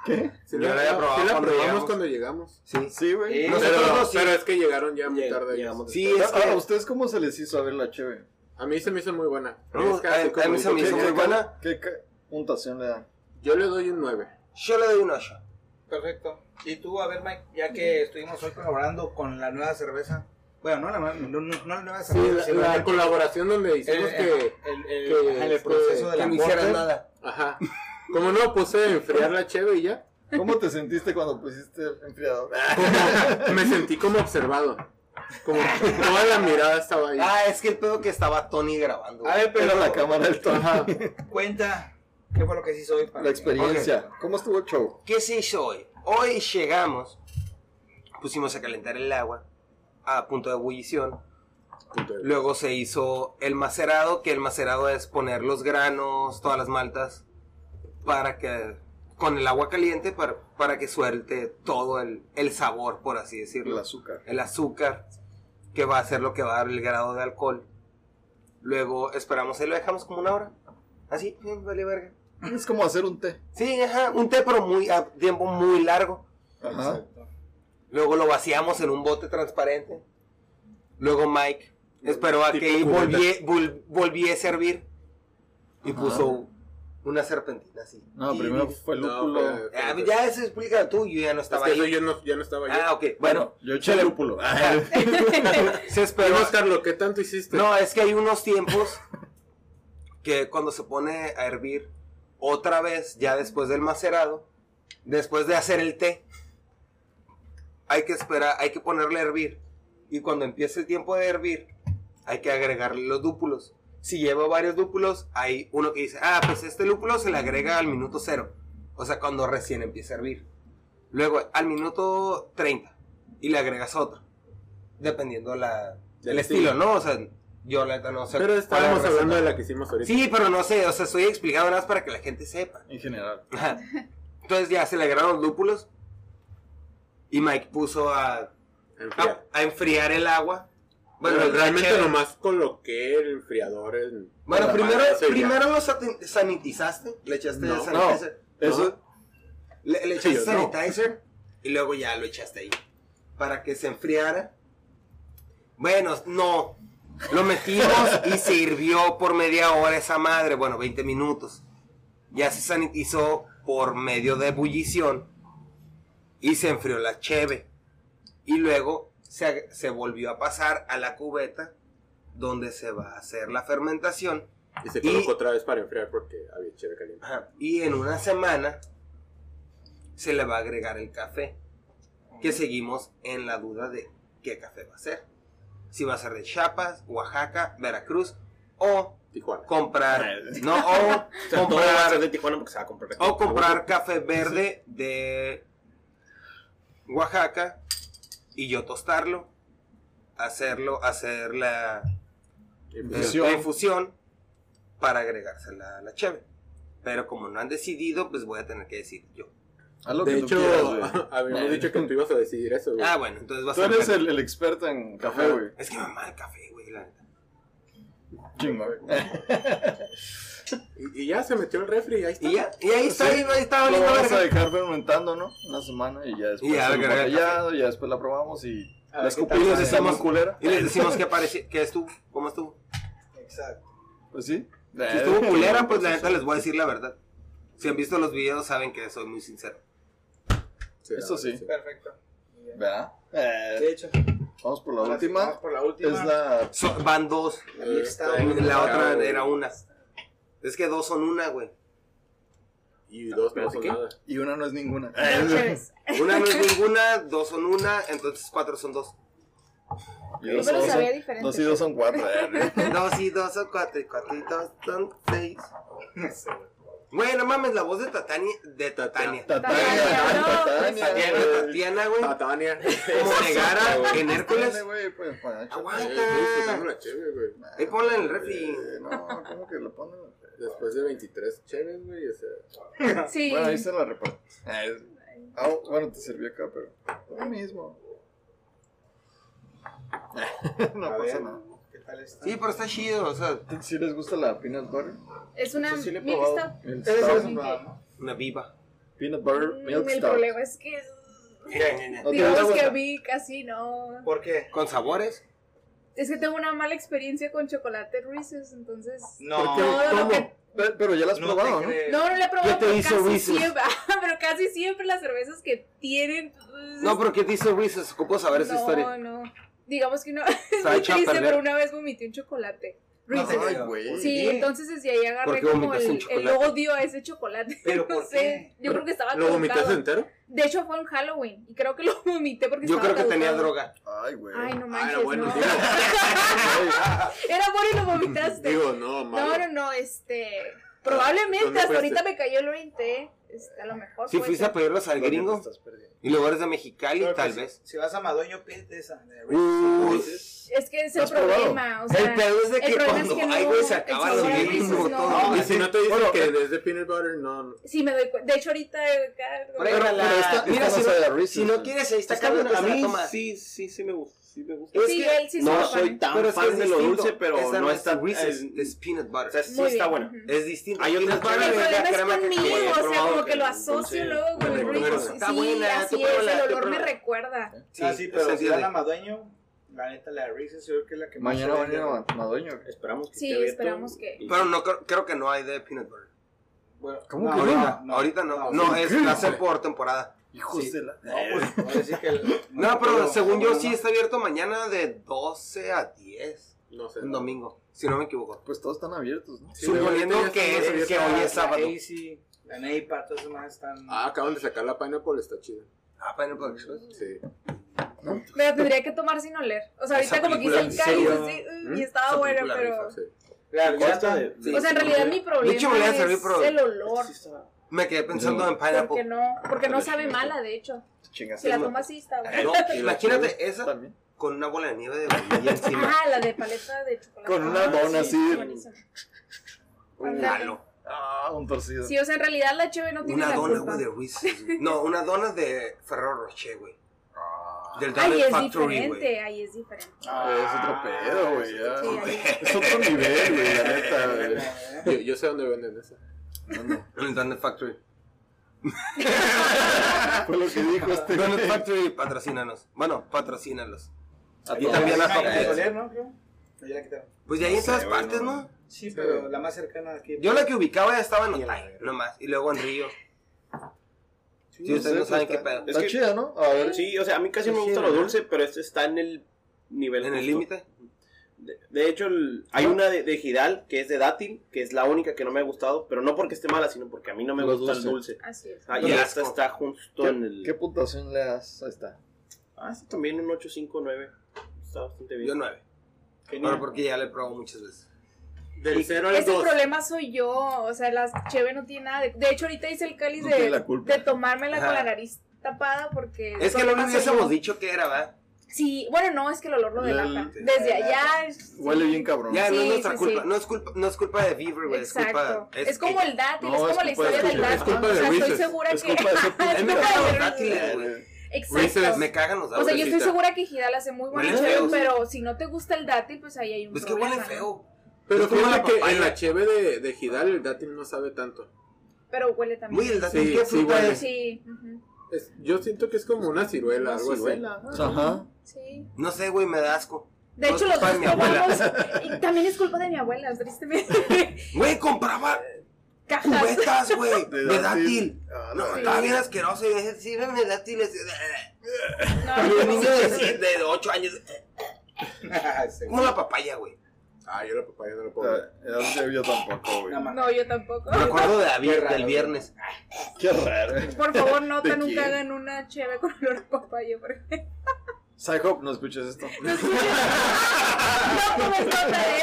[SPEAKER 7] Sí,
[SPEAKER 2] Yo
[SPEAKER 7] la,
[SPEAKER 2] la había probado
[SPEAKER 7] sí la
[SPEAKER 2] cuando
[SPEAKER 7] probamos
[SPEAKER 2] llegamos.
[SPEAKER 7] cuando llegamos.
[SPEAKER 2] Sí.
[SPEAKER 6] Sí, güey.
[SPEAKER 1] Sí.
[SPEAKER 7] Pero,
[SPEAKER 2] Nosotros no, sí.
[SPEAKER 7] pero es que llegaron ya muy
[SPEAKER 5] Lleg-
[SPEAKER 7] tarde. ellos.
[SPEAKER 5] llegamos.
[SPEAKER 2] Sí,
[SPEAKER 6] Ah,
[SPEAKER 2] es que.
[SPEAKER 6] ¿A ustedes cómo se les hizo a ver la chévere?
[SPEAKER 7] A mí se me hizo muy buena.
[SPEAKER 2] No, eh,
[SPEAKER 7] Es que así
[SPEAKER 2] a-
[SPEAKER 7] como
[SPEAKER 2] a mí se
[SPEAKER 7] dijo
[SPEAKER 2] me hizo
[SPEAKER 7] que-
[SPEAKER 2] muy buena.
[SPEAKER 6] ¿Qué ca- puntuación le dan?
[SPEAKER 7] Yo le doy un 9.
[SPEAKER 2] Yo le doy un 8.
[SPEAKER 1] Perfecto. Y tú, a ver, Mike, ya que estuvimos hoy colaborando con la nueva cerveza. Bueno, no la, nueva- no, no- no la nueva
[SPEAKER 7] Sí,
[SPEAKER 1] cerveza,
[SPEAKER 7] la,
[SPEAKER 1] sino
[SPEAKER 7] la
[SPEAKER 1] el-
[SPEAKER 7] colaboración donde
[SPEAKER 1] el,
[SPEAKER 7] hicimos
[SPEAKER 2] Eh,
[SPEAKER 1] el-
[SPEAKER 7] que...
[SPEAKER 1] el- el-
[SPEAKER 7] que-
[SPEAKER 1] ajá, el
[SPEAKER 7] que-
[SPEAKER 1] proceso de
[SPEAKER 7] que
[SPEAKER 1] la
[SPEAKER 7] no
[SPEAKER 1] porter.
[SPEAKER 7] hicieran nada. Ajá. Como no, puse a enfriar la cheve y ya.
[SPEAKER 6] ¿Cómo te sentiste cuando pusiste el enfriador?
[SPEAKER 7] Como- me sentí como observado. Como toda la mirada estaba ahí.
[SPEAKER 2] Ah, es que el pedo que estaba Tony grabando.
[SPEAKER 6] A
[SPEAKER 2] güey.
[SPEAKER 6] ver, pero la cámara del tono.
[SPEAKER 7] Ajá.
[SPEAKER 1] Cuenta qué fue lo que sí soy para
[SPEAKER 6] La experiencia. ¿Cómo estuvo el show?
[SPEAKER 2] ¿Qué se hizo hoy? Hoy llegamos, pusimos a calentar el agua a punto de ebullición. Luego se hizo el macerado, que el macerado es poner los granos, todas las maltas, para que con el agua caliente para, para que suelte todo el, el sabor, por así decirlo.
[SPEAKER 6] El azúcar.
[SPEAKER 2] el azúcar, que va a ser lo que va a dar el grado de alcohol. Luego esperamos y lo dejamos como una hora. Así, eh, vale verga.
[SPEAKER 6] Es como hacer un té.
[SPEAKER 2] Sí, ajá, un té, pero muy, a tiempo muy largo.
[SPEAKER 6] Ajá.
[SPEAKER 2] Luego lo vaciamos en un bote transparente. Luego Mike esperó a
[SPEAKER 7] Tipo
[SPEAKER 2] que
[SPEAKER 7] cubeta.
[SPEAKER 2] volvie- vol- volviese a hervir y
[SPEAKER 6] Ajá.
[SPEAKER 2] puso una serpentina así.
[SPEAKER 6] No,
[SPEAKER 2] Y-
[SPEAKER 6] primero fue el
[SPEAKER 7] No,
[SPEAKER 6] lúpulo.
[SPEAKER 7] fue- fue-
[SPEAKER 2] Ah, ya eso explica tú, yo ya no
[SPEAKER 7] Es
[SPEAKER 2] estaba
[SPEAKER 7] que yo,
[SPEAKER 2] ahí.
[SPEAKER 7] yo no, ya no estaba yo.
[SPEAKER 2] Ah, ok, bueno.
[SPEAKER 6] Yo eché el lúpulo.
[SPEAKER 2] Se esperó.
[SPEAKER 7] Pero, Carlos, ¿qué tanto hiciste?
[SPEAKER 2] No, es que hay unos tiempos que cuando se pone a hervir otra vez, ya después del macerado, después de hacer el té, hay que esperar, hay que ponerle a hervir. Y cuando empiece el tiempo de hervir, hay que agregarle los dúpulos. Si lleva varios dúpulos, hay uno que dice, ah, pues este lúpulo se le agrega al minuto cero. O sea, cuando recién empieza a hervir. Luego, al minuto 30, y le agregas otro. Dependiendo la, del
[SPEAKER 7] Del
[SPEAKER 2] estilo,
[SPEAKER 7] estilo.
[SPEAKER 2] ¿no? O sea, yo la neta no sé.
[SPEAKER 7] Pero
[SPEAKER 2] cuál
[SPEAKER 7] estábamos
[SPEAKER 2] receta.
[SPEAKER 7] hablando de la que hicimos ahorita.
[SPEAKER 2] Sí, pero no sé, o sea, estoy explicando nada más para que la gente sepa.
[SPEAKER 6] En general.
[SPEAKER 2] Ajá. Entonces ya se le agarraron los lúpulos. Y Mike puso a,
[SPEAKER 7] Enfriar.
[SPEAKER 2] a, a enfriar el agua.
[SPEAKER 7] Bueno,
[SPEAKER 2] el
[SPEAKER 7] realmente
[SPEAKER 2] ranchero.
[SPEAKER 7] nomás coloqué el enfriador en...
[SPEAKER 2] Bueno,
[SPEAKER 7] para-
[SPEAKER 2] primero,
[SPEAKER 7] para-
[SPEAKER 2] primero lo sati- sanitizaste. Le echaste
[SPEAKER 6] No,
[SPEAKER 2] sanitizer.
[SPEAKER 6] no, eso-
[SPEAKER 2] Le, le echaste
[SPEAKER 7] Sí, yo no.
[SPEAKER 2] sanitizer. Y luego ya lo echaste ahí. Para que se enfriara. Bueno, no. Lo metimos y se hirvió por media hora esa madre. Bueno, 20 minutos. Ya se sanitizó por medio de ebullición. Y se enfrió la cheve. Y luego se, ag- se volvió a pasar a la cubeta donde se va a hacer la fermentación.
[SPEAKER 7] Y se
[SPEAKER 2] Y-
[SPEAKER 7] colocó otra vez para enfriar porque había chévere caliente.
[SPEAKER 2] Ajá. Y en una semana se le va a agregar el café. Que seguimos en la duda de qué café va a ser. Si va a ser de Chiapas, Oaxaca, Veracruz o
[SPEAKER 7] Tijuana.
[SPEAKER 2] comprar no o
[SPEAKER 5] O sea, todo va a ser
[SPEAKER 2] comprar
[SPEAKER 5] de Tijuana porque se va a comprar. aquí.
[SPEAKER 2] o comprar café verde de Oaxaca y yo tostarlo, hacerlo, hacer la
[SPEAKER 7] pues
[SPEAKER 6] Infusión.
[SPEAKER 2] la infusión para agregársela a la cheve. Pero como no han decidido, pues voy a tener que decir yo.
[SPEAKER 6] Haz lo
[SPEAKER 7] De
[SPEAKER 6] que tú
[SPEAKER 7] hecho,
[SPEAKER 6] quieras, güey.
[SPEAKER 7] habíamos dicho que tú ibas a decidir eso, güey.
[SPEAKER 2] Ah, bueno, entonces vas
[SPEAKER 6] Tú
[SPEAKER 2] a
[SPEAKER 6] eres el, el experto en café, güey.
[SPEAKER 2] Es que mamá el café, güey, la neta.
[SPEAKER 6] Chingo.
[SPEAKER 7] Y, y ya se metió el refri y ahí está.
[SPEAKER 2] Y ya, y ahí está,
[SPEAKER 6] Sí.
[SPEAKER 2] ahí está
[SPEAKER 6] Lo
[SPEAKER 2] oliendo
[SPEAKER 6] vamos a
[SPEAKER 2] verga.
[SPEAKER 6] dejar fermentando, ¿no? Una semana y ya después.
[SPEAKER 2] Y ya,
[SPEAKER 6] el
[SPEAKER 2] verga,
[SPEAKER 6] embotellado, ya después la probamos
[SPEAKER 1] A
[SPEAKER 6] y
[SPEAKER 1] ver
[SPEAKER 6] la
[SPEAKER 1] qué tal
[SPEAKER 6] escupimos y
[SPEAKER 1] sabe.
[SPEAKER 6] estamos culera.
[SPEAKER 2] Y les decimos que apareció, que estuvo, cómo estuvo.
[SPEAKER 1] Exacto.
[SPEAKER 6] Pues sí.
[SPEAKER 2] Si estuvo culera, pues la neta les voy a decir la verdad. Si han visto los videos saben que soy muy sincero.
[SPEAKER 7] Sí,
[SPEAKER 6] Eso sí.
[SPEAKER 1] Perfecto.
[SPEAKER 6] ¿Verdad?
[SPEAKER 1] De hecho,
[SPEAKER 6] Vamos por la
[SPEAKER 1] ahora sí,
[SPEAKER 6] última.
[SPEAKER 1] vamos por la última.
[SPEAKER 6] Es la.
[SPEAKER 2] So- van dos,
[SPEAKER 1] La mixta.
[SPEAKER 2] la otra
[SPEAKER 7] Claro.
[SPEAKER 2] era una. Es que dos son una, güey.
[SPEAKER 7] Y dos no
[SPEAKER 5] Espérate,
[SPEAKER 7] son
[SPEAKER 5] ¿qué?
[SPEAKER 7] nada.
[SPEAKER 6] Y una no es ninguna.
[SPEAKER 4] Las cheves.
[SPEAKER 2] Una no es ninguna, dos son una, entonces cuatro son dos.
[SPEAKER 6] Y dos
[SPEAKER 4] Pero
[SPEAKER 6] son-
[SPEAKER 4] sabía diferente.
[SPEAKER 6] Dos y dos son cuatro. ¿eh?
[SPEAKER 2] Dos y dos son cuatro y cuatro y dos son seis. Güey, no mames, la voz de Tatania. De Tatania.
[SPEAKER 4] Tatania, no,
[SPEAKER 2] Tatania,
[SPEAKER 6] güey.
[SPEAKER 2] Tatiana, güey.
[SPEAKER 7] Tatania.
[SPEAKER 2] Como negara en Hércules.
[SPEAKER 6] Dale, güey, pues, para-
[SPEAKER 2] Aguanta.
[SPEAKER 7] Estoy disfrutando la chévere, güey.
[SPEAKER 2] Ahí ponla en el refri.
[SPEAKER 6] Eh, No, ¿cómo que lo ponen?
[SPEAKER 7] Después de 23 chéveres, güey, o sea...
[SPEAKER 4] Sí.
[SPEAKER 6] Bueno, ahí se la reparto. Ah, bueno, te sirvió acá, pero. Lo mismo. No
[SPEAKER 1] A
[SPEAKER 6] pasa
[SPEAKER 1] ver,
[SPEAKER 6] nada.
[SPEAKER 1] ¿Qué tal está?
[SPEAKER 2] Sí, pero está chido, o sea,
[SPEAKER 6] ¿Sí les gusta la peanut butter?
[SPEAKER 4] Es una
[SPEAKER 6] Sí, sí le he
[SPEAKER 4] mixta.
[SPEAKER 6] probado. Milk
[SPEAKER 1] Ustedes
[SPEAKER 6] stout.
[SPEAKER 1] han probado, ¿no?
[SPEAKER 2] una viva.
[SPEAKER 6] Peanut butter milk
[SPEAKER 4] Mm, El
[SPEAKER 6] stout.
[SPEAKER 4] problema es que
[SPEAKER 6] ¿No te
[SPEAKER 4] digamos
[SPEAKER 6] gusta?
[SPEAKER 4] que vi casi no.
[SPEAKER 1] ¿Por qué?
[SPEAKER 2] Con sabores.
[SPEAKER 4] Es que tengo una mala experiencia con chocolate Reese's, entonces.
[SPEAKER 1] No.
[SPEAKER 4] Todo lo
[SPEAKER 6] ¿Cómo?
[SPEAKER 4] que-
[SPEAKER 6] Pe- Pero ya las has
[SPEAKER 1] No
[SPEAKER 6] probado,
[SPEAKER 1] te
[SPEAKER 6] ¿no?
[SPEAKER 1] creo.
[SPEAKER 4] No, no le he probado,
[SPEAKER 2] ¿Qué te
[SPEAKER 4] pero
[SPEAKER 2] hizo
[SPEAKER 4] casi
[SPEAKER 2] Reese's?
[SPEAKER 4] siempre. ah, pero casi siempre las cervezas que tienen. pues,
[SPEAKER 2] No, pero ¿qué te hizo Reese's? Ocupo saber esa
[SPEAKER 4] no,
[SPEAKER 2] historia.
[SPEAKER 4] no. Digamos que no. Es
[SPEAKER 2] Está
[SPEAKER 4] muy
[SPEAKER 2] hecha a
[SPEAKER 4] triste,
[SPEAKER 2] perder.
[SPEAKER 4] pero una vez vomité un chocolate. Reese's.
[SPEAKER 6] Ay, güey.
[SPEAKER 4] Sí, entonces desde ahí
[SPEAKER 2] ¿Por
[SPEAKER 4] agarré
[SPEAKER 2] qué
[SPEAKER 4] como
[SPEAKER 2] vomitaste un
[SPEAKER 4] el, el
[SPEAKER 2] chocolate?
[SPEAKER 4] odio a ese chocolate.
[SPEAKER 1] ¿Pero
[SPEAKER 4] no
[SPEAKER 1] por
[SPEAKER 4] sé. Yo creo que estaba
[SPEAKER 7] ¿Lo vomitaste
[SPEAKER 4] caducado.
[SPEAKER 7] entero?
[SPEAKER 4] De hecho fue un Halloween y creo que lo vomité porque
[SPEAKER 2] Yo
[SPEAKER 4] estaba
[SPEAKER 2] creo que tenía
[SPEAKER 4] caducado.
[SPEAKER 2] droga.
[SPEAKER 6] Ay, güey.
[SPEAKER 4] Ay, no
[SPEAKER 7] Ah,
[SPEAKER 4] manches,
[SPEAKER 7] era bueno,
[SPEAKER 4] no.
[SPEAKER 7] digo.
[SPEAKER 4] Era bueno y lo vomitaste.
[SPEAKER 7] Digo, no,
[SPEAKER 4] Este, no,
[SPEAKER 7] malo.
[SPEAKER 4] no, no, este... Probablemente
[SPEAKER 7] ¿Dónde
[SPEAKER 4] hasta
[SPEAKER 7] fuiste?
[SPEAKER 4] ahorita me cayó el oriente. este, A lo mejor
[SPEAKER 2] Si este?
[SPEAKER 4] fue
[SPEAKER 2] fuiste
[SPEAKER 4] ese.
[SPEAKER 2] a pedirlos al gringo y lugares de Mexicali,
[SPEAKER 1] Claro que
[SPEAKER 2] tal
[SPEAKER 1] sí.
[SPEAKER 2] vez.
[SPEAKER 1] Si vas a Madueño, pídete esa. de
[SPEAKER 2] Uy,
[SPEAKER 4] Es que es el
[SPEAKER 6] ¿Has probado?
[SPEAKER 4] problema, o sea...
[SPEAKER 2] el pedo es de que
[SPEAKER 4] el problema
[SPEAKER 2] cuando
[SPEAKER 4] es que no-
[SPEAKER 2] hay, güey, se
[SPEAKER 4] el
[SPEAKER 2] acaba
[SPEAKER 4] sabor
[SPEAKER 2] lo
[SPEAKER 4] a Reese's
[SPEAKER 2] mismo
[SPEAKER 4] no.
[SPEAKER 2] todo.
[SPEAKER 7] Y si no te dicen
[SPEAKER 6] Bueno, eh.
[SPEAKER 7] que desde peanut butter, no. no.
[SPEAKER 4] Sí, me doy cuenta. De hecho, ahorita... eh, cada-
[SPEAKER 2] Pruébala.
[SPEAKER 6] Pero esta-
[SPEAKER 2] Mira,
[SPEAKER 6] esta
[SPEAKER 2] si
[SPEAKER 6] no sabe a
[SPEAKER 2] no-
[SPEAKER 6] Reese's,
[SPEAKER 2] si no
[SPEAKER 6] güey.
[SPEAKER 2] quieres, ahí está
[SPEAKER 5] Está
[SPEAKER 2] cabrón,
[SPEAKER 5] cabrón,
[SPEAKER 2] te la
[SPEAKER 5] a mí
[SPEAKER 2] tomas.
[SPEAKER 5] sí, sí, sí me gusta. Sí me gusta.
[SPEAKER 2] Es
[SPEAKER 4] Sí,
[SPEAKER 2] que
[SPEAKER 4] él sí se
[SPEAKER 5] no
[SPEAKER 4] lo
[SPEAKER 5] soy
[SPEAKER 4] come.
[SPEAKER 5] tan
[SPEAKER 2] Pero es que
[SPEAKER 5] fan
[SPEAKER 2] es
[SPEAKER 5] de lo
[SPEAKER 2] distinto.
[SPEAKER 5] dulce, pero
[SPEAKER 2] Esa
[SPEAKER 5] no
[SPEAKER 2] es
[SPEAKER 5] está.
[SPEAKER 2] Reese's,
[SPEAKER 5] es-
[SPEAKER 2] es peanut
[SPEAKER 5] o sea,
[SPEAKER 2] butter.
[SPEAKER 5] sí
[SPEAKER 4] Muy
[SPEAKER 5] está
[SPEAKER 4] bien,
[SPEAKER 5] buena.
[SPEAKER 4] ujú.
[SPEAKER 2] Es distinto.
[SPEAKER 5] Hay otras
[SPEAKER 2] Peanut butter
[SPEAKER 5] Pero
[SPEAKER 4] El
[SPEAKER 2] es la
[SPEAKER 4] problema es
[SPEAKER 2] crema que
[SPEAKER 4] conmigo,
[SPEAKER 2] tiene.
[SPEAKER 5] como
[SPEAKER 4] o sea,
[SPEAKER 5] probado
[SPEAKER 4] como
[SPEAKER 5] que
[SPEAKER 4] que lo
[SPEAKER 5] el dulce-
[SPEAKER 4] asocio luego con el
[SPEAKER 5] Está
[SPEAKER 4] Reese's.
[SPEAKER 2] buena, tú
[SPEAKER 4] Sí,
[SPEAKER 2] pruébala,
[SPEAKER 4] así
[SPEAKER 2] tú
[SPEAKER 4] es,
[SPEAKER 2] pruébala,
[SPEAKER 4] el
[SPEAKER 2] tú
[SPEAKER 4] olor me
[SPEAKER 2] pruébala.
[SPEAKER 4] recuerda.
[SPEAKER 2] Sí,
[SPEAKER 1] ah, sí, pero
[SPEAKER 2] esa
[SPEAKER 1] si
[SPEAKER 2] es
[SPEAKER 1] vas
[SPEAKER 2] de-
[SPEAKER 1] a Madueño, la neta, la de Reese's, yo creo que es la que más
[SPEAKER 6] Mañana
[SPEAKER 1] se
[SPEAKER 6] van a
[SPEAKER 1] vende.
[SPEAKER 6] ir a Madueño.
[SPEAKER 5] Esperamos que
[SPEAKER 4] Sí,
[SPEAKER 5] esté abierto
[SPEAKER 4] esperamos que-
[SPEAKER 5] y-
[SPEAKER 2] Pero no creo- creo que no hay de peanut butter.
[SPEAKER 1] Bueno,
[SPEAKER 6] ¿Cómo
[SPEAKER 1] no,
[SPEAKER 6] que
[SPEAKER 2] Ahorita
[SPEAKER 1] no?
[SPEAKER 2] no, ahorita no.
[SPEAKER 1] no,
[SPEAKER 2] No, es la hacen por temporada.
[SPEAKER 6] Hijos
[SPEAKER 1] Sí.
[SPEAKER 6] de la.
[SPEAKER 1] No, pues, ahora sí que el-
[SPEAKER 2] No, pero según
[SPEAKER 1] no,
[SPEAKER 2] yo
[SPEAKER 1] no.
[SPEAKER 2] sí está abierto mañana de 12 a 10.
[SPEAKER 7] No sé.
[SPEAKER 2] Un domingo, si no me equivoco.
[SPEAKER 6] Pues todos están abiertos, ¿no?
[SPEAKER 7] Sí,
[SPEAKER 2] Suponiendo
[SPEAKER 7] ahorita ya
[SPEAKER 2] que-
[SPEAKER 7] estamos
[SPEAKER 2] que
[SPEAKER 7] abiertos.
[SPEAKER 2] hoy es sábado.
[SPEAKER 1] Ah, La AC, la E Neipa, todas esas más están.
[SPEAKER 7] Ah, acaban de sacar la pineapple, está chida.
[SPEAKER 2] Ah, Pineapple Express.
[SPEAKER 7] Sí.
[SPEAKER 4] Me la tendría que tomar sin oler. O sea, ahorita
[SPEAKER 2] Esa
[SPEAKER 4] como que hice
[SPEAKER 2] película
[SPEAKER 4] el
[SPEAKER 2] me
[SPEAKER 4] cáliz
[SPEAKER 2] hizo-
[SPEAKER 4] así, uh,
[SPEAKER 7] ¿Mm?
[SPEAKER 4] y estaba
[SPEAKER 2] Esa
[SPEAKER 4] buena,
[SPEAKER 2] película me
[SPEAKER 4] pero...
[SPEAKER 2] hizo-
[SPEAKER 7] sí.
[SPEAKER 1] Claro, ya
[SPEAKER 5] Consta
[SPEAKER 1] está.
[SPEAKER 2] pues
[SPEAKER 5] de-
[SPEAKER 4] O sea, en realidad mi problema
[SPEAKER 2] Dicho me la
[SPEAKER 4] es
[SPEAKER 2] serví, pero-
[SPEAKER 4] el olor.
[SPEAKER 5] Sí está-
[SPEAKER 2] Me quedé pensando en
[SPEAKER 4] Porque
[SPEAKER 2] Pineapple.
[SPEAKER 4] no, porque no sabe mala, de hecho.
[SPEAKER 6] Chingas.
[SPEAKER 4] Si la tomas sí está buena.
[SPEAKER 2] eh, No, imagínate esa
[SPEAKER 6] También.
[SPEAKER 2] con una bola de nieve de vainilla encima.
[SPEAKER 4] Ah, la de paleta de chocolate. Ah,
[SPEAKER 6] Con una dona
[SPEAKER 5] sí,
[SPEAKER 6] así.
[SPEAKER 4] Buenísima.
[SPEAKER 2] Un
[SPEAKER 4] Ándale.
[SPEAKER 2] galo.
[SPEAKER 6] Ah, un torcido.
[SPEAKER 4] Sí, o sea, en realidad la cheve no tiene
[SPEAKER 2] Una
[SPEAKER 4] la
[SPEAKER 2] dona,
[SPEAKER 4] culpa.
[SPEAKER 2] güey, de Reese's. güey. No, una dona de Ferrero Rocher, güey. Del
[SPEAKER 4] Ahí
[SPEAKER 2] Donut
[SPEAKER 4] Ah. es
[SPEAKER 2] Factory, güey.
[SPEAKER 4] diferente, ahí es diferente.
[SPEAKER 6] Ah, es otro pedo, güey. ya.
[SPEAKER 4] Sí, ahí-
[SPEAKER 6] Es otro nivel, güey, la neta, güey.
[SPEAKER 7] Yo, yo sé dónde venden esa.
[SPEAKER 2] En el Donut Factory.
[SPEAKER 6] Fue lo que dijo este.
[SPEAKER 2] Donut
[SPEAKER 6] güey.
[SPEAKER 2] Factory, patrocínanos. Bueno, patrocínalos.
[SPEAKER 6] A
[SPEAKER 2] Y
[SPEAKER 6] todos.
[SPEAKER 2] también las
[SPEAKER 1] Ah, ya la
[SPEAKER 2] tortillas.
[SPEAKER 1] olieron, ¿no? Creo. No, ya la quitaron.
[SPEAKER 2] Pues de ahí en todas partes, ¿no?
[SPEAKER 1] Sí, pero la más cercana aquí.
[SPEAKER 2] Yo la que ubicaba ya estaba en Otay, nomás. Y luego en Río. Si
[SPEAKER 6] No
[SPEAKER 2] ustedes
[SPEAKER 6] sé,
[SPEAKER 2] no saben
[SPEAKER 6] pues,
[SPEAKER 2] qué
[SPEAKER 6] está-
[SPEAKER 2] pedo.
[SPEAKER 5] Es
[SPEAKER 6] Está
[SPEAKER 5] que-
[SPEAKER 6] chida, ¿no? A ver.
[SPEAKER 5] Sí, o sea, a mí casi
[SPEAKER 2] Sí,
[SPEAKER 5] me gusta
[SPEAKER 2] sí,
[SPEAKER 5] lo
[SPEAKER 2] ¿verdad?
[SPEAKER 5] dulce, pero este está en el nivel.
[SPEAKER 2] En el
[SPEAKER 5] justo.
[SPEAKER 2] límite.
[SPEAKER 5] De, de hecho, el- hay una de, de Gidal que es de dátil, que es la única que no me ha gustado, pero no porque esté mala, sino porque a mí no me
[SPEAKER 6] Lo
[SPEAKER 5] gusta el
[SPEAKER 6] dulce.
[SPEAKER 5] dulce.
[SPEAKER 4] Así es.
[SPEAKER 5] Ah,
[SPEAKER 2] Lo
[SPEAKER 5] y esta
[SPEAKER 2] asco.
[SPEAKER 5] está justo en
[SPEAKER 6] ¿Qué,
[SPEAKER 5] el.
[SPEAKER 6] qué puntuación le das? Ahí está.
[SPEAKER 5] Ah, este también un 859. Está bastante bien.
[SPEAKER 2] Yo nueve. Bueno, porque ya le he probado muchas veces.
[SPEAKER 7] Del 0 al
[SPEAKER 4] Ese
[SPEAKER 7] 2.
[SPEAKER 4] problema soy yo, o sea, las cheve no tiene nada de... De hecho, ahorita hice el cáliz
[SPEAKER 6] No
[SPEAKER 4] de,
[SPEAKER 6] tiene la culpa.
[SPEAKER 4] de tomármela
[SPEAKER 2] Ajá.
[SPEAKER 4] con la nariz tapada porque...
[SPEAKER 2] Es que
[SPEAKER 4] no
[SPEAKER 2] no nos hubiésemos dicho que era, ¿va?
[SPEAKER 4] Sí, bueno, no, es que el olor lo
[SPEAKER 6] El-
[SPEAKER 4] delata. Desde allá... es-
[SPEAKER 6] Huele bien cabrón.
[SPEAKER 2] Ya no es
[SPEAKER 4] Sí,
[SPEAKER 2] nuestra
[SPEAKER 4] sí,
[SPEAKER 2] culpa.
[SPEAKER 4] sí.
[SPEAKER 2] No es culpa, no es culpa de Beaver, güey. Es
[SPEAKER 4] Exacto.
[SPEAKER 2] culpa.
[SPEAKER 4] Es, como el dátil,
[SPEAKER 6] No,
[SPEAKER 4] es como
[SPEAKER 6] es
[SPEAKER 4] la
[SPEAKER 6] culpa de-
[SPEAKER 4] historia del dátil.
[SPEAKER 7] es culpa de
[SPEAKER 4] o sea, estoy
[SPEAKER 7] Reese's.
[SPEAKER 4] segura
[SPEAKER 6] Es
[SPEAKER 4] que...
[SPEAKER 6] culpa de ese puto-
[SPEAKER 4] es
[SPEAKER 2] A mí me
[SPEAKER 4] culpa
[SPEAKER 2] cagan los
[SPEAKER 4] de
[SPEAKER 2] dátiles, güey.
[SPEAKER 4] Exacto.
[SPEAKER 2] Me cagan los
[SPEAKER 4] O sea, yo estoy
[SPEAKER 7] Pobrecita.
[SPEAKER 4] segura que Gidal hace muy buen
[SPEAKER 2] Huelen
[SPEAKER 4] cheve,
[SPEAKER 2] feos.
[SPEAKER 4] pero si no te gusta el dátil, pues ahí hay un
[SPEAKER 2] Es que
[SPEAKER 4] problema.
[SPEAKER 2] huele
[SPEAKER 4] ¿no?
[SPEAKER 2] feo.
[SPEAKER 7] Pero
[SPEAKER 2] Es como
[SPEAKER 7] fíjate
[SPEAKER 2] la
[SPEAKER 7] que
[SPEAKER 2] papaya.
[SPEAKER 7] en la cheve de, de Gidal el dátil no sabe tanto.
[SPEAKER 4] Pero huele también.
[SPEAKER 2] Muy el dátil.
[SPEAKER 7] Sí,
[SPEAKER 2] ¿Qué
[SPEAKER 7] sí,
[SPEAKER 2] fruta
[SPEAKER 7] huele.
[SPEAKER 2] es?
[SPEAKER 4] Sí, ujú,
[SPEAKER 7] Es- yo siento que es como una ciruela,
[SPEAKER 5] Una
[SPEAKER 7] algo
[SPEAKER 5] ciruela,
[SPEAKER 7] así.
[SPEAKER 6] Ajá.
[SPEAKER 4] sí.
[SPEAKER 2] No sé, güey, me da asco.
[SPEAKER 4] De
[SPEAKER 2] No,
[SPEAKER 4] hecho,
[SPEAKER 2] es
[SPEAKER 4] los
[SPEAKER 2] culpa
[SPEAKER 4] dos
[SPEAKER 2] de mi abuela.
[SPEAKER 4] tomamos. Y también es culpa de mi abuela, tristemente.
[SPEAKER 2] Güey, compraba
[SPEAKER 4] Cajas.
[SPEAKER 2] cubetas, güey,
[SPEAKER 6] De
[SPEAKER 2] de
[SPEAKER 6] dátil.
[SPEAKER 2] dátil. Ah, No,
[SPEAKER 4] Sí.
[SPEAKER 2] estaba bien asqueroso. Y dije, sí, de dátil. es- Y
[SPEAKER 4] No,
[SPEAKER 2] un niño de siete, de 8 años.
[SPEAKER 1] Ah, Sí.
[SPEAKER 2] Como la papaya, güey.
[SPEAKER 7] Ah, yo la papaya no la puedo ver.
[SPEAKER 6] Ah, ya- Yo tampoco, güey.
[SPEAKER 1] Nada más.
[SPEAKER 4] no, yo tampoco.
[SPEAKER 2] Me acuerdo de David,
[SPEAKER 1] Qué raro,
[SPEAKER 2] del
[SPEAKER 1] güey.
[SPEAKER 2] viernes.
[SPEAKER 6] Qué raro. eh.
[SPEAKER 4] Por favor, nota,
[SPEAKER 6] ¿De quién?
[SPEAKER 4] nunca hagan una cheve con olor a papaya. Porque...
[SPEAKER 6] Psycho, no escuches esto.
[SPEAKER 4] No escuches- No tomes nota de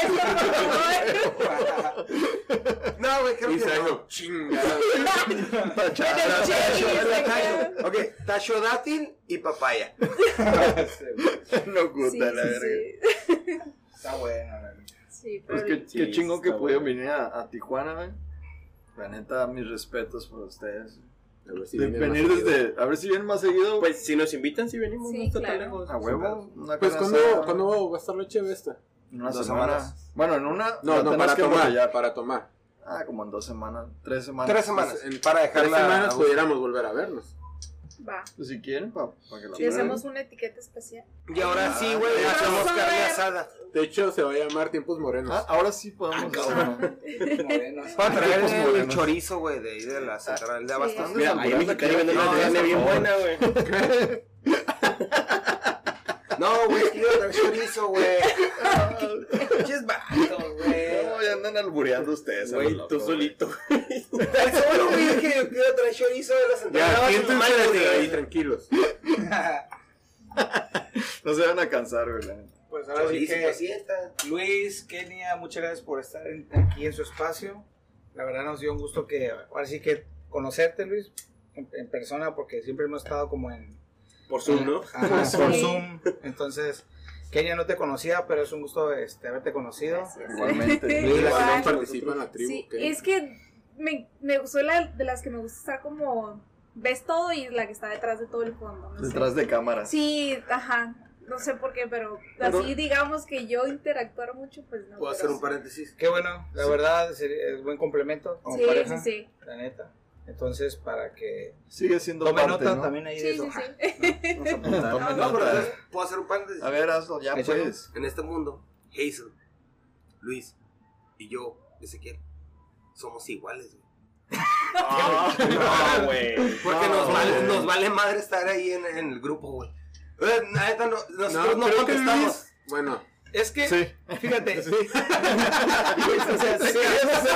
[SPEAKER 4] esto, por favor.
[SPEAKER 2] No, güey, creo
[SPEAKER 7] Y
[SPEAKER 2] que no.
[SPEAKER 7] Sayo, chingada.
[SPEAKER 4] En el cheve y se queda.
[SPEAKER 2] Ok, tacho dátil y papaya.
[SPEAKER 1] Sí,
[SPEAKER 6] No gusta
[SPEAKER 4] Sí,
[SPEAKER 6] la verga.
[SPEAKER 4] sí, sí.
[SPEAKER 1] Está buena, la neta.
[SPEAKER 4] Sí,
[SPEAKER 6] Pues
[SPEAKER 4] pero.
[SPEAKER 6] qué,
[SPEAKER 5] Sí,
[SPEAKER 6] qué chingón
[SPEAKER 5] está
[SPEAKER 6] que pudieron
[SPEAKER 5] bueno.
[SPEAKER 6] venir a, a Tijuana, güey. La neta, mis respetos por ustedes.
[SPEAKER 7] A ver si
[SPEAKER 6] De
[SPEAKER 7] viene
[SPEAKER 6] venir
[SPEAKER 7] más seguido.
[SPEAKER 6] desde. A ver si vienen más seguido.
[SPEAKER 5] Pues si nos invitan, si venimos,
[SPEAKER 4] Sí,
[SPEAKER 5] no está
[SPEAKER 4] claro.
[SPEAKER 5] tan lejos.
[SPEAKER 6] a huevo. Una
[SPEAKER 7] Pues,
[SPEAKER 6] carne
[SPEAKER 7] ¿cuándo,
[SPEAKER 6] asada,
[SPEAKER 7] ¿cuándo va a estar la cheve esta?
[SPEAKER 6] En una
[SPEAKER 2] Dos
[SPEAKER 6] semana.
[SPEAKER 2] semanas.
[SPEAKER 6] Bueno, en una.
[SPEAKER 7] No,
[SPEAKER 6] la
[SPEAKER 7] no,
[SPEAKER 6] tenés
[SPEAKER 7] para
[SPEAKER 6] que
[SPEAKER 7] tomar.
[SPEAKER 6] embotellar.
[SPEAKER 7] Para tomar.
[SPEAKER 6] Ah, como en dos semanas. Tres semanas.
[SPEAKER 2] Tres semanas.
[SPEAKER 7] En
[SPEAKER 2] Para
[SPEAKER 7] tres
[SPEAKER 2] dejarla.
[SPEAKER 7] semanas
[SPEAKER 2] a gusto.
[SPEAKER 7] pudiéramos volver a vernos.
[SPEAKER 4] Va.
[SPEAKER 6] Pues, si quieren, para que la
[SPEAKER 4] Le hacemos una etiqueta especial.
[SPEAKER 2] Y ahora sí, güey,
[SPEAKER 7] Ah,
[SPEAKER 2] hacemos
[SPEAKER 4] vamos a
[SPEAKER 2] carne
[SPEAKER 4] ver.
[SPEAKER 2] asada.
[SPEAKER 7] De hecho, se va a llamar Tiempos Morenos.
[SPEAKER 6] Ah, ahora sí podemos. hacerlo.
[SPEAKER 1] Morenos.
[SPEAKER 2] Para traer
[SPEAKER 6] Pues,
[SPEAKER 2] el
[SPEAKER 6] morenos.
[SPEAKER 2] chorizo, güey, de ahí de la central de Abastos.
[SPEAKER 4] Sí.
[SPEAKER 5] Mira, ahí en Mexicali venden una
[SPEAKER 6] No,
[SPEAKER 5] carne
[SPEAKER 6] por
[SPEAKER 5] bien
[SPEAKER 6] favor.
[SPEAKER 5] buena, güey.
[SPEAKER 2] No, güey, es que yo de dar chorizo, güey. Pinches vatos, güey.
[SPEAKER 6] No, ya andan albureando ustedes. a lo
[SPEAKER 5] Güey,
[SPEAKER 6] loco,
[SPEAKER 5] tú
[SPEAKER 6] güey.
[SPEAKER 5] solito.
[SPEAKER 2] Tan solo, güey, que yo quiero traer chorizo de las
[SPEAKER 7] Ya,
[SPEAKER 2] entradas.
[SPEAKER 7] siéntense de ahí, tranquilos.
[SPEAKER 6] No se van a cansar, güey. la neta.
[SPEAKER 1] Pues ahora sí
[SPEAKER 2] Chorizo,
[SPEAKER 1] que
[SPEAKER 2] sientan.
[SPEAKER 1] Luis, Kenia, muchas gracias por estar en- aquí en su espacio. La verdad nos dio un gusto que ahora sí que conocerte, Luis, en, en persona, porque siempre hemos estado como en
[SPEAKER 5] Por Zoom, ¿no?
[SPEAKER 1] ajá, por
[SPEAKER 4] Zoom.
[SPEAKER 1] Zoom. Entonces, Kenia no te conocía, pero es un gusto este, haberte conocido.
[SPEAKER 4] Gracias.
[SPEAKER 6] Igualmente.
[SPEAKER 7] Y la que
[SPEAKER 4] Igual.
[SPEAKER 7] no participa en la tribu.
[SPEAKER 4] Sí,
[SPEAKER 7] ¿qué?
[SPEAKER 4] es que me, me soy la, de las que me gusta estar como ves todo y la que está detrás de todo el fondo. no sé.
[SPEAKER 6] Detrás de cámara.
[SPEAKER 4] Sí, ajá. No sé por qué, pero así digamos que yo interactuar mucho, pues no.
[SPEAKER 2] Puedo
[SPEAKER 4] pero
[SPEAKER 2] hacer un paréntesis.
[SPEAKER 1] Qué bueno, la verdad sería- es buen complemento como
[SPEAKER 4] Sí,
[SPEAKER 1] pareja,
[SPEAKER 4] sí, sí.
[SPEAKER 1] la neta. Entonces, para que
[SPEAKER 6] Sigue siendo
[SPEAKER 1] tome
[SPEAKER 6] parte,
[SPEAKER 1] nota
[SPEAKER 6] ¿no?
[SPEAKER 1] también ahí de
[SPEAKER 4] Sí,
[SPEAKER 1] eso.
[SPEAKER 4] sí, sí.
[SPEAKER 6] Vamos a apuntar.
[SPEAKER 4] No,
[SPEAKER 2] No, pero ¿sabes? puedo hacer un paréntesis.
[SPEAKER 6] A ver, hazlo ya,
[SPEAKER 1] Échalo.
[SPEAKER 6] pues.
[SPEAKER 2] En este mundo, Hazel, Luis y yo, Ezequiel, somos iguales, güey.
[SPEAKER 5] No, güey.
[SPEAKER 2] Porque
[SPEAKER 6] No,
[SPEAKER 2] nos, vale,
[SPEAKER 6] güey.
[SPEAKER 2] nos vale madre estar ahí en, en el grupo, güey. Eh, la neta, no, nosotros pues, no,
[SPEAKER 7] creo que
[SPEAKER 2] contestamos.
[SPEAKER 7] Luis- Bueno,
[SPEAKER 1] Es que,
[SPEAKER 6] Sí.
[SPEAKER 1] fíjate,
[SPEAKER 6] O sea,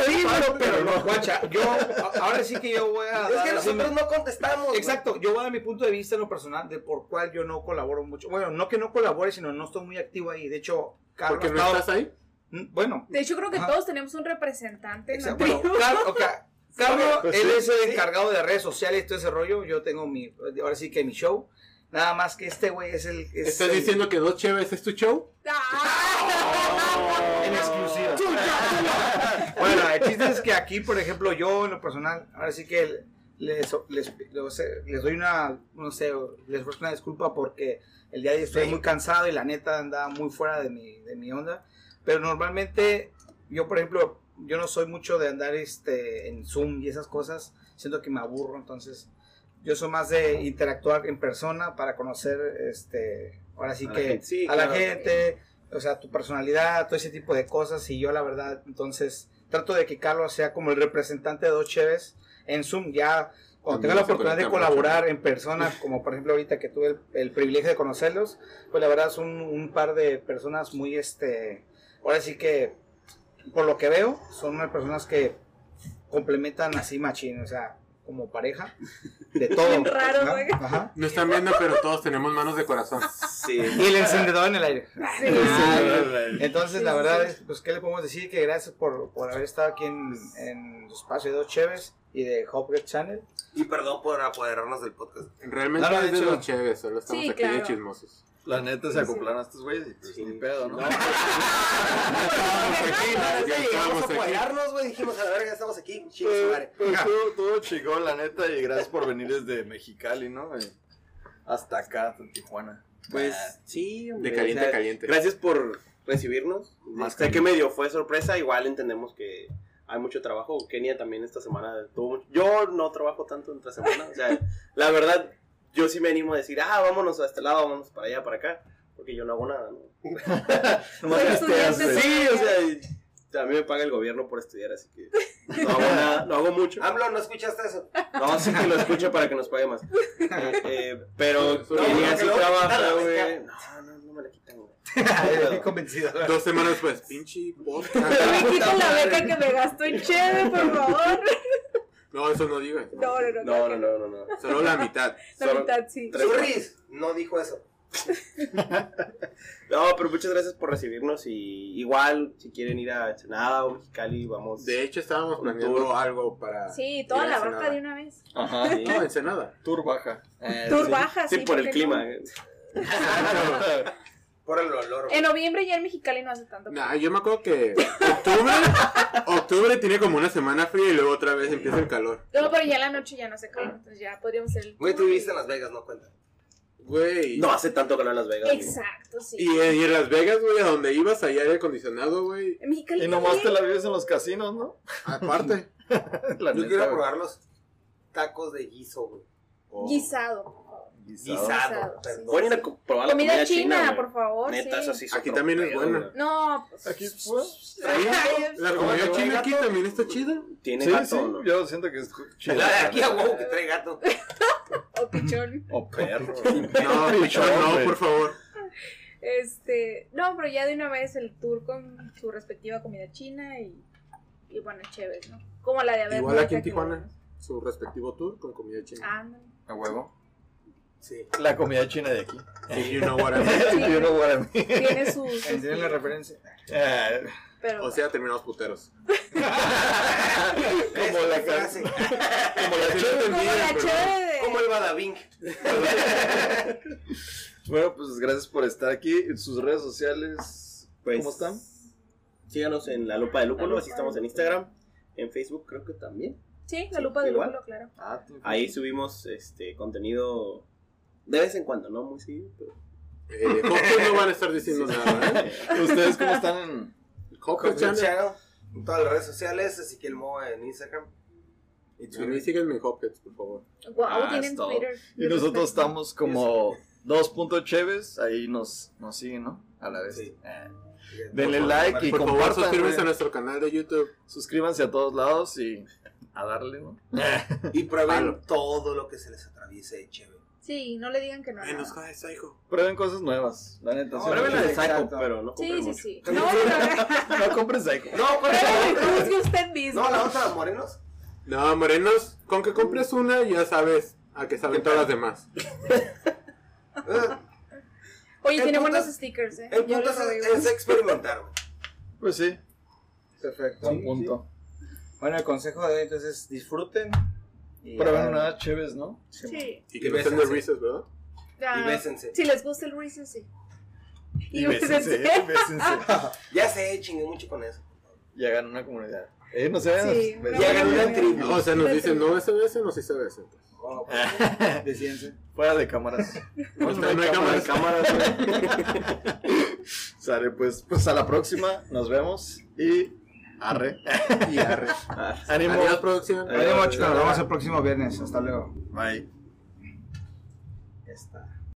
[SPEAKER 6] sí, pero no.
[SPEAKER 1] guacha, yo a- ahora ah, sí que yo voy a
[SPEAKER 2] Es
[SPEAKER 1] dar
[SPEAKER 2] que
[SPEAKER 1] así mi-
[SPEAKER 2] nosotros no contestamos. güey.
[SPEAKER 1] Exacto, yo voy a dar mi punto de vista en lo personal de por cuál yo no colaboro mucho. Bueno, no que no colabore, sino no estoy muy activo ahí. De hecho, Carlos.
[SPEAKER 7] porque no
[SPEAKER 1] estaba-
[SPEAKER 7] estás ahí.
[SPEAKER 1] Mm, Bueno,
[SPEAKER 4] De hecho, creo que
[SPEAKER 1] Ajá.
[SPEAKER 4] todos tenemos un representante en la
[SPEAKER 1] exacto. Bueno,
[SPEAKER 4] tribu.
[SPEAKER 1] Car- ok, Carlos,
[SPEAKER 6] Pues
[SPEAKER 1] él
[SPEAKER 6] sí,
[SPEAKER 1] es el encargado de redes sociales y todo ese rollo. Yo tengo mi, ahora sí que mi show. Nada más que este güey es el. es
[SPEAKER 7] ¿Estás
[SPEAKER 1] el-
[SPEAKER 7] diciendo que dos cheves es tu show?
[SPEAKER 4] Ah.
[SPEAKER 1] En exclusiva. bueno, el chiste es que aquí, por ejemplo, yo en lo personal, ahora sí que les, les, les, les doy una, no sé, les ofrezco una disculpa porque el día de hoy estoy muy cansado y la neta andaba muy fuera de mi, de mi onda. Pero normalmente, yo por ejemplo, yo no soy mucho de andar este, en Zoom y esas cosas, siento que me aburro, entonces yo soy más de interactuar en persona para conocer, este, ahora sí
[SPEAKER 3] A la
[SPEAKER 1] que,
[SPEAKER 3] gente, sí,
[SPEAKER 1] a la
[SPEAKER 3] claro.
[SPEAKER 1] gente, o sea, tu personalidad, todo ese tipo de cosas, y yo la verdad, entonces, trato de que Carlos sea como el representante de dos cheves en Zoom, ya cuando
[SPEAKER 7] También
[SPEAKER 1] tenga la
[SPEAKER 7] se
[SPEAKER 1] oportunidad de
[SPEAKER 7] conecta mucho.
[SPEAKER 1] colaborar en persona, como por ejemplo ahorita que tuve el, el privilegio de conocerlos, pues la verdad son un par de personas muy, este, ahora sí que, por lo que veo, son unas personas que complementan así machín, o sea, como pareja, de todo.
[SPEAKER 4] Bien raro,
[SPEAKER 1] ¿no?
[SPEAKER 4] güey.
[SPEAKER 1] Ajá.
[SPEAKER 7] No están viendo, pero todos tenemos manos de corazón.
[SPEAKER 5] Sí.
[SPEAKER 1] Y el encendedor en el aire.
[SPEAKER 4] Sí.
[SPEAKER 1] Entonces,
[SPEAKER 4] Sí,
[SPEAKER 1] la
[SPEAKER 4] sí,
[SPEAKER 1] verdad
[SPEAKER 4] sí.
[SPEAKER 1] es, pues, ¿qué le podemos decir? Que gracias por, por haber estado aquí en, en su espacio de Dos Cheves y de Hopred Channel.
[SPEAKER 2] Y perdón por apoderarnos del podcast.
[SPEAKER 7] Realmente
[SPEAKER 1] No lo
[SPEAKER 7] es
[SPEAKER 1] he
[SPEAKER 7] de
[SPEAKER 1] hecho.
[SPEAKER 7] dos cheves, solo estamos
[SPEAKER 4] Sí,
[SPEAKER 7] aquí de
[SPEAKER 4] claro.
[SPEAKER 7] chismosos.
[SPEAKER 6] La neta se acoplaron a estos güeyes y pues ni pedo, ¿no?
[SPEAKER 7] Ya
[SPEAKER 2] Vamos
[SPEAKER 7] estábamos
[SPEAKER 2] a
[SPEAKER 7] aquí.
[SPEAKER 2] apoyarnos, güey. Dijimos, a la verga, estamos aquí. Chingue su
[SPEAKER 6] Pues
[SPEAKER 2] madre.
[SPEAKER 6] pues, todo, todo chingón, la neta, y gracias por venir desde Mexicali, ¿no? Y hasta acá, hasta Tijuana.
[SPEAKER 5] Pues sí, hombre,
[SPEAKER 7] De caliente
[SPEAKER 5] o sea,
[SPEAKER 7] a caliente.
[SPEAKER 5] Gracias por recibirnos.
[SPEAKER 6] Este, Más
[SPEAKER 5] sé
[SPEAKER 6] caliente.
[SPEAKER 5] que medio fue sorpresa, igual entendemos que hay mucho trabajo. Kenia también esta semana tuvo mucho- Yo no trabajo tanto entre semana, o sea, la verdad, yo sí me animo a decir, ah, vámonos a este lado, vámonos para allá, para acá, porque yo no hago nada, ¿no?
[SPEAKER 6] Nomás
[SPEAKER 4] Soy
[SPEAKER 6] pisteas,
[SPEAKER 4] estudiante,
[SPEAKER 6] güey.
[SPEAKER 5] Sí, o sea, y- a mí me paga el gobierno por estudiar, así que no hago nada, no hago mucho.
[SPEAKER 6] Ah,
[SPEAKER 2] AMLO, ¿no escuchaste eso?
[SPEAKER 5] No, sí que lo escucho para que nos pague más. Eh, eh, pero
[SPEAKER 7] No,
[SPEAKER 5] Kenia
[SPEAKER 2] porque
[SPEAKER 5] sí
[SPEAKER 2] luego-
[SPEAKER 5] trabaja,
[SPEAKER 2] Ah,
[SPEAKER 5] güey. No, no, no me la quitan, güey.
[SPEAKER 1] Estoy convencido.
[SPEAKER 7] Dos semanas después, pinche
[SPEAKER 4] No
[SPEAKER 7] podcast.
[SPEAKER 4] me quiten la beca que me gasto en cheve, por favor.
[SPEAKER 7] No, eso no digas.
[SPEAKER 4] No, no, no.
[SPEAKER 5] No, no, no, no, no.
[SPEAKER 7] Solo la mitad.
[SPEAKER 4] La
[SPEAKER 5] solo-
[SPEAKER 4] mitad sí.
[SPEAKER 5] Tres-
[SPEAKER 2] Zurris no dijo eso.
[SPEAKER 5] No, pero muchas gracias por recibirnos y igual si quieren ir a Ensenada o Mexicali, vamos.
[SPEAKER 7] De hecho, estábamos
[SPEAKER 5] Un
[SPEAKER 7] planeando
[SPEAKER 5] tour.
[SPEAKER 7] algo para.
[SPEAKER 4] Sí, toda
[SPEAKER 7] ir a
[SPEAKER 4] la
[SPEAKER 7] Ensenada.
[SPEAKER 4] baja de una vez.
[SPEAKER 5] Ajá. Sí,
[SPEAKER 7] No, Ensenada.
[SPEAKER 6] Tour baja. Eh,
[SPEAKER 4] Tour
[SPEAKER 6] sí.
[SPEAKER 4] baja, sí.
[SPEAKER 5] Sí, por el
[SPEAKER 4] porque
[SPEAKER 5] clima.
[SPEAKER 4] no.
[SPEAKER 6] Ah.
[SPEAKER 2] Por el olor. güey.
[SPEAKER 4] En noviembre ya en Mexicali no hace tanto.
[SPEAKER 7] Nah, yo me acuerdo que octubre, octubre tiene como una semana fría y luego otra vez empieza el calor.
[SPEAKER 4] No, pero ya en la noche ya no se calor, entonces ya podríamos ser el.
[SPEAKER 2] Güey, tú viviste en Las Vegas, no cuenta.
[SPEAKER 7] Güey.
[SPEAKER 5] No hace tanto calor en Las Vegas. güey.
[SPEAKER 4] Exacto, sí.
[SPEAKER 7] Y en, y en Las Vegas, güey, a donde ibas, ahí aire acondicionado, güey.
[SPEAKER 4] En Mexicali.
[SPEAKER 6] Y nomás te
[SPEAKER 4] también.
[SPEAKER 6] la vives en los casinos, ¿no?
[SPEAKER 7] Aparte.
[SPEAKER 6] La
[SPEAKER 2] Yo
[SPEAKER 6] neta,
[SPEAKER 2] quiero
[SPEAKER 6] güey.
[SPEAKER 2] probar los tacos de guiso, güey.
[SPEAKER 4] Guisado.
[SPEAKER 6] Guisado.
[SPEAKER 2] Guisado.
[SPEAKER 4] Guisado,
[SPEAKER 2] perdón.
[SPEAKER 5] Pueden ir a co- probar la
[SPEAKER 4] Comida
[SPEAKER 5] comida,
[SPEAKER 4] china,
[SPEAKER 5] güey.
[SPEAKER 4] por favor,
[SPEAKER 5] Neta,
[SPEAKER 4] sí.
[SPEAKER 5] eso sí es
[SPEAKER 7] Aquí
[SPEAKER 5] otro
[SPEAKER 7] también es
[SPEAKER 5] pedo,
[SPEAKER 7] buena.
[SPEAKER 5] güey.
[SPEAKER 4] No, pues,
[SPEAKER 6] Aquí fue.
[SPEAKER 7] La comida china aquí también está chida.
[SPEAKER 5] Tiene
[SPEAKER 6] Sí,
[SPEAKER 5] gato,
[SPEAKER 6] sí,
[SPEAKER 5] ¿no?
[SPEAKER 6] yo siento que es cu- chido.
[SPEAKER 2] La de aquí a huevo que trae gato.
[SPEAKER 4] o pichón.
[SPEAKER 6] O perro.
[SPEAKER 7] No, pichón, no,
[SPEAKER 6] güey.
[SPEAKER 7] por favor.
[SPEAKER 4] Este, no, pero ya de una vez el tour con su respectiva comida china y, y bueno, chévere, ¿no? Como la de haber
[SPEAKER 7] Igual aquí en
[SPEAKER 4] que
[SPEAKER 7] Tijuana.
[SPEAKER 4] bueno.
[SPEAKER 7] Su respectivo tour con comida china.
[SPEAKER 4] Ah, no.
[SPEAKER 6] ¿A huevo?
[SPEAKER 7] Sí.
[SPEAKER 6] La comida china de aquí.
[SPEAKER 7] If you know what I mean.
[SPEAKER 4] Sí.
[SPEAKER 6] Yo no voy a mí.
[SPEAKER 4] Tiene sus.
[SPEAKER 1] ¿Entienden la referencia?
[SPEAKER 6] Ah,
[SPEAKER 4] pero,
[SPEAKER 7] O sea, terminamos puteros.
[SPEAKER 6] Como la cara.
[SPEAKER 2] frase.
[SPEAKER 7] Como la
[SPEAKER 4] como la chévere de.
[SPEAKER 2] Como el Badabing.
[SPEAKER 6] Bueno, pues gracias por estar aquí. En sus redes sociales,
[SPEAKER 5] Pues,
[SPEAKER 6] ¿cómo están?
[SPEAKER 5] Síganos en La Lupa de
[SPEAKER 4] La
[SPEAKER 5] Lúpulo,
[SPEAKER 4] Lupa
[SPEAKER 5] así
[SPEAKER 4] de
[SPEAKER 5] estamos en Instagram, en Facebook creo que también.
[SPEAKER 4] Sí, la lupa de
[SPEAKER 5] igual.
[SPEAKER 4] lúpulo, claro.
[SPEAKER 6] Ah, tú-
[SPEAKER 5] Ahí subimos este contenido de vez en cuando, no muy seguido, pero
[SPEAKER 7] Eh, Hopkins no van a estar diciendo nada. ¿eh?
[SPEAKER 6] ¿Ustedes cómo están en.?
[SPEAKER 7] Hopkins
[SPEAKER 2] Cocktail
[SPEAKER 7] Channel.
[SPEAKER 2] Channel. En todas las redes sociales, así que el modo en Instagram. Y
[SPEAKER 7] A mí
[SPEAKER 2] Twitter.
[SPEAKER 7] síganme en Hopkins, por favor.
[SPEAKER 4] Wow,
[SPEAKER 6] Ah,
[SPEAKER 4] tienen
[SPEAKER 6] es todo.
[SPEAKER 4] Twitter.
[SPEAKER 6] Y nosotros estamos como dos puntos cheves, ahí nos, nos siguen, ¿no? A la vez.
[SPEAKER 2] Sí.
[SPEAKER 6] Eh,
[SPEAKER 2] Por
[SPEAKER 6] Denle
[SPEAKER 2] favor,
[SPEAKER 6] like y
[SPEAKER 7] Por favor,
[SPEAKER 6] compartan.
[SPEAKER 7] suscríbanse a
[SPEAKER 6] güey.
[SPEAKER 7] nuestro canal de YouTube.
[SPEAKER 6] Suscríbanse a todos lados y a darle, ¿no?
[SPEAKER 2] Y prueben todo lo que se les atraviese de chévere.
[SPEAKER 4] Sí, no le digan que no. a nada.
[SPEAKER 7] cabeza, hijo.
[SPEAKER 6] Prueben cosas nuevas, la neta. sí.
[SPEAKER 5] Prueben la de Psycho,
[SPEAKER 1] exacto.
[SPEAKER 5] pero no compren
[SPEAKER 4] Sí, sí,
[SPEAKER 5] mucho.
[SPEAKER 4] sí. No, pero
[SPEAKER 6] No compren psycho.
[SPEAKER 2] No, por
[SPEAKER 4] pero
[SPEAKER 2] favor.
[SPEAKER 4] juzgue usted mismo.
[SPEAKER 2] No, la otra, Morenos.
[SPEAKER 7] No, morenos, con que compres una ya sabes a que saben todas las demás.
[SPEAKER 2] Eh,
[SPEAKER 4] Oye,
[SPEAKER 2] El
[SPEAKER 4] tiene
[SPEAKER 2] punto-
[SPEAKER 4] buenos stickers, ¿eh?
[SPEAKER 2] El
[SPEAKER 4] Yo
[SPEAKER 2] punto
[SPEAKER 4] les doy
[SPEAKER 2] es,
[SPEAKER 4] uno.
[SPEAKER 2] es experimentar, güey.
[SPEAKER 6] Pues sí,
[SPEAKER 1] Perfecto.
[SPEAKER 6] un punto.
[SPEAKER 1] Bueno, el consejo de hoy entonces es disfruten. y
[SPEAKER 6] Prueben
[SPEAKER 1] hagan-
[SPEAKER 6] unas cheves, ¿no?
[SPEAKER 4] Sí.
[SPEAKER 7] Y
[SPEAKER 2] Y
[SPEAKER 7] que no sean de
[SPEAKER 2] bésense.
[SPEAKER 7] Reese's, ¿verdad?
[SPEAKER 4] Ah,
[SPEAKER 2] Y bésense.
[SPEAKER 4] Si les gusta el Reese's, sí. Y
[SPEAKER 6] bésense,
[SPEAKER 4] bésense.
[SPEAKER 6] bésense.
[SPEAKER 2] Ya sé, chingué mucho con eso.
[SPEAKER 6] Y hagan una comunidad. Eh, no se vean.
[SPEAKER 4] Sí,
[SPEAKER 6] Besos.
[SPEAKER 2] Y hagan una
[SPEAKER 7] No,
[SPEAKER 2] tribu.
[SPEAKER 7] O sea, nos dicen, no se besen o sí se besen. pues.
[SPEAKER 1] Oh, decídense.
[SPEAKER 6] Fuera de cámaras.
[SPEAKER 7] No, no hay cámaras.
[SPEAKER 6] Sale, pues, pues a la próxima. Nos vemos. Y arre. Y arre. Ánimo.
[SPEAKER 7] Adiós, producción.
[SPEAKER 1] Adiós, chicos. Nos vemos el próximo viernes. Hasta luego.
[SPEAKER 6] Bye.
[SPEAKER 1] Ya está.